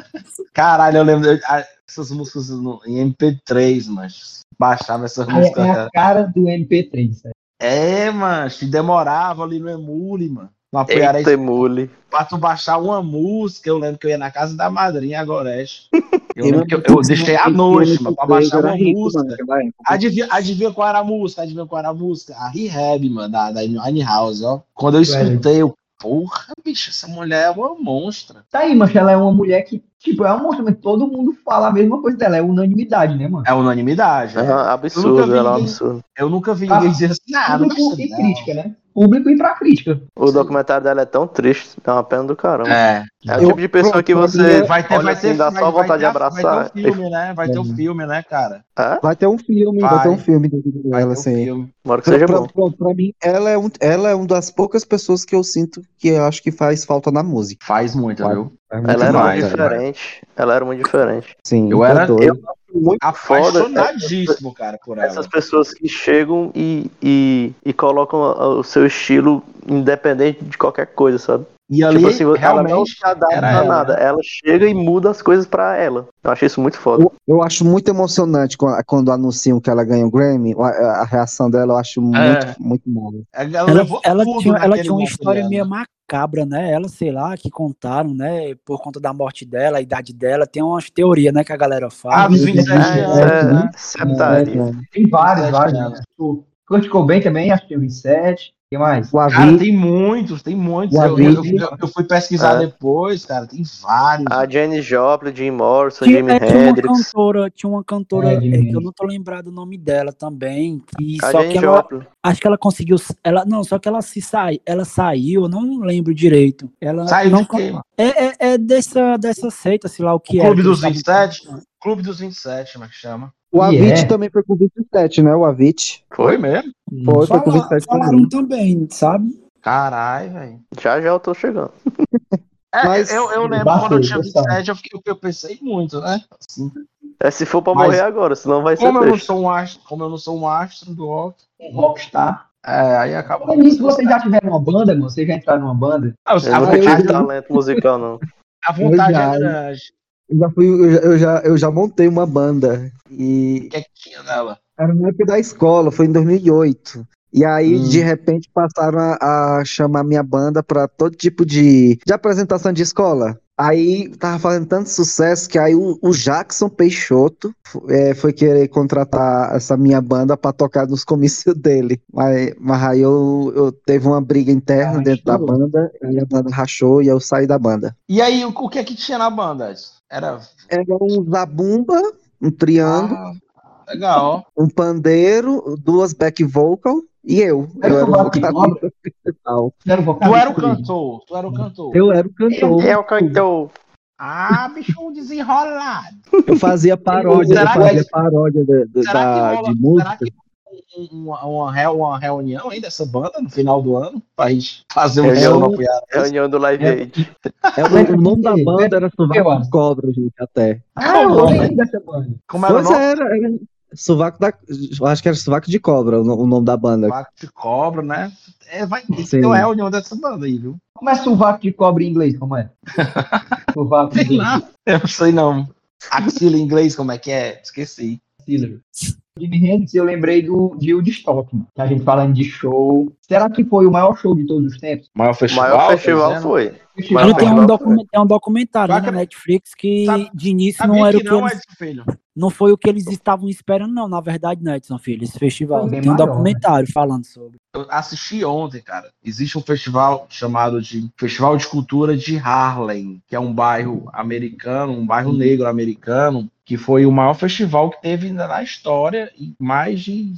S4: Caralho, eu lembro eu- a- essas músicas no- em MP3, mas baixava essas
S1: É, é
S4: músicas.
S1: a cara do MP3. né?
S4: É, mano, demorava ali no Emule, mano. No Apoiaré,
S2: Eita, mule.
S4: pra tu baixar uma música, eu lembro que eu ia na casa da madrinha agora. é. Eu
S5: E
S4: lembro que eu, eu deixei à noite, mano, pra baixar
S5: era
S4: uma
S5: rico, mano,
S4: música.
S5: naquela época.
S4: Adivinha, adivinha qual era a música? Adivinha qual era a música? A Rehab, mano, da, da Amy House, ó. Quando eu
S1: Velho.
S4: escutei, eu, porra, bicho, essa mulher é uma monstra.
S1: Tá aí, mancha, ela é uma mulher que, tipo, é um monstro, mas todo mundo fala a mesma coisa dela, é unanimidade, né, mano?
S4: É unanimidade, né?
S2: Aham,
S4: Eu nunca
S2: absurdo,
S4: vi
S2: ela é um
S4: ninguém-
S2: absurdo.
S4: Eu nunca vi
S1: Ah,
S4: ninguém dizer assim, ah, não
S1: Público
S4: gosto
S1: e
S4: dela.
S1: crítica, né? Público e pra crítica.
S2: O documentário dela é tão triste, é uma pena do caramba.
S4: É.
S2: É o tipo de pessoa que você
S4: Vai ter,
S2: olha
S4: vai ter,
S2: assim, dá
S4: vai-
S2: só
S4: vai
S2: vontade de
S4: ter a-
S2: abraçar.
S4: Vai ter o filme, né? Vai ter o
S1: É.
S4: filme, né, cara?
S5: Vai ter um filme, vai,
S4: Vai.
S5: ter um filme do-
S3: É,
S5: dela,
S4: Vai ter o
S5: assim.
S4: filme.
S2: Moro que
S5: Pra,
S2: seja bom.
S5: pra- pra mim, ela é, um, ela é uma das poucas pessoas que eu sinto que eu acho que faz falta na música.
S4: Faz É muito,
S5: Vai.
S4: viu?
S2: Ela era
S4: demais,
S2: muito
S4: velho.
S2: diferente. Ela era muito diferente.
S5: Sim,
S4: Eu era-
S5: doido.
S4: eu-
S5: muito
S2: Foda,
S4: Apaixonadíssimo, cara, por ela.
S2: Essas pessoas que chegam e, e, e colocam o seu estilo independente de qualquer coisa, sabe?
S4: E ali,
S2: tipo assim, ela não
S4: realmente,
S2: se adapta
S4: era
S2: a
S4: ela, né?
S2: nada. Ela chega e muda as coisas pra ela. Eu achei isso muito foda.
S5: Eu, eu acho muito emocionante quando, quando anunciam que ela ganha o Grammy, a, a- a reação dela eu acho
S4: É.
S5: muito, muito boa.
S4: ela,
S3: Ela,
S4: levou
S3: ela
S4: tudo
S3: tinha, ela
S4: naquele
S3: tinha uma
S4: momento
S3: história
S4: dela.
S3: meio macabra, né? Ela, sei lá, que contaram, né? Por conta da morte dela, a idade dela. Tem umas teorias, né, que a galera
S4: Ah,
S3: fala.
S4: dos 27
S1: É,
S4: anos,
S1: é,
S4: né?
S2: Septaria.
S1: Tem vários,
S4: Sete
S1: vários.
S4: anos.
S1: né? O Kurt Cobain também, acho que tem 27. Quem mais?
S5: O
S4: Cara,
S5: Avi,
S4: tem muitos, tem muitos.
S5: O
S4: Eu, eu-
S5: Avicii.
S4: eu- eu fui pesquisar
S2: É. Ah,
S4: depois, cara, tem vários.
S2: A Janis Joplin, Jim Morrison,
S3: Tinha,
S2: Jimi
S3: é, tinha uma
S2: Hendrix.
S3: cantora, tinha uma cantora,
S1: É,
S3: é,
S1: Jimi.
S3: que eu não tô lembrado o nome dela também. E
S2: A
S3: só que é
S2: Janis
S3: ela,
S2: Joplin.
S3: acho que ela conseguiu, ela não, só que ela se sai, ela saiu, eu não lembro direito. Ela
S4: Saiu
S3: não
S4: de quê, mano?
S3: é, é, é dessa dessa seita, sei lá o que é.
S4: Clube
S3: que
S4: dos
S3: eles
S4: 27? Clube dos 27, como é que chama?
S5: o Avicii
S4: é.
S1: Yeah.
S5: também foi com 27, né? O Avicii.
S4: Foi mesmo?
S5: Foi, foi com
S3: Fala-
S5: 27
S3: Falaram
S5: também.
S3: também, sabe?
S4: Caralho, velho.
S2: Já já eu tô chegando.
S4: É,
S5: Mas- tá.
S4: eu, eu lembro
S1: Bateu,
S4: quando eu tinha
S1: gostava.
S4: 27, eu, fiquei, eu pensei muito, né? Assim,
S2: É se for pra
S4: Mas-
S2: morrer agora, senão vai ser
S5: é
S4: como, eu não
S2: triste.
S4: sou um astro, como eu não sou um astro do rock,
S1: Um rockstar.
S4: é, aí acaba.
S1: Além disso, vocês já tiveram uma banda, mano? Vocês já entraram numa banda?
S4: Ah,
S2: Eu nunca
S4: a, vontade,
S2: tive talento musical, não.
S4: a vontade é
S5: Verdade.
S4: grande.
S5: Eu já, fui, eu, já, eu, já, eu já montei uma banda. E
S4: O que é que tinha nela?
S5: era na época da escola, foi em 2008. E aí,
S4: Hum.
S5: de repente, passaram a, a chamar minha banda pra todo tipo de, de apresentação de escola. Aí tava fazendo tanto sucesso que aí o, o Jackson Peixoto eh, foi querer contratar essa minha banda pra tocar nos comícios dele. Mas, mas aí eu, eu teve uma briga interna
S1: Rachou?
S5: dentro da banda, aí a banda rachou e eu saí da banda.
S4: E aí, o, o que é que tinha na banda? Era.
S5: Era um zabumba, um triângulo.
S4: Ah, legal.
S5: um pandeiro, duas back vocal E eu.
S1: Era
S5: Eu
S1: o
S5: era o
S1: Batman.
S5: vocalista principal.
S1: Tu era o um vocalista?
S4: Tu era o cantor. Tu era o cantor.
S5: Tá Eu era o cantor.
S2: É o cantor.
S4: Ah, bicho, um desenrolado.
S5: Eu fazia paródia.
S4: Será
S5: eu
S4: que-
S5: fazia paródia da- da-
S4: Será que
S5: da-
S4: rola,
S5: de música.
S4: será que rola um- uma, uma, reu- uma reunião aí dessa banda no final do ano? Pra gente fazer um
S2: Eu
S4: show
S5: não-
S4: no Cuiabá.
S2: Reunião do Live
S1: É.
S2: Aid.
S5: É, o, o nome da
S1: Lembra
S5: banda era
S1: Eu
S5: Sovaco
S1: acho.
S5: de Cobra, gente, até.
S1: Ah, eu
S4: né? é?
S1: lembro dessa banda.
S4: Como era o
S5: pois
S4: nome?
S5: era, era Sovaco da. eu Acho que era Sovaco de Cobra o, no- o nome da banda.
S4: Vaco de cobra, né? É, vai ter
S5: Sim.
S4: uma reunião dessa banda aí, viu?
S1: Como é sovaco de cobra em inglês? Como é? Sovaco
S4: Sei
S1: de
S4: lá. Eu não sei não. Axila em inglês, como é que é? Esqueci.
S1: Steeler. Jimi Hendrix, eu lembrei do de Woodstock, mano, que a gente falando de show. Será que foi o maior show de todos os tempos?
S4: Maior
S2: O maior festival foi.
S4: né?
S2: Mas
S3: Ele tem um,
S2: não,
S3: docu- tem um documentário
S4: Saca-
S3: na Netflix que
S4: Sabe-
S3: de início
S4: Sabia
S3: não era o
S4: que
S3: que
S4: não,
S3: eles,
S4: Edson Filho.
S3: não foi o que eles estavam esperando, não. Na verdade, não, é, Edson Filho, esse festival.
S1: Foi bem
S3: Tem um
S1: maior,
S3: documentário falando sobre.
S4: Eu assisti ontem, cara. Existe um festival chamado de Festival de Cultura de Harlem, que é um bairro americano, um
S1: Uhum.
S4: bairro negro americano, que foi o maior festival que teve ainda na história e mais de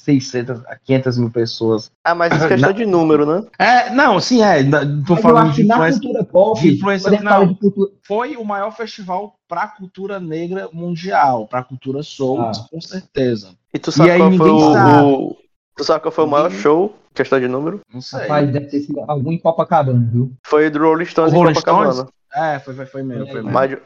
S4: 600 a 500 mil pessoas.
S2: Ah, mas isso é questão de número, né?
S4: É, não, sim, é. na- Tô
S1: Mas eu
S4: falando
S1: acho
S4: de
S1: que na
S4: influência.
S1: cultura pop,
S4: de influência-
S1: quando a gente
S4: não.
S1: fala de cultura,
S4: Foi o maior festival para cultura negra mundial, para cultura soul,
S1: Ah.
S4: com certeza.
S2: E tu sabe
S4: aí
S2: qual foi
S4: ninguém
S2: o,
S4: sabe.
S2: o- Tu sabe qual foi o maior
S4: Ninguém-
S2: show? Questão de número?
S4: Não sei.
S1: rapaz, deve ter sido algum em Copacabana, viu?
S2: Foi do Rolling Stones
S4: O
S2: em
S4: Rolling
S2: Copacabana.
S4: Stones? É, foi, foi, foi mesmo. Foi mesmo.
S1: é,
S2: Mais de-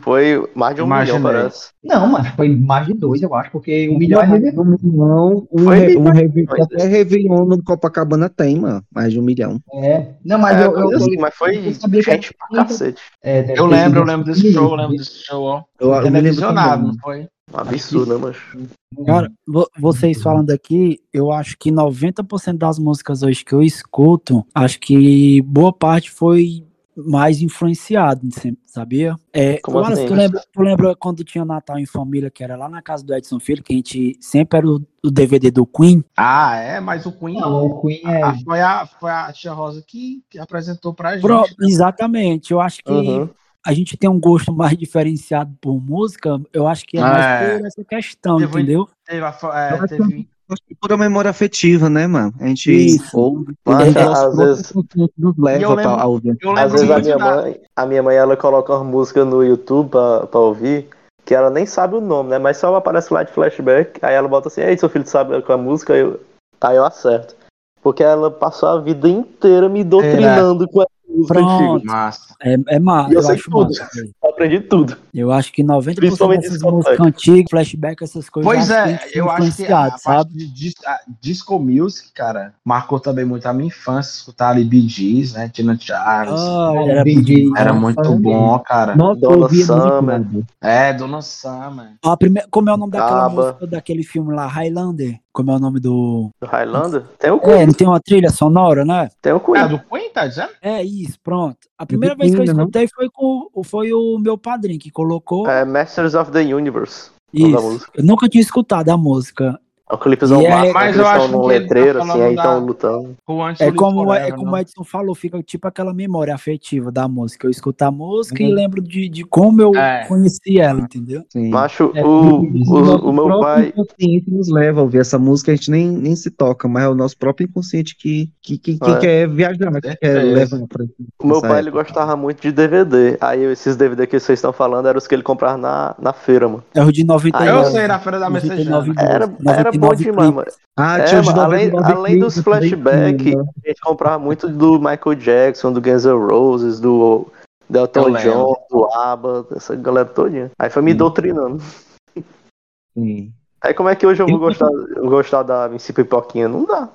S2: Foi mais de um
S4: Imaginei.
S2: milhão, parece.
S1: Não, mas foi mais de dois, eu acho, porque um milhão é reverso.
S5: Um milhão, um,
S2: Foi
S5: re, um
S2: milhão.
S5: revi,
S2: Pois é.
S5: até Réveillon no Copacabana tem, mano. Mais de um milhão.
S1: É. Não, mas
S2: É,
S1: eu, eu,
S2: mas assim, mas foi
S1: eu sabia que era
S2: gente pra
S1: muita-
S2: cacete.
S1: é, deve
S4: Eu
S1: ter
S4: lembro, eu
S1: sido
S4: lembro
S1: um
S4: desse show, eu
S1: milhão,
S4: lembro desse show, ó.
S5: Eu, eu me
S2: é
S5: lembro
S4: Televisionado,
S5: também.
S4: não foi?
S2: Um absurdo, né, mancho?
S1: né?
S3: Cara, vo- vocês
S2: Uhum.
S3: falando aqui, eu acho que 90% das músicas hoje que eu escuto, acho que boa parte foi mais influenciado, sempre, sabia? É,
S2: Como
S3: Wallace,
S2: assim?
S3: tu, lembra, tu lembra quando tinha Natal em família, que era lá na casa do Edson Filho, que a gente sempre era o, o DVD do Queen?
S4: Ah, é, mas o Queen.
S1: Não, o Queen é.
S4: Ah, foi, a, foi a Tia Rosa que, que apresentou pra gente.
S3: Pro- exatamente, eu acho que
S2: Uhum.
S3: a gente tem um gosto mais diferenciado por música, eu acho que é mais
S4: É.
S3: por essa questão,
S4: Eu vou-
S3: entendeu?
S4: Teve a fa- é,
S5: Eu acho
S4: teve-
S5: Acho que Pura memória afetiva, né, mano? A gente
S3: Isso.
S5: ouve.
S2: Mas,
S5: entendeu?
S2: às
S5: Nosso próprio
S2: vezes-
S5: consciente nos
S4: E eu
S5: leva
S4: lembro-
S5: pra- a ouvir.
S4: Eu
S2: Às
S4: lembro
S2: vezes a
S4: muito
S2: minha
S4: da-
S2: mãe, a minha mãe ela coloca uma música no YouTube pra, pra ouvir, que ela nem sabe o nome, né? Mas só aparece lá de flashback, aí ela bota assim, ei, seu filho tu sabe com a música, aí eu, aí eu acerto. Porque ela passou a vida inteira me doutrinando
S4: É.
S2: com essa música
S3: Pronto.
S2: antiga.
S4: Massa.
S3: É, é má,
S2: E eu
S3: eu,
S2: sei
S3: acho
S2: tudo.
S3: massa. velho.
S2: Eu Aprendi tudo.
S3: Eu acho que 90%
S2: Principalmente
S3: dessas
S2: discoteca.
S3: músicas antigas, flashback, essas coisas.
S4: Pois
S3: acho que a
S4: é,
S3: gente foi
S4: eu acho que a,
S3: influenciado,
S4: a
S3: sabe?
S4: parte de dis- a disco music, cara, marcou também muito a minha infância, escutar ali Bee Gees, né, Tina Charles.
S3: Ah,
S1: Cara,
S3: era
S1: Bee Gees.
S4: Era
S1: nossa,
S4: muito
S1: né?
S4: bom, cara.
S5: Nossa, eu
S2: Donna
S5: ouvia muito,
S2: Summer.
S5: mano.
S4: É, Dona Summer.
S3: a primeira- como é o nome daquela
S2: Caba.
S3: música daquele filme lá, Highlander? Como é o nome do.
S2: Do Highlander? Tem o
S3: É,
S2: Queen,
S3: não tem uma trilha sonora, né?
S2: tem o Queen.
S4: É do Queen, tá dizendo?
S3: É isso, pronto. A primeira vez que eu
S5: Menina,
S4: né?
S5: não?
S3: escutei foi, com, foi o meu padrinho que colocou.
S2: É Masters of the Universe. da
S3: isso.
S2: música.
S3: Eu nunca tinha escutado a música.
S2: É um clipezão
S3: E é-
S2: massa,
S4: Mas
S2: mas
S4: eu
S2: eu
S4: acho
S2: num
S4: que ele tá
S2: letreiro, assim,
S4: falando
S2: aí
S4: da-
S2: estão lutando.
S4: Com Antes
S3: É
S4: Solid
S3: como, é
S4: Forever, né?
S3: como o
S4: não?
S3: Edson falou, fica tipo aquela memória afetiva da música. Eu escuto a música e
S1: Uhum.
S3: lembro de, de como eu
S4: É.
S3: conheci ela, entendeu?
S5: Sim.
S2: Macho,
S1: É,
S2: o,
S5: nosso
S2: o, o meu
S5: próprio
S2: pai.
S5: inconsciente nos leva a ouvir essa música, a gente nem, nem se toca, mas é o nosso próprio inconsciente que, que, que, que
S2: É.
S5: quer viajar, que quer
S4: Certeza.
S5: levar pra
S2: O meu
S5: essa
S2: pai ele
S5: época.
S2: gostava muito de DVD. Aí esses DVD que vocês estão falando eram os que ele comprava na, na feira, mano.
S3: É o de 99.
S2: Ah,
S4: Eu sei, na Feira da Messejana.
S2: Era, era bom demais, mano.
S5: Ah,
S2: É,
S5: tinha os
S2: mano, além-
S5: 99
S2: além dos
S5: clipes também,
S2: flashback,
S5: né?
S2: A gente comprava muito do Michael Jackson, do Guns N' Roses, do
S4: Eu
S2: Delton
S4: lembro.
S2: John, do ABBA, essa galera todinha. Aí foi me
S5: Sim.
S2: doutrinando.
S5: Sim.
S2: Aí como é que hoje eu vou gostar, eu gostar da MC Pipoquinha? Não dá.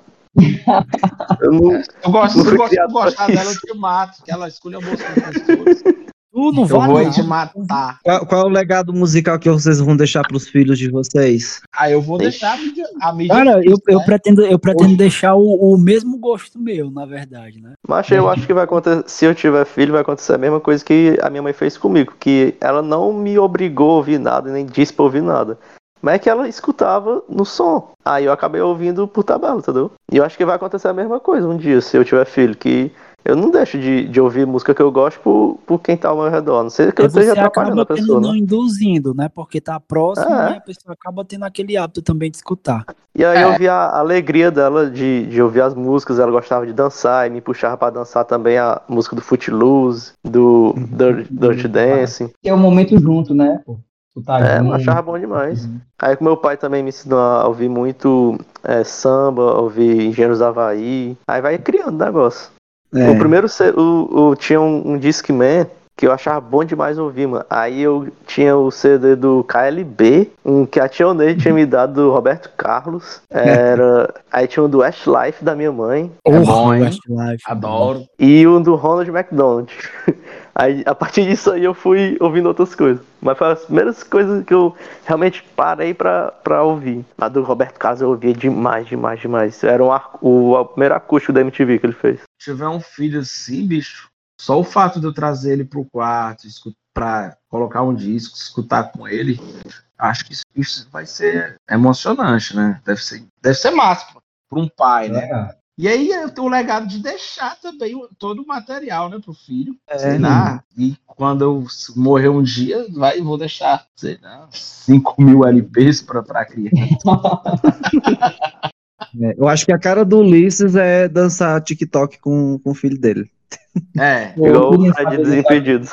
S2: Eu não,
S4: Eu gosto,
S2: Não
S4: eu
S2: fui
S4: gosto de
S2: criado pra
S4: gostar
S2: isso.
S4: dela, eu te mato. Que ela escolhe a música com as duas.
S3: Tu não
S4: Eu vou
S3: vale
S4: aí te
S3: nada.
S4: matar.
S5: Qual, qual é o legado musical que vocês vão deixar pros filhos de vocês?
S4: Aí eu vou deixar a mídia. A mídia
S3: Cara, eu, eu
S4: né?
S3: pretendo, eu pretendo deixar o, o mesmo gosto meu, na verdade, né?
S2: Mas eu acho que vai acontecer, se eu tiver filho, vai acontecer a mesma coisa que a minha mãe fez comigo, que ela não me obrigou a ouvir nada, nem disse pra ouvir nada. Mas é que ela escutava no som. Aí eu acabei ouvindo por tabela, entendeu? E eu acho que vai acontecer a mesma coisa um dia, se eu tiver filho, que Eu não deixo de, de ouvir música que eu gosto por, por quem tá ao meu redor. Não sei que eu
S3: Aí É você
S2: esteja atrapalhando
S3: acaba
S2: a
S3: tendo-
S2: pessoa, né?
S3: não induzindo, né? Porque tá próximo
S2: É.
S3: e a pessoa acaba tendo aquele hábito também de escutar.
S2: E aí eu vi a alegria dela de, de ouvir as músicas, ela gostava de dançar e me puxava pra dançar também a música do Footloose, do Dirt, Dirty Dancing.
S1: Que é o momento junto, né? Pô? Tu tá
S2: É, eu
S1: junto. Uhum.
S2: achava bom demais. Aí que meu pai também me ensinou a ouvir muito é, samba, ouvir Engenheiros da Havaí. Aí vai criando negócio.
S5: É.
S2: O primeiro C- o, o- tinha um, um Discman que eu achava bom demais ouvir, mano. Aí eu tinha o CD do KLB, um que a Tia Oneide tinha me dado do Roberto Carlos. Era. Aí tinha um do Westlife da minha mãe
S4: É
S3: Porra,
S4: bom, hein?
S3: Westlife.
S4: Adoro.
S2: e um do Ronald McDonald. Aí, a partir disso aí eu fui ouvindo outras coisas. Mas foi as primeiras coisas que eu realmente parei pra, pra ouvir. A do Roberto Carlos eu ouvia demais, demais, demais. Era um ar- o, o primeiro acústico da MTV que ele fez.
S4: tiver um filho assim, bicho, só o fato de eu trazer ele pro quarto, escu- pra colocar um disco, escutar com ele, acho que isso, isso vai ser emocionante, né? Deve ser, deve ser massa pra- pra um pai, né?
S1: É.
S4: E aí eu tenho o legado de deixar também o- todo o material, né, pro filho.
S3: É.
S4: sei lá. E quando eu s- morrer um dia, vai, vou deixar, sei lá, 5 mil LPs pra, pra criança.
S5: É, Eu acho que a cara do Ulisses é dançar TikTok com, com o filho dele.
S4: É.
S1: Pô,
S2: Igual
S1: eu queria
S2: o Fred
S1: saber
S2: Desimpedidos.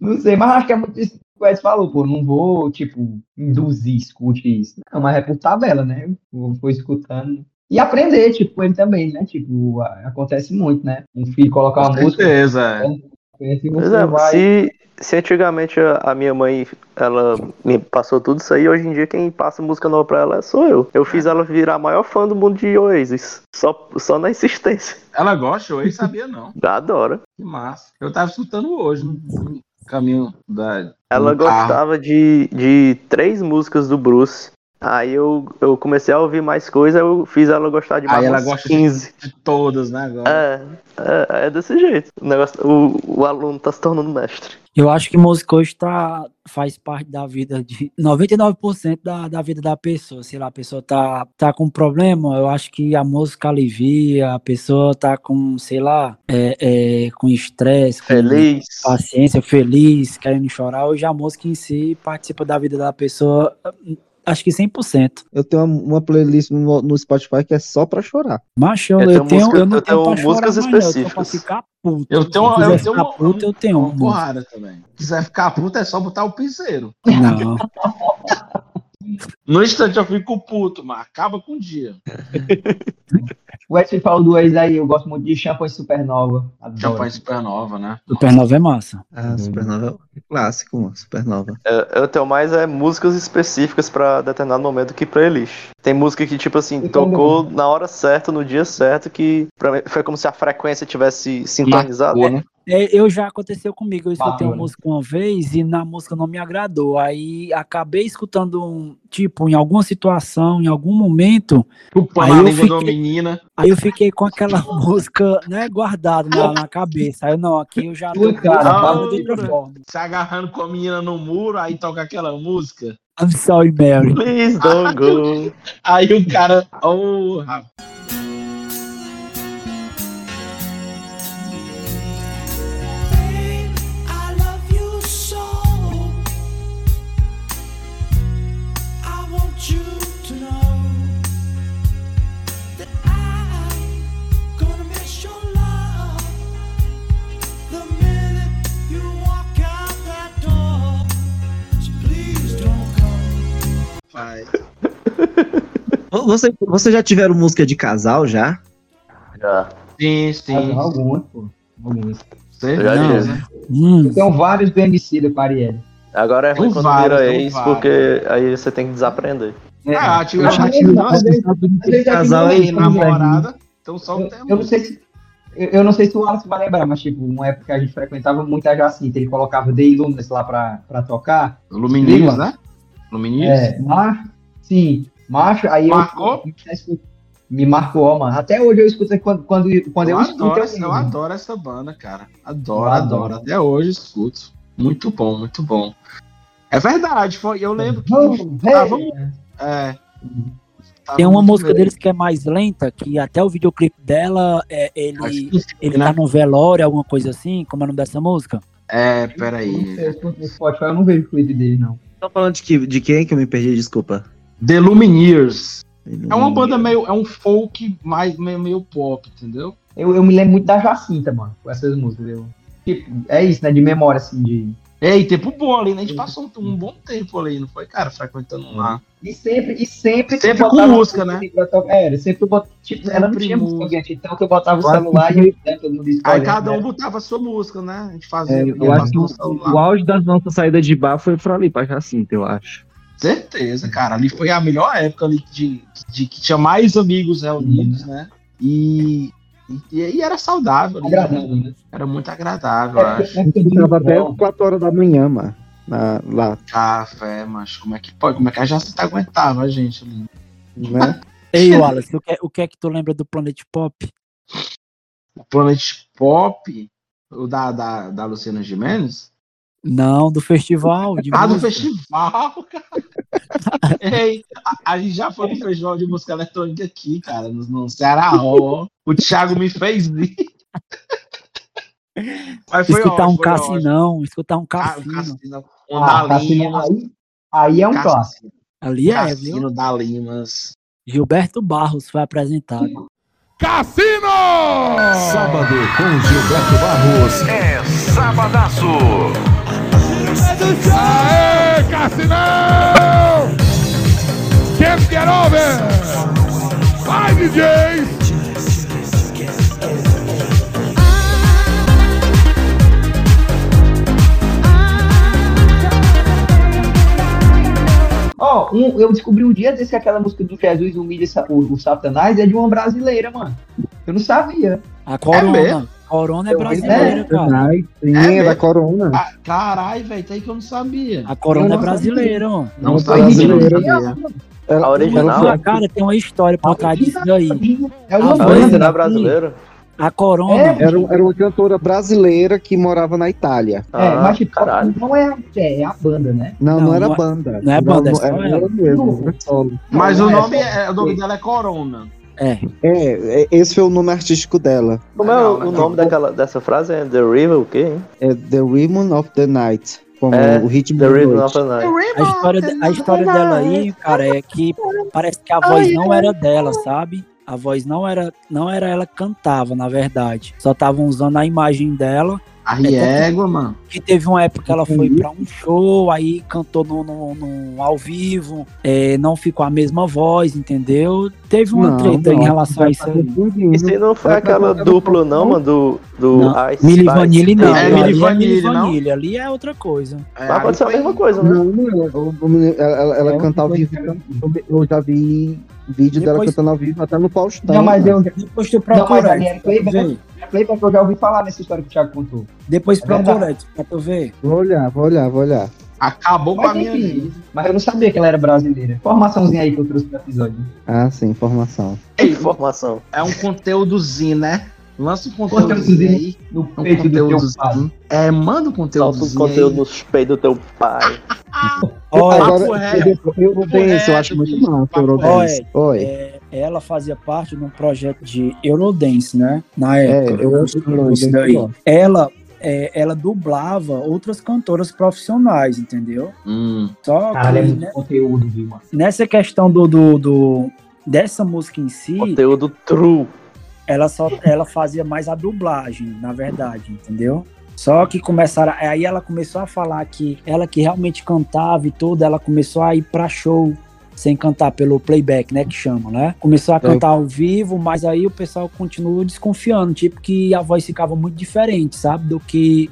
S1: Não sei, mas acho que é muito isso que o Wes falou, pô. Não vou, tipo, induzir, escute isso. Não, mas é por tabela, né? Eu vou escutando. E aprender, tipo, com ele também, né? Tipo, a- acontece muito, né? Um filho colocar uma
S4: Com
S1: música,
S4: certeza. é.
S1: conhece,
S2: Pois
S1: você
S2: é,
S1: vai.
S2: se, se antigamente a, a minha mãe ela me passou tudo isso aí, hoje em dia quem passa música nova pra ela é sou eu. Eu fiz ela virar a maior fã do mundo de Oasis. Só, só na insistência.
S4: Ela gosta, eu nem sabia, não.
S2: Adoro.
S4: Que massa. Eu tava escutando hoje, no caminho da.
S2: Ela
S4: do carro.
S2: gostava de, de três músicas do Bruce. Aí eu, eu comecei a ouvir mais coisa, eu fiz ela gostar de
S4: Aí
S2: mais
S4: ela
S2: uns
S4: gosta de-
S2: 15.
S4: de todas, né? Agora.
S2: É, é, é desse jeito. O, negócio, o, o aluno tá se tornando mestre.
S3: Eu acho que música hoje tá, faz parte da vida de 99% da, da vida da pessoa. Sei lá, a pessoa tá, tá com um problema, eu acho que a música alivia, a pessoa tá com, sei lá, é, é, com estresse, com
S2: Feliz.
S3: paciência, feliz, querendo chorar. Hoje a música em si participa da vida da pessoa, acho que 100%.
S5: Eu tenho uma, uma playlist no, no Spotify que é só pra chorar.
S3: Macho, eu,
S2: Eu tenho
S3: tenho,
S2: música-
S3: eu não
S2: eu
S3: tenho,
S2: tenho
S3: pra chorar
S2: músicas
S3: mais, não, eu tenho pra
S2: específicas.
S3: ficar puto.
S4: Eu tenho
S3: Se
S4: uma- eu
S3: quiser
S4: tenho
S3: ficar
S4: uma-
S3: puto, eu tenho um.
S4: Uma
S3: uma.
S4: porrada também. Se quiser ficar puto, é só botar o piseiro.
S3: Não.
S4: No instante eu fico puto, mas acaba com o dia.
S1: O Wesley falou do ex aí, eu gosto muito de Champanhe Supernova. Adoro.
S4: Champanhe Supernova, né?
S3: Supernova é massa.
S5: Ah,
S2: Uhum.
S5: Supernova é clássico, mano. Supernova.
S2: Eu, eu tenho mais é, músicas específicas pra determinado momento que playlist. Tem música que, tipo assim,
S1: Eu
S2: tocou na hora certa, no dia certo, que pra mim foi como se a frequência tivesse sintonizada.
S4: Boa, né?
S3: É, eu já aconteceu comigo, eu escutei uma
S1: Bárbara.
S3: música uma vez e na música não me agradou. Aí acabei escutando um, tipo, em alguma situação, em algum momento,
S4: Chupando
S3: Aí
S4: a
S3: eu
S4: língua da
S3: fiquei-
S4: menina.
S3: aí eu fiquei com aquela música, né, guardada na, na cabeça. Aí eu não, aqui eu já tô
S1: Ui, cara,
S3: usando de
S4: Bárbara.
S3: outra forma.
S4: Se agarrando com a menina no muro, aí toca aquela música.
S3: I'm sorry, Mary.
S2: Please don't go.
S4: Aí o cara. Oh, rapaz.
S8: I love you so. I want you to know that I'm gonna miss your love the minute you walk out that door. So please don't go.
S5: Vo- Você, você já tiveram música de casal já?
S2: Já.
S4: Sim, sim. né?
S1: Ah, Algumas, pô. Algumas.
S4: Certeza.
S3: Hum,
S1: Eu tenho vários do MC da Pariel.
S2: Agora é ruim
S4: Não
S2: quando
S4: vale,
S2: vira
S4: não
S2: ex,
S4: vale.
S2: porque aí você tem que desaprender.
S3: É,
S4: Ah, tive
S1: Eu
S4: eu
S1: acho
S4: já
S1: que
S4: tive
S1: não,
S4: duas
S1: É. às vezes- às vezes é que
S5: casal
S1: não
S5: aí,
S1: é,
S4: vezes namorada. Então só
S1: Eu,
S4: tem
S1: eu não sei se. Eu, eu não sei se o Alisson vai lembrar, mas tipo, uma época que a gente frequentava muito a Jacinta, ele colocava The Illuminers lá pra, pra tocar.
S4: Luminis, né? Luminis?
S1: É, mar, sim, macho, aí
S4: Marcou?
S1: eu. né, Me marcou, ó, mano. Até hoje eu escuto quando, quando, quando eu,
S4: eu,
S1: escuto.
S4: adoro,
S1: eu
S4: essa- eu
S1: lembro.
S4: adoro essa banda, cara. Adoro,
S1: assim. Eu
S4: adoro,
S1: adoro.
S4: Até hoje escuto. Muito bom, muito
S1: Uhum.
S4: bom. É verdade, foi, eu lembro que
S1: Vamos,
S4: ah,
S1: velho.
S4: vamos- é, Tá
S3: Tem uma
S4: muito
S3: música
S4: bem.
S3: deles que é mais lenta, que até o videoclipe dela, é, ele,
S4: Acho que- né?
S3: ele tá num velório, alguma coisa assim. Como é o nome dessa música?
S4: É,
S1: Não
S4: peraí.
S1: sei, eu escuto no Spotify, eu não vejo clipe dele, não.
S5: Tô falando de, que, de quem que eu me perdi, desculpa.
S4: The Lumineers. É uma banda meio. É um folk mais meio, meio pop, entendeu?
S1: Eu, eu me lembro muito da Jacinta, mano, com essas músicas. Eu, tipo, é isso, né? De memória, assim, de.
S4: É, e tempo bom ali, né? A gente passou um, um bom tempo ali, não foi, cara? Frequentando lá.
S1: E sempre, e sempre.
S4: Sempre
S1: tu
S4: com
S1: botava
S4: música,
S1: música
S4: né?
S1: que eu tocava- Era, sempre tu botava. Tipo, ela não
S4: Sempre
S1: tinha música,
S4: música.
S1: gente. Então tu botava o
S4: Quase
S1: celular e né, todo mundo
S4: Aí
S1: escolhendo,
S4: cada um
S1: né?
S4: botava a sua música, né? A gente fazia.
S5: É,
S4: cada um
S5: eu acho que
S4: no
S5: o,
S4: celular.
S5: o auge da nossa saída de bar foi pra ali, pra Jacinta, eu acho.
S4: Certeza, cara. Ali foi a melhor época ali de, de que tinha mais amigos reunidos,
S5: Uhum.
S4: né? E, e, e era saudável. ali,
S1: Agradável,
S4: né?
S1: né?
S4: Era muito agradável, eu acho.
S5: Eu tava até 4 horas da manhã, mano. na- lá,
S4: Café, mas como é que pode? Como é que a Jacinta aguentava a gente ali?
S3: Ah,
S5: né?
S3: Ei, Wallace, o que, o que é que tu lembra do Planet Pop?
S4: O Planet Pop, o da, da, da Luciana Gimenez?
S3: Não, do festival. De
S4: Ah, do
S3: música.
S4: festival, cara. Ei, a, a gente já foi no festival de música eletrônica aqui, cara, no, no Ceará. ó. O Thiago me fez rir. Mas foi
S3: Escutar
S4: ótimo,
S3: um
S4: foi ótimo.
S3: cassinão, escutar um
S4: Ah,
S3: cassino.
S4: o
S1: Ah,
S4: da Limas.
S1: Cassino, aí, aí é um clássico.
S3: Ali é, viu?
S4: Cassino da Limas.
S3: Gilberto Barros foi apresentado.
S6: Cassino!
S10: Sábado com Gilberto Barros.
S6: É sabadaço! Aê, Cassinão! Can't get over! Vai, DJ!
S1: Ó, um- eu descobri um dia desse que aquela música do Jesus humilha Sa- o, o Satanás é de uma brasileira, mano. Eu não sabia.
S3: A Corona.
S4: mesmo?
S3: corona é
S1: Eu vi-
S3: brasileira, cara.
S5: Ai, sim,
S4: É
S5: é da
S4: mesmo?
S5: Corona.
S4: Ah, Caralho, velho, tem que eu não sabia.
S3: A Corona
S1: Eu
S3: é
S1: não
S3: brasileira, mano.
S4: Não,
S5: Não
S4: sabia.
S5: brasileira.
S4: não sabia.
S5: Ela-
S2: A
S4: é
S2: original?
S5: ela foi-
S3: Ah, cara, tem uma história por trás disso daí.
S1: É
S3: Ah,
S1: uma
S3: mas
S1: banda.
S2: Não é
S1: assim.
S2: brasileiro?
S3: A Corona.
S5: Era, um, era uma cantora brasileira que morava na Itália.
S1: É,
S2: Ah,
S1: mas tipo,
S2: caralho.
S1: não é, a- é, é a banda, né?
S5: Não,
S3: Não,
S5: não, era
S3: não é-
S5: banda.
S3: não é banda, é
S5: Não,
S3: só
S5: era
S3: ela.
S5: ela mesmo, era solo.
S4: Mas
S1: Não,
S4: o
S1: é,
S4: nome,
S1: só-
S4: é, o nome dela é Corona.
S3: É.
S5: É, é, esse foi o nome artístico dela.
S2: Como é
S4: Legal,
S2: o, o
S4: legal.
S2: nome daquela, dessa frase? É The River, o quê? hein?
S5: É The Rhythm of the Night. Como
S2: É,
S5: o ritmo
S2: The
S5: da
S2: River
S5: noite.
S2: of the Night.
S3: A história, de- a história dela aí, cara, é que parece que a voz não era dela, sabe? A voz não era, não era ela que cantava, na verdade. Só estavam usando a imagem dela.
S4: A Riegua, mano.
S3: Que teve uma época que ela foi pra um show, aí cantou no, no- no- ao vivo, é, não ficou a mesma voz, entendeu? Teve uma
S5: Não,
S3: treta
S5: não,
S3: em relação a isso
S5: tá
S3: aí.
S5: confundindo.
S2: E se não foi
S5: Vai pra
S2: aquela
S5: botar no
S2: dupla, não, mano, do, do
S3: Não.
S2: Ice
S3: Mili
S2: Spice?
S3: Vanille não,
S4: É,
S3: ali
S4: Milli
S3: é Milli
S4: Vanilli, não?
S3: Vanilli, ali é outra coisa.
S4: É,
S2: Mas pode ser a mesma coisa, né?
S5: Não, não, eu- eu- ela, ela, ela canta ao vivo. Eu, eu já vi vídeo dela
S3: Depois-
S5: cantando ao vivo, até no Faustão.
S1: Não, mas eu
S3: Depois tu
S1: mas
S3: procura,
S1: ali é
S3: Edson, pra tu
S1: playback.
S3: ver.
S1: já falei porque eu já ouvi falar nessa história que o Thiago contou.
S3: Depois
S1: É verdade.
S3: procura, Edson, pra tu ver.
S5: Vou olhar, vou olhar, vou olhar.
S4: Acabou com a
S1: Mas,
S4: minha
S1: enfim,
S4: vida.
S1: mas eu não sabia que ela era brasileira. Formaçãozinha aí que eu trouxe pro episódio.
S5: Ah, sim, informação.
S2: Que informação.
S4: É um conteúdozinho, né? Lança um
S1: Conteúdozinho.
S4: conteúdozinho aí.
S1: No
S4: Um
S1: peito do teu pai.
S4: conteúdozinho. É, manda um
S2: Solta o
S4: conteúdozinho
S2: conteúdo
S4: aí.
S2: nos peitos do teu pai.
S3: Olha,
S4: Papo
S5: Agora, eu
S4: reto,
S5: depois- eu Eurodance, eu
S4: reto,
S5: acho muito
S4: bicho,
S5: massa.
S4: papo
S5: Eurodance. Oi.
S3: é, ela fazia parte de um projeto de Eurodance, né? Na
S5: É,
S3: época.
S5: eu acho
S3: Isso
S5: muito
S3: daí.
S5: bom.
S3: Ela, é, ela dublava outras cantoras profissionais, entendeu?
S4: Hum.
S3: Só
S1: Caralho, é
S3: que
S1: muito
S3: né,
S1: conteúdo, viu, mano?
S3: nessa questão do, do, do- dessa música em si,
S2: Conteúdo true.
S3: ela só ela fazia mais a dublagem, na verdade, entendeu? Só que começaram, aí ela começou a falar que ela que realmente cantava e tudo, ela começou a ir pra show sem cantar pelo playback, né, que chama, né? Começou a cantar ao vivo, mas aí o pessoal continuou desconfiando, tipo que a voz ficava muito diferente, sabe, do que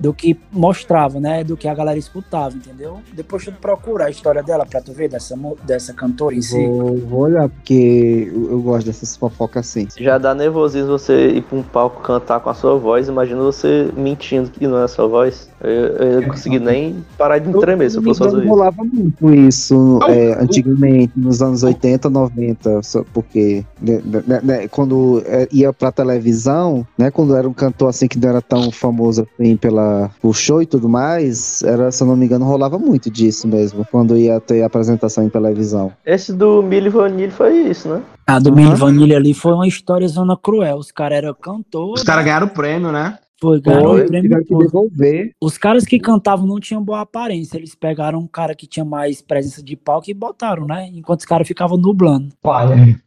S3: do que mostrava, né, do que a galera escutava, entendeu? Depois tu procura a história dela pra tu ver dessa mu- dessa cantora em si.
S5: Vou, vou olhar, porque eu, eu gosto dessas fofocas assim.
S2: Já dá nervosismo você ir pra um palco cantar com a sua voz. Imagina você mentindo que não é a sua voz. Eu, eu não consegui nem parar de me tremer se eu fosse fazer isso.
S5: rolava muito isso
S4: Não,
S5: é,
S4: o-
S5: antigamente, nos anos 80, 90, só porque né, né, né, quando é, ia pra televisão, né? Quando era um cantor assim que não era tão famoso assim, pela, o show e tudo mais, era, se eu não me engano, rolava muito disso mesmo, quando ia ter apresentação em televisão.
S2: Esse do Milho Vanille foi isso, né?
S3: A Ah, do Milho Vanille ali foi uma história zona cruel. Os caras eram cantores.
S4: Os caras ganharam o prêmio, né?
S3: Foi, ganharam o prêmio
S5: Tiveram que
S3: todo.
S5: devolver.
S3: Os caras que cantavam não tinham boa aparência. Eles pegaram um cara que tinha mais presença de palco e botaram, né? Enquanto os caras ficavam nublando.
S1: Pai, é.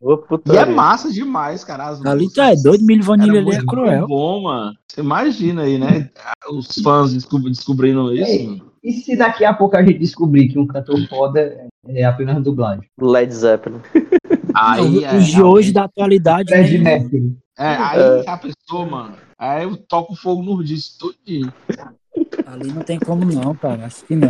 S2: Ô,
S4: E é
S2: putaria.
S4: massa demais, cara. As
S3: Ali tu
S4: músicas
S3: é doido, milho
S4: eram
S3: vanilha ali é
S4: muito
S3: cruel.
S4: Bom, mano. Você imagina aí, né? Os fãs descob- descobrindo
S1: Ei.
S4: isso. mano.
S1: E se daqui a pouco a gente descobrir que um cantor foda é apenas dublagem?
S2: Led Zeppelin.
S4: Aí, é,
S3: Os de hoje da atualidade.
S1: Fred
S3: né?
S1: Mercury.
S4: É, aí a pessoa, mano. Aí eu toco fogo no disco tudinho.
S3: Ali não tem como não, cara. Acho que não.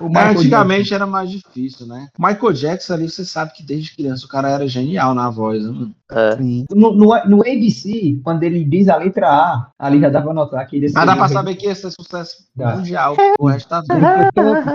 S1: O
S4: Mas
S1: Michael
S4: antigamente era mais difícil, né? O Michael Jackson ali, você sabe que desde criança o cara era genial na voz, né? mano?
S2: É.
S5: Sim.
S1: Jackson. No, no, no ABC, quando ele diz a letra A, ali já dá pra notar que ele
S4: Mas Ah, dá pra
S1: seria-
S4: saber que esse é sucesso
S1: Dá.
S4: mundial. O resto tá doido.
S5: É tanto,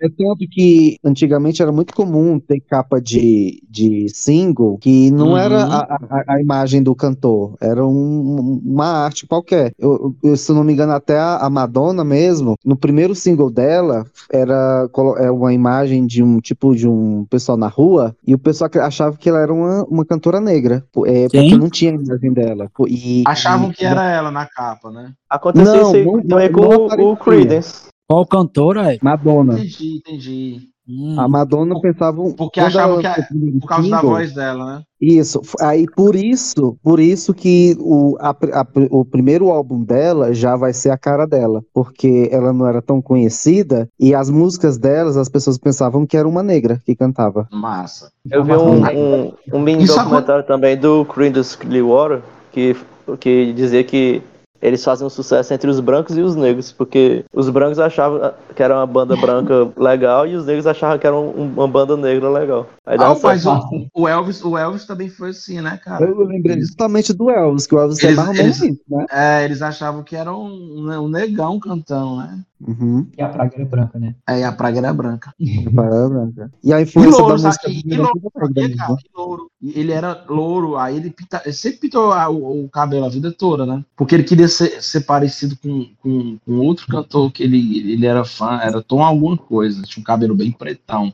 S5: é tanto que antigamente era muito comum ter capa de, de single que não
S4: Uhum.
S5: era a, a- a imagem do cantor, era um- uma arte qualquer. Eu, eu- se eu não me engano, até a, a Madonna mesmo, no primeiro single dela, era, colo- é uma imagem de um tipo de um pessoal na rua e o pessoal acre- achava que ela era uma, uma cantora negra, pô, é, porque não tinha a imagem dela. pô, E,
S4: Achavam
S5: e-
S4: que era ela na capa, né?
S2: Aconteceu
S5: Não,
S2: isso aí
S5: não-
S2: também
S5: não
S2: com o-
S5: aparecia.
S2: o Creedence.
S3: Qual cantora é?
S5: Madonna.
S4: Entendi, entendi.
S3: Hum,
S5: A
S4: Ah,
S5: Madonna pensava. um
S4: Porque achavam que a-
S5: por
S4: Por causa da voz dela, né?
S5: Isso, f- aí por isso, por isso que o, a pri- a pri- o primeiro álbum dela já vai ser a cara dela, porque ela não era tão conhecida e as músicas delas as pessoas pensavam que era uma negra que cantava.
S4: Massa.
S2: Eu vi um, um, um mini
S4: Isso
S2: documentário também do Creedence Clearwater que, que dizia que eles faziam sucesso entre os brancos e os negros, porque os brancos achavam que era uma banda branca legal e os negros achavam que era um- uma banda negra legal. Aí dava
S4: Ah, mas
S2: certo.
S4: o, o Elvis, o Elvis também foi assim, né, cara?
S5: Eu lembrei justamente do Elvis, que o Elvis é
S4: Eles-
S5: mais ou menos
S4: eles-
S5: isso, né?
S4: É, eles achavam que era um, um negão cantão, né?
S5: Uhum,
S1: que a praga era branca, né?
S4: Aí a praga era branca.
S5: Barba Branca. Uhum. E a
S4: E
S5: influência da
S4: louro, sabe?
S5: música
S4: E, e
S5: negra
S4: louro,
S5: é grande,
S4: sabia,
S5: né?
S4: cara? E louro. E Ele era louro, aí ele, pinta, ele sempre pintou a- o, o cabelo a vida toda, né? Porque ele queria ser, ser parecido com, com, com outro cantor que ele, ele era fã, era Tom alguma coisa, tinha um cabelo bem pretão.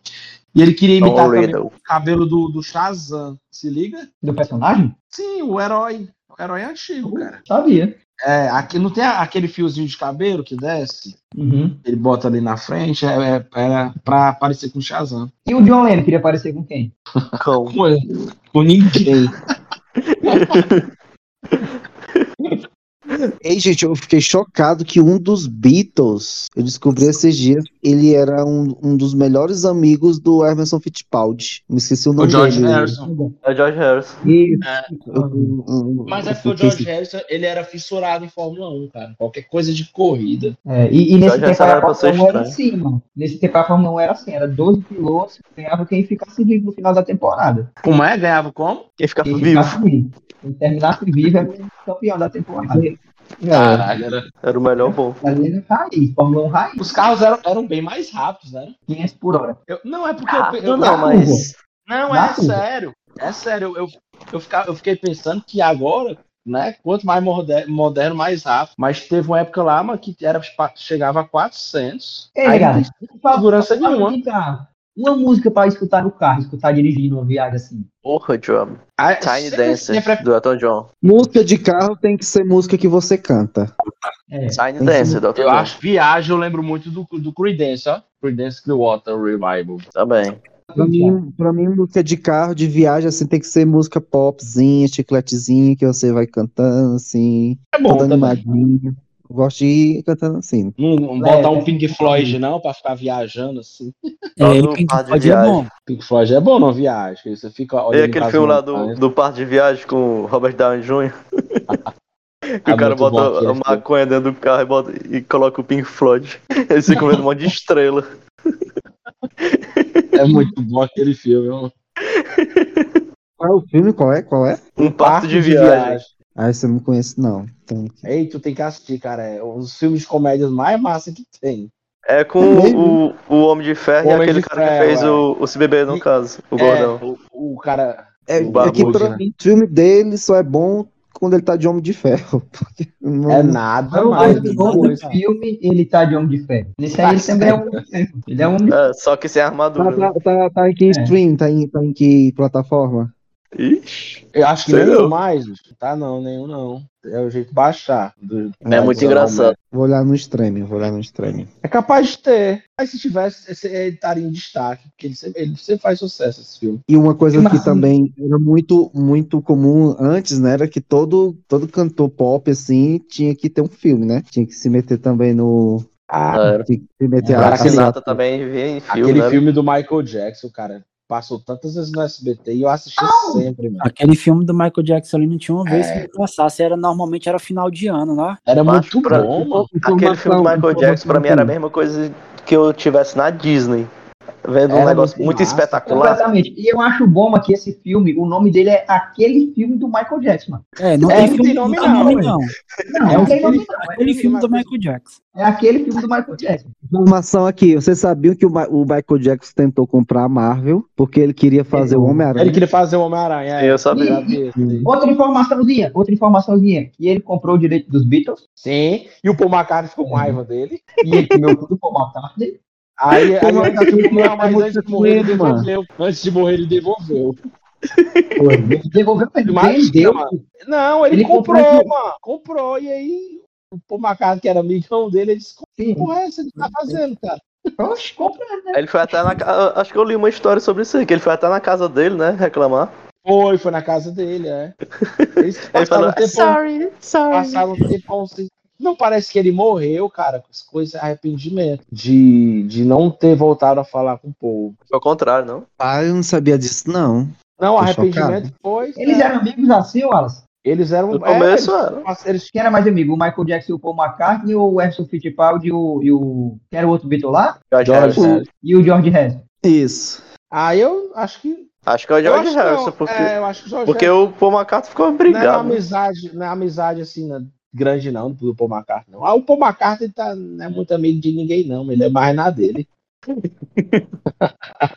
S4: E ele queria
S2: Tom
S4: imitar também
S2: Riddle.
S4: o cabelo do, do Shazam, se liga?
S1: Do personagem?
S4: Sim, o herói. O herói é antigo, cara.
S1: Sabia.
S4: É, aqui, não tem a- aquele fiozinho de cabelo que desce,
S1: Uhum.
S4: ele bota ali na frente, é, é, era pra parecer com o Shazam.
S1: E o John Lennon queria aparecer com quem?
S2: Cão.
S4: Com, com ninguém.
S5: Ei, gente, eu fiquei chocado que um dos Beatles, eu descobri esses dias, ele era um, um dos melhores amigos do Emerson Fittipaldi. Me esqueci o
S4: O
S5: nome
S4: George
S5: dele.
S4: Harrison.
S2: É o George Harris.
S5: E-
S4: É.
S5: eu- um, eu-
S4: Mas
S5: eu
S4: é porque
S5: fiquei-
S4: o George Harrison, ele era fissurado em Fórmula 1, cara. Qualquer coisa de corrida.
S1: É, e, e nesse
S2: Já- já
S1: tempo aí a
S2: era pra ser
S1: Fórmula 1 era
S2: estranho.
S1: assim, mano. Nesse tempo a Fórmula 1 era assim, era 12 pilotos, ganhava quem ficasse vivo no final da temporada.
S4: Como é? Ganhava como?
S2: Quem ficava
S1: Quem
S2: vivo
S1: ficasse vivo. Quem terminasse vivo era o campeão da temporada.
S2: É.
S4: Caralho. era-
S2: era o melhor bom.
S1: Ali era raiz, Fórmula 1 raiz,
S4: Os carros eram, eram bem mais rápidos, né?
S1: 500 por hora.
S4: Eu- não, é porque... eu,
S2: Rápido
S4: eu-
S2: Ah, não, mas
S4: Não,
S1: Na
S4: é
S1: curva.
S4: sério. É sério. Eu, eu, fica- eu fiquei pensando que agora, né? Quanto mais moderno, moderno, mais rápido. Mas teve uma época lá, mano, que era, pa- chegava a 400.
S1: É,
S4: Aí
S1: cara.
S4: não tem segurança
S1: Sabe
S4: nenhuma.
S1: que tá? Uma música pra escutar no carro, escutar dirigindo uma viagem assim.
S2: porra, John.
S4: Aí,
S2: Tiny
S4: sempre-
S2: Dancer,
S4: sempre é
S2: do Elton John.
S5: Música de carro tem que ser música que você canta.
S1: É.
S2: Tiny Dancer, do Elton
S4: Eu
S2: John.
S4: acho viagem, eu lembro muito do, do Creedence, ó. Creedence Clearwater Revival.
S2: Também.
S5: Pra mim, pra mim, música de carro, de viagem, assim, tem que ser música popzinha, chicletezinha, que você vai cantando, assim,
S4: É bom
S5: toda
S4: também.
S5: animadinha. Eu gosto de ir cantando assim.
S4: Não, não botar um Pink Floyd, não, pra ficar viajando assim.
S3: é,
S2: Todo
S3: ele Pink
S4: tá
S2: par de
S3: Floyd é bom.
S4: Pink Floyd é bom não viagem. que Você fica
S2: E
S4: olhando
S2: aquele
S4: pras
S2: filme lá do,
S4: montanhas.
S2: do Parque de Viagem com o Robert Downey Jr. que
S4: Ah,
S2: o cara
S4: muito bom
S2: bota
S4: aquele
S2: a
S4: filme.
S2: maconha dentro do carro e, bota- e coloca o Pink Floyd. Eles ficam vendo um monte de estrela.
S4: É muito bom aquele filme. é um ó.
S5: Qual é o filme? Qual é? Qual é?
S2: Um parto de viagem.
S5: Ah, esse eu não conheço, não. Então,
S4: Ei, tu tem que assistir, cara. É um dos filmes de comédias mais massa que tem.
S2: É com
S5: É mesmo?
S2: o, o Homem de Ferro
S4: Homem
S2: e aquele
S4: de
S2: cara
S4: Ferro,
S2: que fez
S4: é.
S2: o, o Se Beber, no
S4: E-
S2: caso, o
S4: é,
S2: gordão.
S4: o, o cara.
S5: É,
S4: O
S5: é que
S4: Barbudo,
S5: pra
S4: né?
S5: mim, filme dele só é bom quando ele tá de homem de ferro. porque não-
S1: É
S5: nada.
S1: Não,
S5: mais
S1: mas
S5: do
S1: no
S5: que
S1: outro
S5: isso.
S1: filme ele tá de homem de ferro. Nesse aí ele também é um homem de ferro. Ele é um homem de
S2: Ah, só que sem armadura.
S5: Tá,
S2: né?
S5: tá, tá, tá em que stream? Tá em, tá em que plataforma?
S2: Ixi.
S4: Eu acho que
S2: Sei
S4: nenhum
S2: não.
S4: mais, bicho. Tá não, nenhum não. É o jeito de baixar. do-
S2: É muito engraçado.
S5: Vou olhar no stream, vou olhar no stream.
S4: É capaz de ter. Mas se tivesse, esse- ele estaria em destaque. Porque ele sempre, ele sempre faz sucesso esse filme.
S5: E uma coisa
S1: Mas-
S5: que também era muito, muito comum antes, né? Era que todo, todo cantor pop, assim, tinha que ter um filme, né? Tinha que se meter também no.
S2: Ah, era.
S5: Tinha que se meter
S4: É,
S5: a-
S4: Caraca,
S2: Frank
S5: a-
S2: Sinatra também via em filme,
S4: Ah, Aquele
S2: né?
S4: filme do Michael Jackson, cara. Passou tantas vezes no SBT e eu assisti sempre, mano.
S3: Aquele filme do Michael Jackson ali não tinha uma vez que
S4: É.
S3: ele passasse, era, normalmente era final de ano, né?
S4: Era
S2: Macho,
S4: muito
S2: pra-
S4: bom, mano.
S2: Aquele filme do Michael
S5: informação
S2: Jackson pra mim era a
S5: também.
S2: mesma coisa que eu tivesse na Disney. Vendo um
S4: Era
S2: negócio
S4: muito
S2: muito
S4: massa,
S2: espetacular.
S1: Completamente. Então, E eu acho bom aqui esse filme, o nome dele é aquele filme do Michael Jackson. mano.
S3: É, não
S4: É,
S3: tem
S4: não
S3: filme
S4: tem
S3: com
S4: nome
S3: esse
S4: não,
S3: nome,
S4: velho.
S3: não.
S1: Não, não,
S4: É
S1: tem
S4: aquele-
S1: nome não.
S3: Aquele filme do Michael Jackson.
S1: É aquele filme do Michael Jackson.
S5: Informação aqui. Vocês sabiam que o, Ma- o Michael Jackson tentou comprar a Marvel porque ele queria fazer o Homem-Aranha?
S4: Ele queria fazer o Homem-Aranha. é.
S2: Eu sabia.
S4: Sabia isso aí.
S1: Outra informaçãozinha, outra informaçãozinha, que ele comprou o direito dos Beatles,
S4: Sim. E o Paul McCartney ficou com raiva dele.
S1: e ele comeu tudo com o McCartney.
S4: Aí, aí,
S5: Pô, mas
S4: ele
S5: tá tudo
S4: ficou, não,
S5: bem, tá
S4: mas antes de
S5: muito
S4: morrer, ele
S5: doido, mano.
S4: devolveu. Antes de morrer, ele devolveu.
S1: Foi, ele devolveu pra ele,
S4: Imagina,
S1: vendeu.
S4: mano. Não, ele,
S1: Ele
S4: comprou,
S1: comprou aqui.
S4: mano. Comprou. E aí, o Paul McCartney, que era amigão dele, ele disse: "Que
S1: Sim,
S4: porra é essa que tá fazendo, cara?
S1: oxe, compra.
S2: Aí Ele foi até na ca- Acho que eu li uma história sobre isso aí, que ele foi até na casa dele, né? Reclamar.
S4: Foi, foi na casa dele, é. Eles
S2: Ele
S4: passaram
S2: falou,
S4: um tempão,
S2: sorry, sorry.
S4: passaram um tempão sem- Não parece que ele morreu, cara, com as coisas, arrependimento de, de não ter voltado a falar com o povo.
S2: Foi ao contrário, não?
S5: Ah, eu não sabia disso, não.
S4: Não,
S5: Tô
S4: arrependimento foi.
S1: Eles
S4: né?
S1: eram amigos assim, Wallace?
S4: eles eram.
S2: No
S4: é,
S2: começo
S4: eles-
S2: era.
S4: eles-
S1: Quem era mais amigo, o Michael Jackson e o Paul McCartney, ou o Everson Fittipaldi e o, e o... Quem era o outro Beatle lá?
S2: George
S4: George
S2: Harrison.
S4: Harrison.
S1: E o George Harrison.
S5: Isso.
S4: Ah, eu acho que.
S2: Acho que é o
S4: eu
S2: George
S4: acho que
S2: Harrison,
S4: não.
S2: porque,
S4: É, eu acho que o George
S2: porque o Paul McCartney ficou
S4: Não é uma
S2: brigado.
S4: amizade, não é uma amizade assim, né, grande não, do Paul McCartney, não. Ah, o Paul McCartney tá, não é muito amigo de ninguém, não. Ele é mais na dele.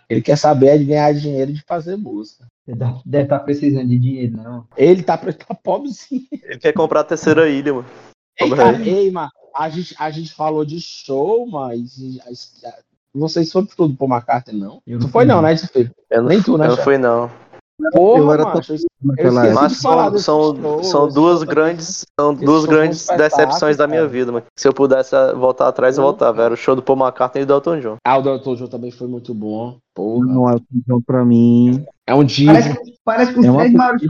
S4: ele quer saber é de ganhar dinheiro e de fazer música.
S1: Você dá- deve estar precisando de dinheiro, não.
S4: Ele tá, pre- tá pobrezinho.
S2: Ele quer comprar a terceira ilha, mano.
S4: Ei,
S2: Como é?
S4: cara, ei, mano, a gente, a gente falou de show, mas a- a- não sei se foi tudo Paul McCartney, não.
S1: Eu
S4: Tu
S1: não
S4: foi
S1: fui,
S4: não,
S1: não.
S4: né? Tu foi.
S2: Eu não,
S4: Nem tu, né,
S2: eu não
S4: chefe? É,
S2: fui, não.
S4: Porra,
S5: Eu era
S4: macho, eu
S5: Naquela
S4: esqueci.
S5: época.
S2: Mas
S4: de falar
S2: são,
S4: desse
S2: são,
S4: show,
S2: são
S4: esse
S2: duas
S4: show tá-
S2: grandes, são
S4: esse
S2: duas
S4: show foi um
S2: grandes
S4: espetáculo,
S2: decepções da minha
S4: cara. Uhum.
S2: vida, mano. Se eu pudesse ah, voltar atrás, eu
S4: Pô,
S2: voltava. Era o show do Paul McCartney e do Elton John.
S4: Ah, o Dr. Joe também foi muito bom. Porra.
S5: Não é o Tom pra mim.
S4: É um dia.
S1: Parece, que- parece que os
S5: É uma
S1: três maiores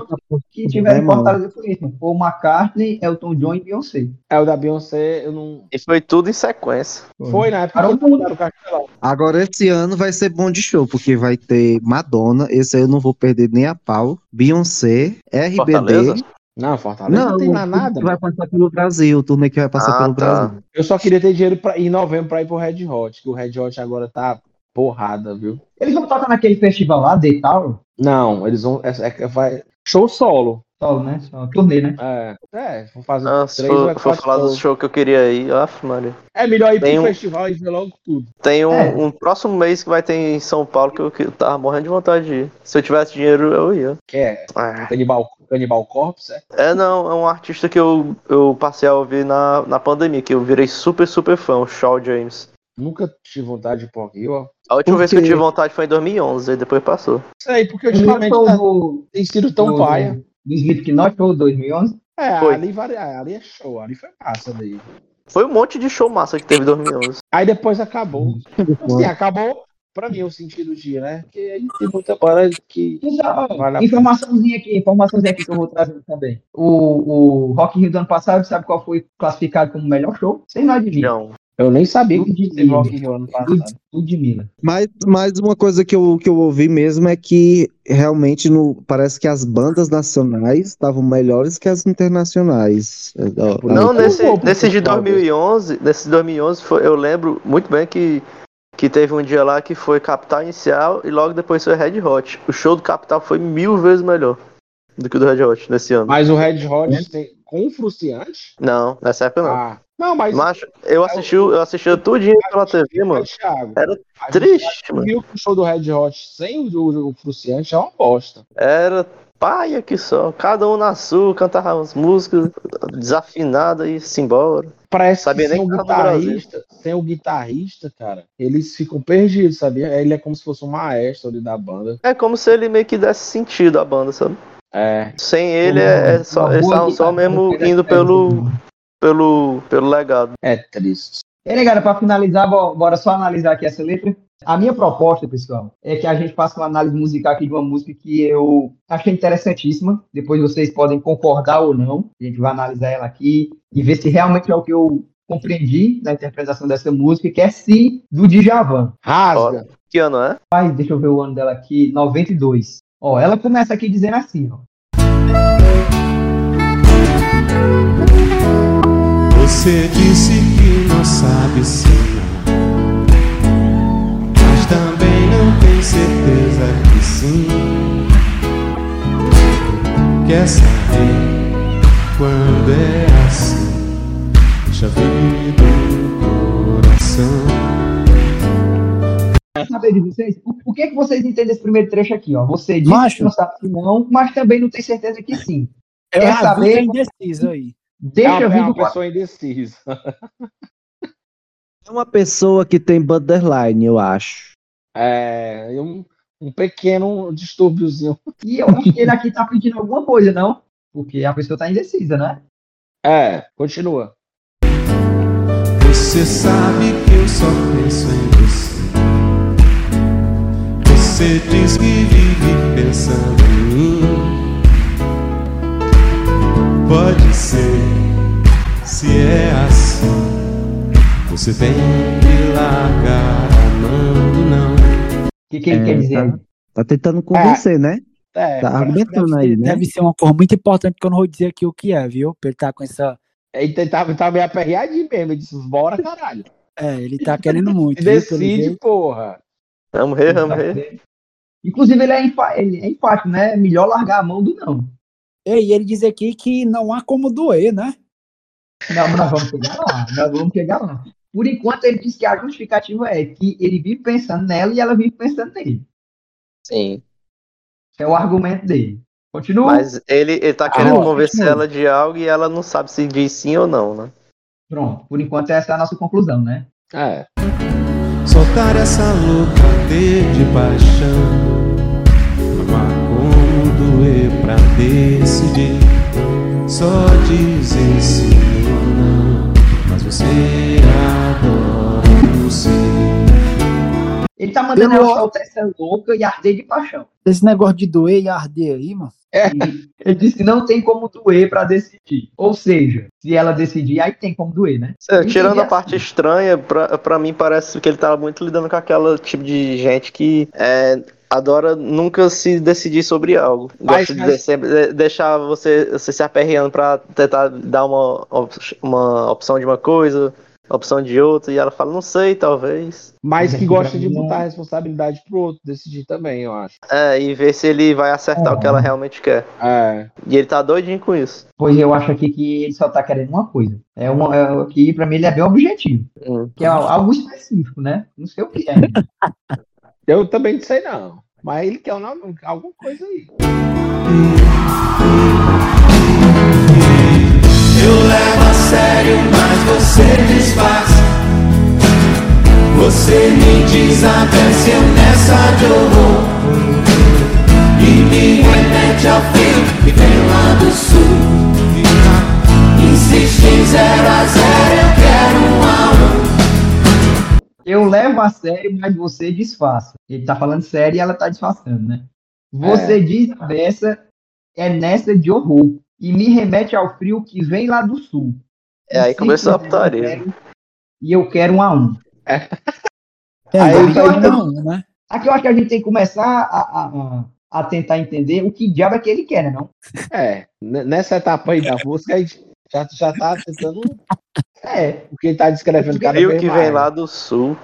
S1: que tiveram
S5: né, mano?
S1: portadas foi isso. mano. Paul McCartney, Elton John e Beyoncé.
S4: É o da Beyoncé, eu não.
S2: E foi tudo em sequência.
S4: Foi na época
S1: Parou
S4: que
S1: tudo.
S4: mudaram o cartelão.
S5: Agora esse ano vai ser bom de show, porque vai ter Madonna, esse aí eu não vou perder nem a pau, Beyoncé, RBD.
S2: Fortaleza?
S4: Não, Fortaleza não,
S5: Não,
S4: tem mais
S5: o
S4: nada.
S5: que vai passar pelo Brasil, o turnê que vai passar
S2: Ah,
S5: pelo
S2: tá.
S5: Brasil.
S4: Eu só queria ter dinheiro pra, em novembro pra ir pro Red Hot, que o Red Hot agora tá porrada, viu?
S1: Eles vão tocar naquele festival lá, The Tower?
S4: Não, eles vão. É, é- vai, show solo.
S1: Solo, né? Só turnê, né?
S4: É, é vou fazer
S2: Ah, se
S4: três ou é
S2: for, for
S4: quatro
S2: falar do
S4: shows.
S2: show que eu queria ir, af, Maria.
S4: É melhor ir
S2: Tem
S4: pro
S2: um-
S4: festival e ver logo tudo.
S2: Tem um,
S1: É.
S2: um próximo mês que vai ter em São Paulo que eu, que eu tava morrendo de vontade de ir. Se eu tivesse dinheiro, eu ia.
S4: Que é
S2: Ah.
S4: Canibal, Canibal Corpse, é?
S2: É, não, é um artista que eu, eu passei a ouvir na, na pandemia, que eu virei super, super fã, o Shawn James.
S4: Nunca tive vontade de ir pro Rio, ó.
S2: A última
S5: Por
S2: vez que eu
S5: quê?
S2: tive vontade foi em 2011, aí depois passou.
S4: Sei, porque
S1: Primeiro
S4: ultimamente
S1: show
S4: tá,
S1: do,
S4: tem sido tão
S1: do,
S4: paia.
S1: do Slipknot, show 2011.
S4: É,
S2: Foi.
S4: ali, vari- ali é show, ali foi massa daí.
S2: Foi um monte de show massa que teve em 2011.
S4: Aí depois acabou. Assim, acabou pra mim o sentido de ir, né? Porque aí tem muita hora que.
S1: Então,
S4: Vai lá.
S1: informaçãozinha aqui, informaçãozinha aqui que eu vou trazer também. O, o Rock in Rio do ano passado, sabe qual foi classificado como o melhor show? Sem nada de mim.
S2: Não.
S4: Eu nem sabia que
S1: Ludmilla.
S4: teve Rock in Rio ano passado.
S1: Ludmilla.
S5: Mas, mas uma coisa que eu, que eu ouvi mesmo é que realmente no, parece que as bandas nacionais estavam melhores que as internacionais. Então,
S4: por
S2: Não,
S4: Eu
S2: nesse,
S4: vou pro
S2: nesse de
S4: festival
S2: 2011, nesse de 2011 foi- eu lembro muito bem que, que teve um dia lá que foi Capital Inicial e logo depois foi Red Hot. O show do Capital foi mil vezes melhor do que o do Red Hot nesse ano.
S4: Mas o Red Hot tem... com o Fruciante?
S2: Não, nessa época não.
S4: Ah. Não, mas.
S2: Mas eu assisti, eu assisti tudinho pela TV, mano.
S4: Mas, Thiago,
S2: Era
S4: a gente
S2: Triste, mano.
S4: viu que o show do Red Hot sem o, o, o Fruciante é uma bosta.
S2: Era paia que só. Cada um na sua, cantava as músicas desafinadas e simbora.
S4: Parece
S2: Sabia
S4: que
S2: nem
S4: sem o,
S2: que tava no Brasil.
S4: guitarrista, sem o guitarrista, cara, eles ficam perdidos, sabia? Ele é como se fosse um maestro ali da banda.
S2: É como se ele meio que desse sentido à banda, sabe?
S4: É.
S2: Sem ele, é, é só,
S4: Uma
S2: eles
S4: boa
S2: estavam só
S4: guitarra,
S2: mesmo
S4: ele é
S2: indo pelo, pelo, pelo legado.
S4: É triste.
S1: E aí, galera, para finalizar, bo- bora só analisar aqui essa letra. A minha proposta, pessoal, é que a gente faça uma análise musical aqui de uma música que eu achei interessantíssima. Depois vocês podem concordar ou não. A gente vai analisar ela aqui e ver se realmente é o que eu compreendi da interpretação dessa música, que é Se, do Djavan.
S4: Rasga.
S2: Que ano é?
S1: Mas deixa eu ver o ano dela aqui, 92. Ó, ela começa aqui dizendo assim, ó.
S7: Você disse que não sabe se não, mas também não tem certeza que sim. Quer saber quando é assim? Deixa vir do coração.
S1: Quero saber de vocês, o, o que é que vocês entendem desse primeiro trecho aqui, ó? Você diz
S3: Macho.
S1: que não sabe que não, mas também não tem certeza que sim.
S3: É
S1: Quer
S3: a
S1: saber?
S3: vida indecisa aí.
S1: Deixa
S4: é
S1: eu
S4: uma,
S1: vir
S4: é uma
S1: do
S4: pessoa indecisa.
S5: É uma pessoa que tem borderline, eu acho.
S4: É, e um, um pequeno distúrbiozinho.
S1: E eu acho que ele aqui tá pedindo alguma coisa, não? Porque a pessoa tá indecisa, né?
S4: É, continua.
S7: Você sabe que eu só penso em você. Você diz que vive pensando em mim. Pode ser, se é assim, você tem que largar a mão do não.
S1: O que, que ele
S5: É,
S1: quer dizer?
S5: tá. Tá tentando convencer, né?
S4: É,
S5: Tá argumentando
S3: Deve,
S5: aí,
S3: ser,
S5: né?
S3: deve ser uma cor muito importante que eu não vou dizer aqui o que é, viu? Pra ele tá com essa.
S4: ele tava, tava meio aperreadinho mesmo. Ele disse, bora, caralho.
S3: É, ele tá querendo muito.
S4: Se
S3: viu, pelo
S4: decide,
S3: jeito.
S4: porra.
S2: Vamos ver, vamos ver.
S1: tá Inclusive, ele é, empa- ele é empático, né? Melhor largar a mão do não.
S3: É, E ele diz aqui que não há como doer, né?
S1: Não, mas nós vamos chegar lá. Nós vamos chegar lá. Por enquanto, ele diz que a justificativa é que ele vive pensando nela e ela vive pensando nele.
S2: Sim.
S1: É o argumento dele. Continua.
S2: Mas ele, ele tá querendo
S3: ó,
S2: convencer
S3: continua.
S2: ela de algo e ela não sabe se diz sim ou não, né?
S1: Pronto. Por enquanto, essa é a nossa conclusão, né?
S4: É.
S7: Soltar essa louca teia de paixão Amar como doer pra decidir Só dizer sim ou não Mas você adora o sim
S1: Ele tá mandando
S3: Eu
S1: ela
S3: não-
S1: soltar essa louca e arder de paixão.
S3: Esse negócio de doer e arder aí, mano.
S1: E ele diz que não tem como doer pra decidir. Ou seja, se ela decidir, aí tem como doer, né?
S2: É,
S1: Entendi
S2: tirando a
S1: assim.
S2: parte estranha, pra, pra mim parece que ele tá muito lidando com aquela tipo de gente que é, adora nunca se decidir sobre algo.
S4: Mas-
S2: Gosta de
S4: mas-
S2: de- sempre de- deixar você, você se aperreando pra tentar dar uma, op- uma opção de uma coisa, opção de outra, e ela fala, não sei, talvez.
S4: Mas que
S1: Gente,
S4: gosta
S1: pra
S4: de
S1: mim é-
S4: botar a responsabilidade pro outro decidir também, eu acho.
S2: É, e ver se ele vai acertar o que ela realmente quer.
S4: É.
S2: E ele tá doidinho com isso.
S1: Pois eu acho aqui que ele só tá querendo uma coisa. É uma, é, que pra mim ele é bem objetivo.
S2: Hum.
S1: Que é algo específico, né? Não sei o que é. ainda.
S4: Eu também não sei, não. Mas ele quer uma- alguma coisa aí.
S7: Eu levo a sério, mas você disfarça Você me diz até se eu nessa jorro E me remete ao frio que vem lá do sul Insiste em zero a zero, eu quero um a um
S1: Eu levo a sério, mas você disfarça. Ele tá falando sério e ela tá disfarçando, né?
S2: É.
S1: Você diz a beça, é nessa de horror. E me remete ao frio que vem lá do sul.
S2: É, aí
S1: Insiste
S2: começou a
S1: em
S2: putaria.
S1: zero, E eu quero um a um.
S3: É,
S4: Aí
S3: ele
S1: tá
S3: tá
S1: indo-
S3: não, né?
S1: Aqui eu acho que a gente tem que começar a, a- a- a tentar entender o que diabo é que ele quer, né? Não?
S4: É. n- Nessa etapa aí da música, a gente já, já tá tentando.
S1: É,
S4: O que ele tá descrevendo cada
S2: Rio
S4: vez
S2: que
S4: mais.
S2: vem lá do sul.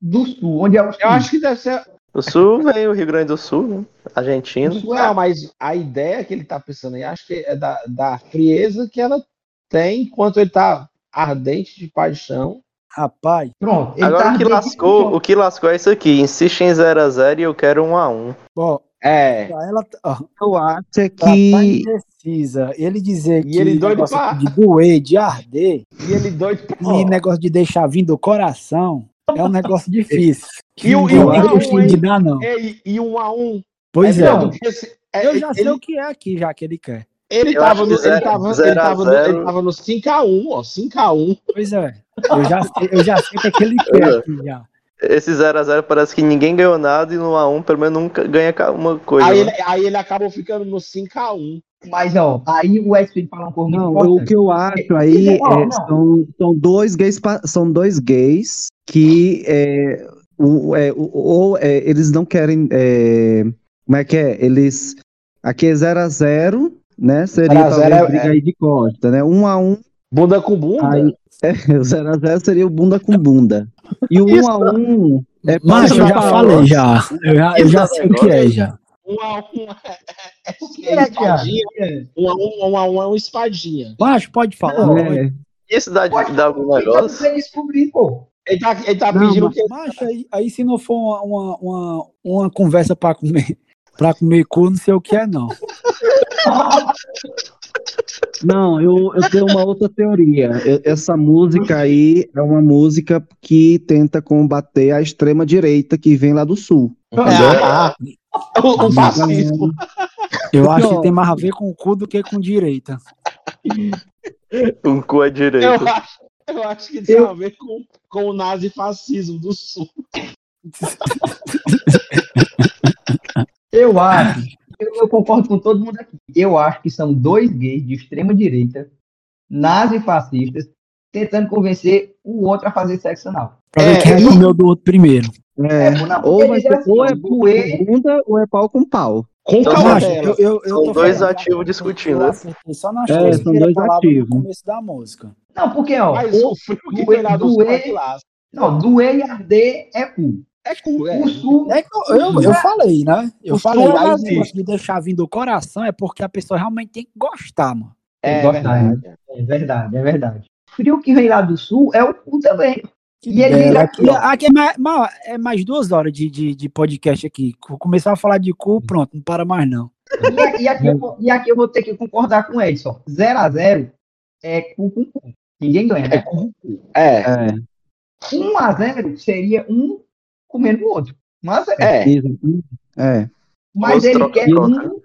S1: do sul, onde é o sul.
S4: Eu acho que deve ser.
S2: Do sul vem o Rio Grande do Sul, né?
S1: O
S2: Argentina.
S1: sul é
S4: Não, mas a ideia que ele tá pensando aí, acho que é da, da frieza que ela tem enquanto ele tá ardente de paixão.
S3: Rapaz,
S1: Pronto. ele
S2: Agora
S1: tá
S2: o que
S1: dentro-
S2: lascou, o que lascou é isso aqui. Insiste em 0x0 e eu quero 1x1.
S3: ó,
S4: É.
S3: Ela, ó,
S5: Tu acha
S3: ela
S4: né?
S3: tá
S5: que.
S3: indecisa. Ele dizer
S1: E
S3: que
S1: ele doido
S3: negócio
S1: pra-
S3: de doer, de arder,
S1: E ele doido.
S3: e negócio de deixar vir do coração, é um negócio difícil. Que
S4: E o-
S3: não
S4: e o
S3: tem
S4: Raul,
S3: costume
S4: hein?
S3: de dar, não.
S4: E, e um a um.
S3: Pois é.
S4: Não, porque se- é,
S3: Eu já sei
S4: ele-
S3: o que é aqui, já que ele quer.
S4: Ele
S2: Eu
S4: tava,
S2: acho
S4: no,
S2: que zero-
S4: ele, tava,
S2: zero
S4: ele,
S2: a
S4: tava no,
S2: zero.
S4: ele tava no 5x1, ó. 5x1.
S3: Pois é. Eu já sei, eu já sei o que, é que ele quer aqui, já.
S2: Esse 0x0 parece que ninguém ganhou nada e no 1x1 pelo menos nunca ganha ca- uma coisa.
S4: Aí
S2: né?
S4: ele, aí ele acabou ficando no 5x1.
S1: Mas, ó, aí o Westfield fala uma coisa muito
S5: Não,
S1: importante.
S5: o que eu acho aí é,
S1: Não, não.
S5: São, são dois gays pa- são dois gays que é, o- é, o- ou é, eles não querem é, como é que é eles aqui é 0 a 0 né seria
S4: Zero a
S5: talvez
S4: zero é-
S5: briga aí de costa né um a um
S4: Bunda com bunda.
S5: aí é, o 0 a 0 seria o bunda com bunda e o 1 a 1 é
S3: Mas
S5: passa
S3: eu já
S5: pra-
S3: falei, já. Eu já, eu já sei o que é, já.
S4: Um a um é, é,
S1: que é, Thiago?
S4: espadinha. Um a um, um a um é um espadinha.
S3: Macho, pode falar.
S5: É,
S2: Isso dá,
S1: Pode-
S2: dá algum
S1: Ele tá
S2: negócio?
S1: precisando descobrir, pô.
S4: Ele tá, ele tá
S5: Não,
S4: pedindo
S5: mas-
S4: que.
S3: Macho, aí, aí se não for uma, uma, uma, uma conversa pra comer, pra comer cu, não sei o que é, não.
S5: Não, eu, eu tenho uma outra teoria. Eu- essa música aí é uma música que tenta combater a extrema-direita que vem lá do sul.
S4: Ah, o, o
S3: é
S4: fascismo.
S3: Eu acho
S5: é, Não.
S3: que tem mais a ver com o cu do que com direita.
S2: Um cu à
S4: Eu
S2: direita.
S4: acho, eu acho que tem a ver com, com o nazifascismo do sul.
S1: Eu acho. Eu, eu concordo com todo mundo aqui. Eu acho que são dois gays de extrema direita, nazifascistas, tentando convencer o outro a fazer sexo anal.
S3: Pra ver quem é o meu do outro primeiro.
S5: É,
S1: na-
S5: ou, vai
S1: eles
S5: ser-
S1: assim,
S5: ou é
S1: doer,
S5: bunda ou é pau com pau.
S4: Com
S2: Então,
S3: Macho,
S4: cautela.
S3: eu, eu, eu
S2: São
S3: tô
S2: dois
S3: falando,
S2: ativos
S3: eu
S2: discutindo, né?
S3: acertei Só nas
S5: É,
S3: três
S5: são
S3: primeiras
S5: dois
S3: palavras
S5: ativos.
S3: no começo da música.
S1: Não, porque, ó,
S4: Mas
S1: o,
S4: o frio que
S1: doer-
S4: vem lá do sul é
S1: doer-
S4: que lasca.
S1: não, doer e arder é cu.
S4: É cu, é.
S1: O sul,
S3: É que eu, eu, eu falei, né? Eu
S4: O
S3: falei,
S4: sul é
S3: aí o
S4: nazista.
S3: negócio de deixar vir do coração é porque a pessoa realmente tem que gostar, mano.
S1: É
S4: É verdade.
S1: é verdade, é verdade. Frio que vem lá do sul é o cu também. E ele
S3: É,
S1: vira
S3: aqui,
S1: aqui, ó.
S3: aqui é, mais, ma- é mais duas horas de, de, de podcast aqui. Co- Começou a falar de cu, pronto, não para mais não.
S1: E, e aqui eu, vou- e aqui eu vou ter que concordar com o Edson. 0x0 é cu com cu. Ninguém ganha. Né?
S4: É,
S5: É,
S1: 1x0 seria um comendo o outro. 1x0.
S4: é.
S5: isso. É.
S1: Mas
S2: Você
S1: ele
S2: troca
S1: quer
S2: de
S1: um.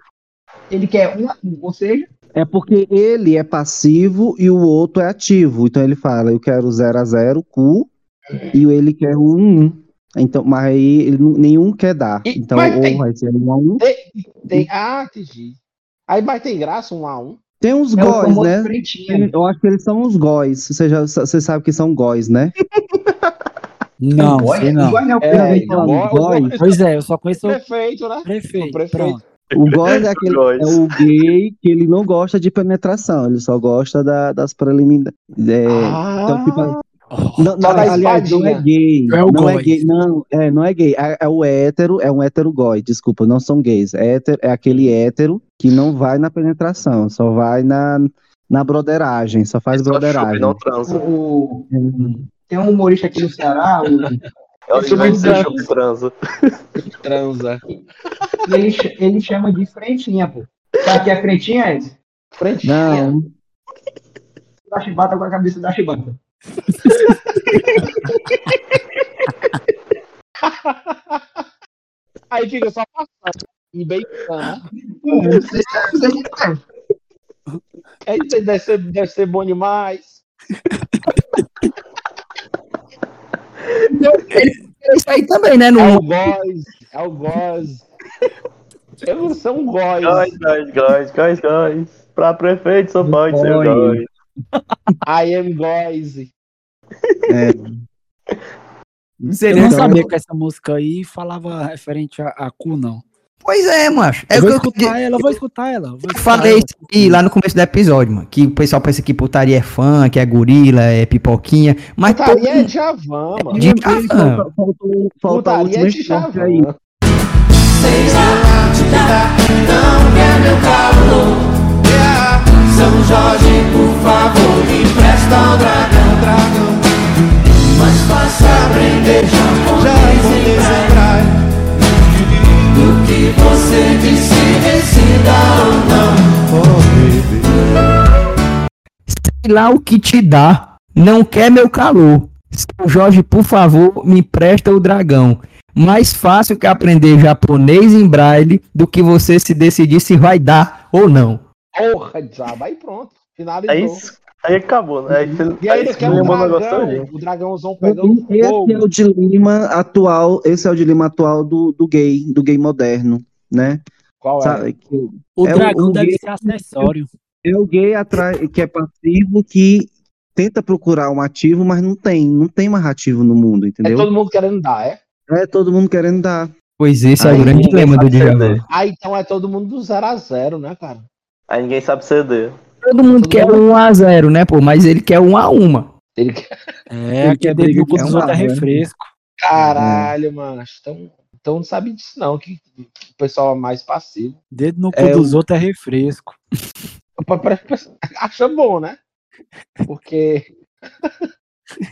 S1: Ele quer um, a um, ou seja,
S5: É porque ele é passivo e o outro é ativo. Então ele fala, eu quero 0 a 0 cu, e ele quer o 1 1. Então, mas aí ele, não- nenhum quer dar.
S4: E-
S5: Então,
S4: mas
S5: ou
S4: tem-
S5: vai ser 1 a 1.
S4: Tem, ah, entendi. Aí, mas tem graça um a um.
S5: Tem uns
S1: é o
S5: góis,
S1: famoso
S5: né?
S1: pretinho.
S5: Ele- Eu acho que eles são os góis. Você, já, você sabe que são góis, né?
S3: Não,
S1: Olha,
S3: sei não.
S1: igual é o
S5: Já ouviu
S1: é,
S5: falar
S4: não.
S5: do góis?
S3: Pois é, eu só conheço o
S4: Prefeito, né?
S3: prefeito.
S4: O prefeito.
S3: Pronto.
S5: O góis é aquele
S2: Góis.
S5: é o gay que ele não gosta de penetração, ele só gosta da- das preliminares. É,
S4: Ah,
S5: então, tipo, não, não,
S4: Só da
S5: aliás, não é
S4: espadinha.
S5: gay.
S3: É o
S5: não é
S3: góis.
S5: gay. Não, é, não é gay. É, é o hétero, é um hétero gói, desculpa, não são gays. É, hétero- é aquele hétero que não vai na penetração, só vai na, na broderagem, só faz
S2: Só chupa e
S5: broderagem.
S2: não transa.
S1: O, tem um humorista aqui no Ceará, o-
S2: É o
S4: Isso
S2: invés de
S4: não
S2: ser chupa e transa.
S4: Transa.
S1: ele, ch- ele chama de frentinha, pô. Sabe o que é frentinha, Edson?
S4: Frente.
S5: Não,
S1: Da chibata com a cabeça da chibata.
S4: Aí fica só passando. E bem né? É isso aí, deve ser, deve ser bom demais.
S3: É isso aí também, né?
S4: É
S3: No...
S4: o Góis. É o Góis. Eu não sou um Góis.
S2: Góis, góis, góis, góis, góis. Pra prefeito só pode ser
S5: Góis.
S2: góis.
S4: I am Góis.
S5: é.
S3: Eu
S5: Então,
S3: não sabia que essa música aí falava referente a, a cu, não.
S11: Pois é, macho. É
S3: Eu
S11: o
S3: vou
S11: que eu
S3: escutar ela, eu vou escutar ela. vou escutar
S11: falei
S3: ela.
S11: isso aqui lá no começo do episódio, mano. Que o pessoal pensa que putaria é fã, que é gorila, é pipoquinha. Mas
S5: tá
S11: todo
S4: Putaria é
S11: mundo-
S4: Javan, mano.
S11: de
S1: "Ah,
S3: Ah,
S11: Javan.
S5: falta- faltou- falta a
S4: Putaria
S5: última
S4: é de
S5: esporte
S4: Javan.
S5: aí.
S7: Seis na te dá, não quer meu calor. Yeah. São Jorge, por favor, me presta o dragão, dragão. Mas faça aprender japonês e praia. Do que você disse vencida ou não. Oh,
S1: Sei lá o que te dá, não quer meu calor. Seu Jorge, por favor, me empresta o dragão. Mais fácil que aprender japonês em braille do que você se decidir se vai dar ou não.
S4: Porra, já vai pronto. Finalizou.
S2: É isso. Aí acabou, né? Aí,
S4: Tá E aí ele quer um dragão. O dragãozão pegando
S5: Esse é o
S4: um fogo.
S5: dilema atual, esse é o dilema atual do, do gay, do gay moderno, né?
S4: Qual
S5: Sabe, que-
S3: O
S5: é
S3: dragão
S5: o
S3: deve
S5: gay-
S3: ser acessório.
S5: É o gay atrai, que é passivo, que tenta procurar um ativo, mas não tem, não tem mais ativo no mundo,
S4: É
S5: entendeu?
S4: todo mundo querendo dar, é?
S5: É todo mundo querendo dar.
S1: Pois esse é
S5: Aí
S1: o grande
S5: ninguém
S1: dilema do
S5: sabe
S1: Djavan.
S4: Ah, então é todo mundo do 0 a 0 né, cara?
S2: Aí ninguém sabe ceder.
S1: Todo mundo quer um a zero, né, pô? Mas ele quer um a uma.
S4: Ele quer...
S3: É,
S1: que
S3: que
S1: briga
S3: dedo
S1: que
S3: com
S1: é
S3: os
S1: uma
S3: outros é
S1: merda.
S3: refresco.
S4: Caralho, mano. Então, então não sabe disso, não. Que o pessoal é mais passivo.
S3: Dedo no cu
S4: É,
S3: dos outros é refresco.
S4: Pra- pra- pra- Acha bom, né? Porque.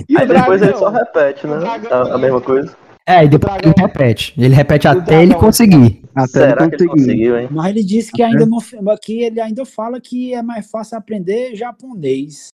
S4: E o
S2: Aí depois ele
S4: dragão?
S2: só repete, né? A, a mesma coisa.
S1: É, e depois ele repete. Ele repete até ele conseguir.
S2: Será que ele conseguiu, hein?
S3: Mas ele disse que ainda não, que ele ainda fala que é mais fácil aprender japonês.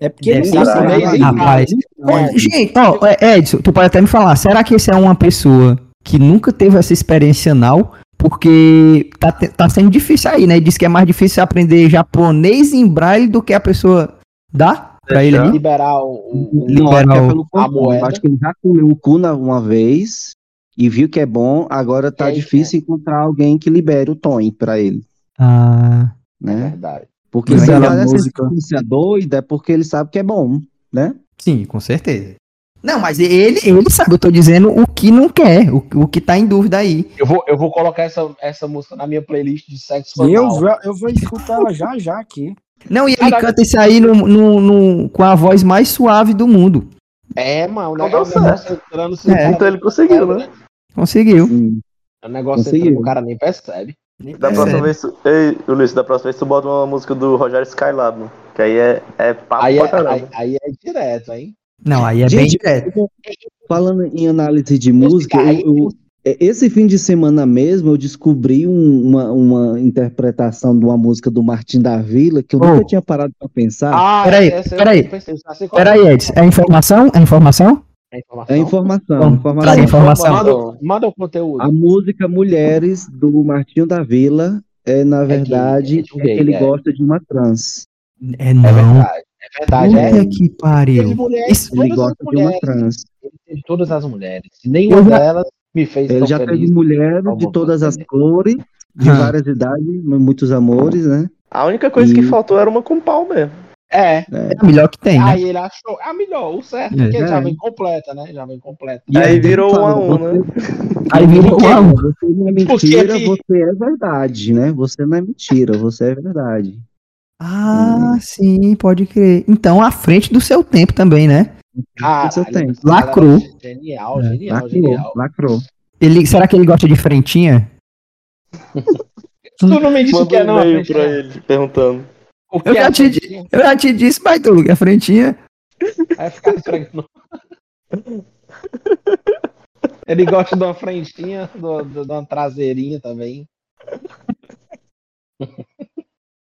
S3: É porque
S1: Deve
S3: ele
S1: ser
S3: não
S1: isso,
S3: sabe.
S1: né, rapaz. Olha, Gente, ó, é, Edson, tu pode até me falar, será que esse é uma pessoa que nunca teve essa experiência anal? Porque tá, te- tá sendo difícil aí, né? Diz que é mais difícil aprender japonês em braille do que a pessoa dá pra ele ali.
S4: Liberar o. o-
S5: Liberal.
S1: Liberal.
S5: pelo
S4: A
S5: contrário,
S4: moeda.
S5: eu acho que ele já comeu o cu na- uma vez e viu que é bom, agora tá
S4: É,
S5: difícil encontrar alguém que libere o Tony pra ele,
S1: Ah,
S5: né?
S4: é Verdade.
S5: Porque
S1: Mas
S5: se ele
S1: ela
S5: tá nessa
S1: música.
S5: experiência doida é porque ele sabe que é bom, né?
S1: sim, com certeza. Não, mas ele, ele sabe, eu tô dizendo o que não quer, o, o que tá em dúvida aí.
S4: Eu vou, eu vou colocar essa, essa música na minha playlist de sexo
S3: Eu,
S4: anal.
S3: vou- eu vou escutar ela já já aqui.
S1: Não, e ele
S4: Caraca.
S1: canta isso aí no, no- no- com a voz mais suave do mundo.
S4: É, mano, né?
S2: Não deu
S4: é um negócio entrando assim,
S1: É.
S2: Então ele conseguiu, né?
S1: Conseguiu.
S4: É um negócio
S5: Conseguiu.
S4: entrando que o cara nem percebe.
S2: Da
S1: É.
S2: próxima vez, tu... Ei, Ulisses, da próxima vez tu bota uma música do Rogério Skylab, mano. Que aí é, é papo
S4: Aí é,
S2: pra caramba.
S4: aí, aí é direto, hein?
S1: Não, aí é bem
S5: Gente,
S1: direto.
S5: Falando em análise de música,
S4: aí-
S5: eu- eu- é, esse fim de semana mesmo eu descobri um- uma, uma interpretação de uma música do Martim da Vila que eu
S1: Oh.
S5: nunca tinha parado pra pensar.
S4: Ah,
S1: peraí,
S4: essa eu
S1: peraí.
S4: pensei, já sei qual é.
S1: Peraí, Edson, é informação? É informação?
S4: É informação?
S5: é Ah, informação,
S1: Bom,
S5: informação.
S1: traga informação.
S4: Manda, manda o conteúdo.
S5: A música Mulheres do Martinho da Vila é, na verdade,
S4: é de um
S5: é
S4: gay,
S5: que ele
S4: é.
S5: gosta de uma trans.
S1: É
S4: É
S1: não.
S4: verdade. É verdade, é.
S1: Puta que
S4: Teve
S1: pariu.
S4: mulheres,
S1: Isso,
S5: Ele
S4: todas as
S5: gosta de uma
S4: mulheres,
S5: trans.
S4: ele teve todas as mulheres. E nenhuma
S1: Eu já-
S4: delas me fez
S5: Ele
S4: tão
S5: já
S4: feliz.
S5: teve mulheres de
S4: Alguma
S5: todas
S4: coisa assim.
S5: as
S4: dele.
S5: cores, de
S1: Ah.
S5: várias idades, muitos amores, né?
S2: A única coisa que
S5: E-
S2: faltou era uma com pau mesmo.
S4: É,
S1: É a melhor que tem, né?
S4: aí ele achou. Ah, melhor, o certo,
S1: É,
S4: porque
S5: é.
S4: já vem completa, né? Já vem completa.
S1: E
S2: aí
S1: aí
S2: virou um a
S5: fala,
S2: um, né?
S1: Aí virou
S5: Porque
S1: uma-
S5: Você não é
S4: Porque
S5: mentira,
S4: ele-
S5: você é verdade, né? Você não é mentira, você é verdade.
S1: Ah, sim, pode crer. Então, à frente do seu tempo também, né?
S4: Caralho,
S5: Isso eu tenho.
S4: esse cara
S1: Lacrou.
S4: é Genial, genial, genial.
S5: lacrou.
S1: Ele, será que ele gosta de frentinha?
S4: Tu não me disse o que
S2: Manda
S4: é,
S2: um
S4: não,
S2: e-mail
S4: gente.
S2: pra ele, perguntando.
S4: O que
S1: Eu
S4: é,
S1: já te
S4: gente?
S1: Eu já te disse, mas tu, a frentinha.
S4: Aí ficar estranho. Ele gosta de uma frentinha, do- do- de uma traseirinha também.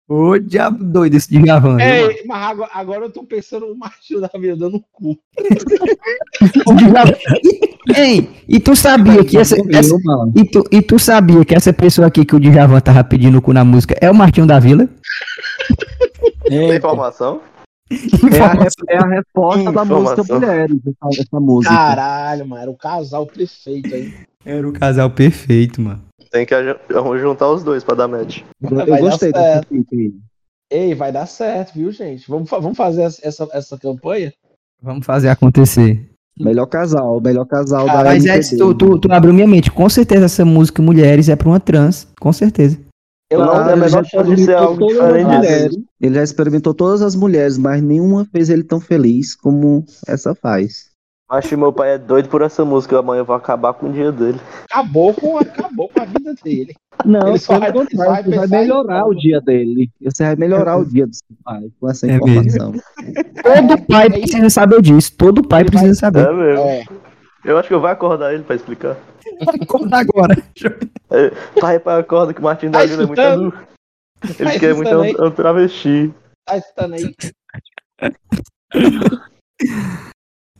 S1: Ô, diabo doido esse Djavan. viu, mano?
S4: É, mas agora, agora eu tô pensando no macho da vida dando um cu.
S1: O Djavan- Hein, e tu sabia que essa... essa-
S5: Eu, mano.
S1: E tu, e tu sabia que essa pessoa aqui que o Djavan tava pedindo o cu na música é o Martinho da Vila?
S2: Tem informação?
S5: É a, re- é a resposta da
S2: Informação.
S5: música Mulheres, essa, essa música.
S4: Caralho, mano, era o casal perfeito, hein?
S1: Era o casal perfeito, mano.
S2: Tem que aju- juntar os dois pra dar match.
S5: eu eu
S4: Vai dar
S5: gostei dessa
S4: certo.
S5: música aí.
S4: Ei, vai dar certo, viu, gente? Vamos, fa- vamos fazer essa, essa, essa campanha?
S1: Vamos fazer acontecer.
S5: Melhor casal, melhor casal
S4: Ah,
S5: da
S1: Mas
S4: é
S5: MPB.
S1: Edson, tu, tu, tu abriu minha mente. Com certeza essa música Mulheres é pra uma trans. Com certeza.
S4: Eu
S2: Não,
S4: não,
S2: não,
S5: Claro,
S2: é a
S5: ele, já
S2: menor chance de ser
S5: experimentou
S2: algo
S5: todas as
S2: diferente.
S5: mulheres. ele já experimentou todas as mulheres, mas nenhuma fez ele tão feliz como essa faz.
S2: Acho que meu pai é doido por essa música. Amanhã eu vou acabar com o dia dele.
S4: acabou, com, acabou com a vida dele.
S5: Não,
S4: Ele só
S5: pelo
S4: vai-
S5: contrário,
S4: vai
S5: você vai
S4: pensar em
S5: melhorar
S4: como.
S5: o dia dele. É. Você vai melhorar o dia do seu pai com essa
S1: É
S5: informação.
S1: Todo pai precisa saber disso. Todo pai precisa saber.
S2: É mesmo.
S4: É,
S2: Eu acho que eu vou acordar ele pra explicar. Tá
S1: Acorda agora.
S2: Pai, pai, acorda que o Martin da Vila é muito.
S4: escutando?
S2: Ele
S4: Tá
S2: quer muito
S4: escutando aí?
S2: um, um travesti.
S4: Tá escutando aí?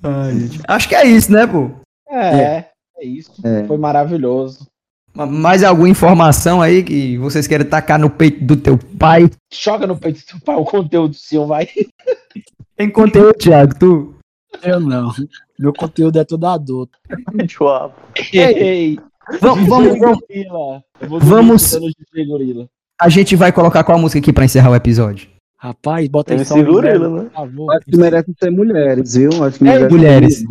S1: Ai, gente. Acho que é isso, né, pô?
S4: É, é, isso.
S1: É.
S4: Foi maravilhoso.
S1: Ma- Mais alguma informação aí que vocês querem tacar no peito do teu pai?
S4: Joga no peito do pau o conteúdo seu, vai.
S1: Tem conteúdo, Thiago, tu?
S3: Eu não. Meu conteúdo é todo adulto.
S2: Chuapa.
S4: Ei,
S1: Vamos, vamos, vamos. Vamos.
S4: Vamos. Gorila.
S1: A gente vai colocar qual música aqui pra encerrar o episódio?
S3: Rapaz, bota
S1: Ele
S3: aí só um
S4: né?
S1: segura
S3: inverno,
S2: né?
S1: ele,
S3: por favor.
S5: Acho que merece ser mulheres, viu? Acho que
S3: É,
S5: merece
S1: mulheres.
S5: ser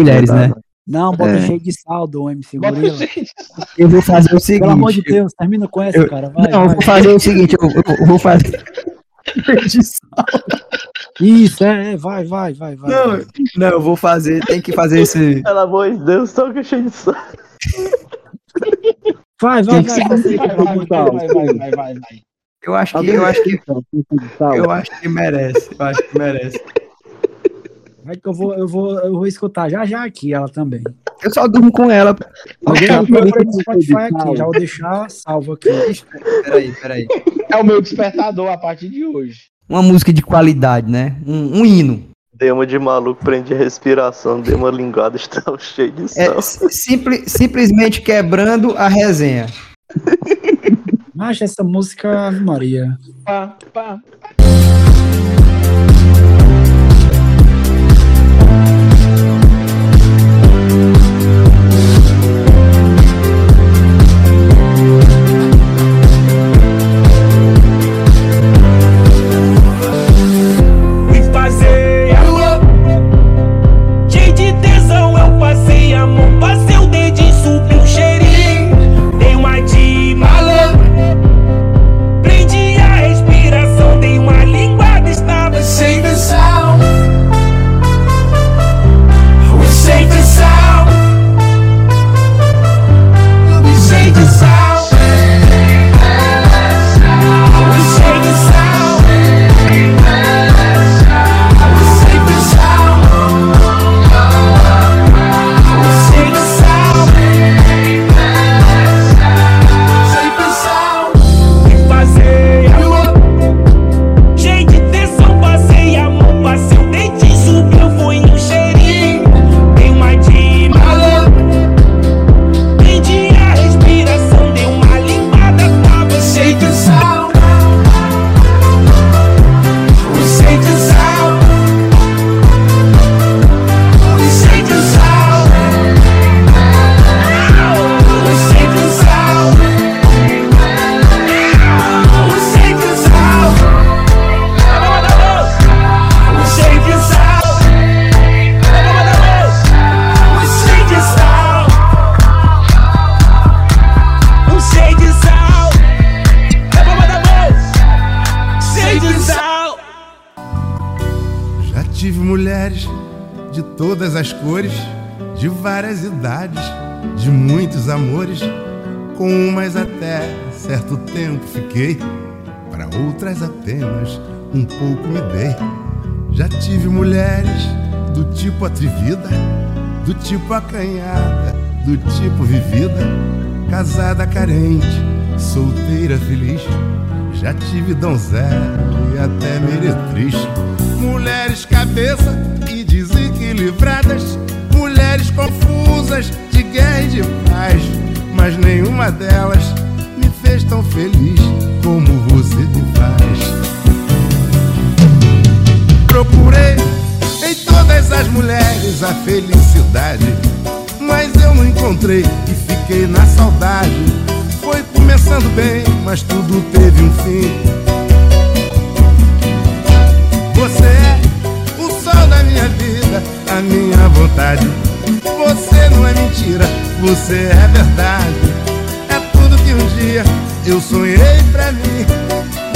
S1: Mulheres, né?
S3: Não, bota
S5: É.
S3: cheio de saldo, o MC Gorila.
S1: Eu vou fazer o seguinte.
S3: Pelo amor de Deus, termina com essa,
S1: eu-
S3: cara. Vai,
S1: não, eu
S3: vai.
S1: vou fazer o seguinte, eu, eu- eu vou fazer.
S3: Isso, é, é, vai, vai, vai, vai.
S1: Não, não, eu vou fazer, tem que fazer esse.
S2: Pelo amor de Deus, toca cheio de sangue.
S3: Vai,
S1: vai,
S3: vai, vai.
S1: vai, você
S4: Vai, vai, vai, vai, vai, vai, vai.
S1: Eu acho que,
S5: Alguém
S1: eu acho que,
S5: Então, Saldo.
S1: eu acho que merece, eu acho que merece.
S3: Vai que eu vou, eu vou, eu vou escutar já já aqui ela também.
S1: Eu só durmo com ela.
S3: Alguém já
S1: Meu-
S3: colocou no Spotify aqui, já vou deixar salvo aqui.
S1: Peraí, peraí.
S4: É o meu despertador a partir de hoje.
S1: Uma música de qualidade, né? Um, um hino.
S2: Demo de maluco, prende a respiração, deu uma linguada, está cheio de
S1: É,
S2: sal.
S1: si- simple- simplesmente quebrando a resenha.
S3: Mas essa música, Ave Maria.
S4: Pá, pá.
S6: e fazer amor. Cheio de tesão eu passei amor, passei o dedinho, subi um cheirinho. Dei uma de malandro, prendi a respiração, dei uma linguada, estava sem tensão. Sem tensão, sem tensão, sem tensão. Sem tensão, sem tensão.
S12: Já tive mulheres de todas as cores, de várias idades, de muitos amores. Com umas até certo tempo fiquei, para outras apenas um pouco me dei. Já tive mulheres do tipo atrevida, do tipo acanhada, do tipo vivida, casada carente, solteira feliz. Já tive donzela e até meretriz. Mulheres cabeça e desequilibradas, mulheres confusas de guerra e de paz, mas nenhuma delas me fez tão feliz como você me faz. Procurei em todas as mulheres a felicidade, mas eu não encontrei e fiquei na saudade. Foi começando bem, mas tudo teve um fim. Você é o sol da minha vida, a minha vontade. Você não é mentira, você é verdade. É tudo que um dia eu sonhei pra mim.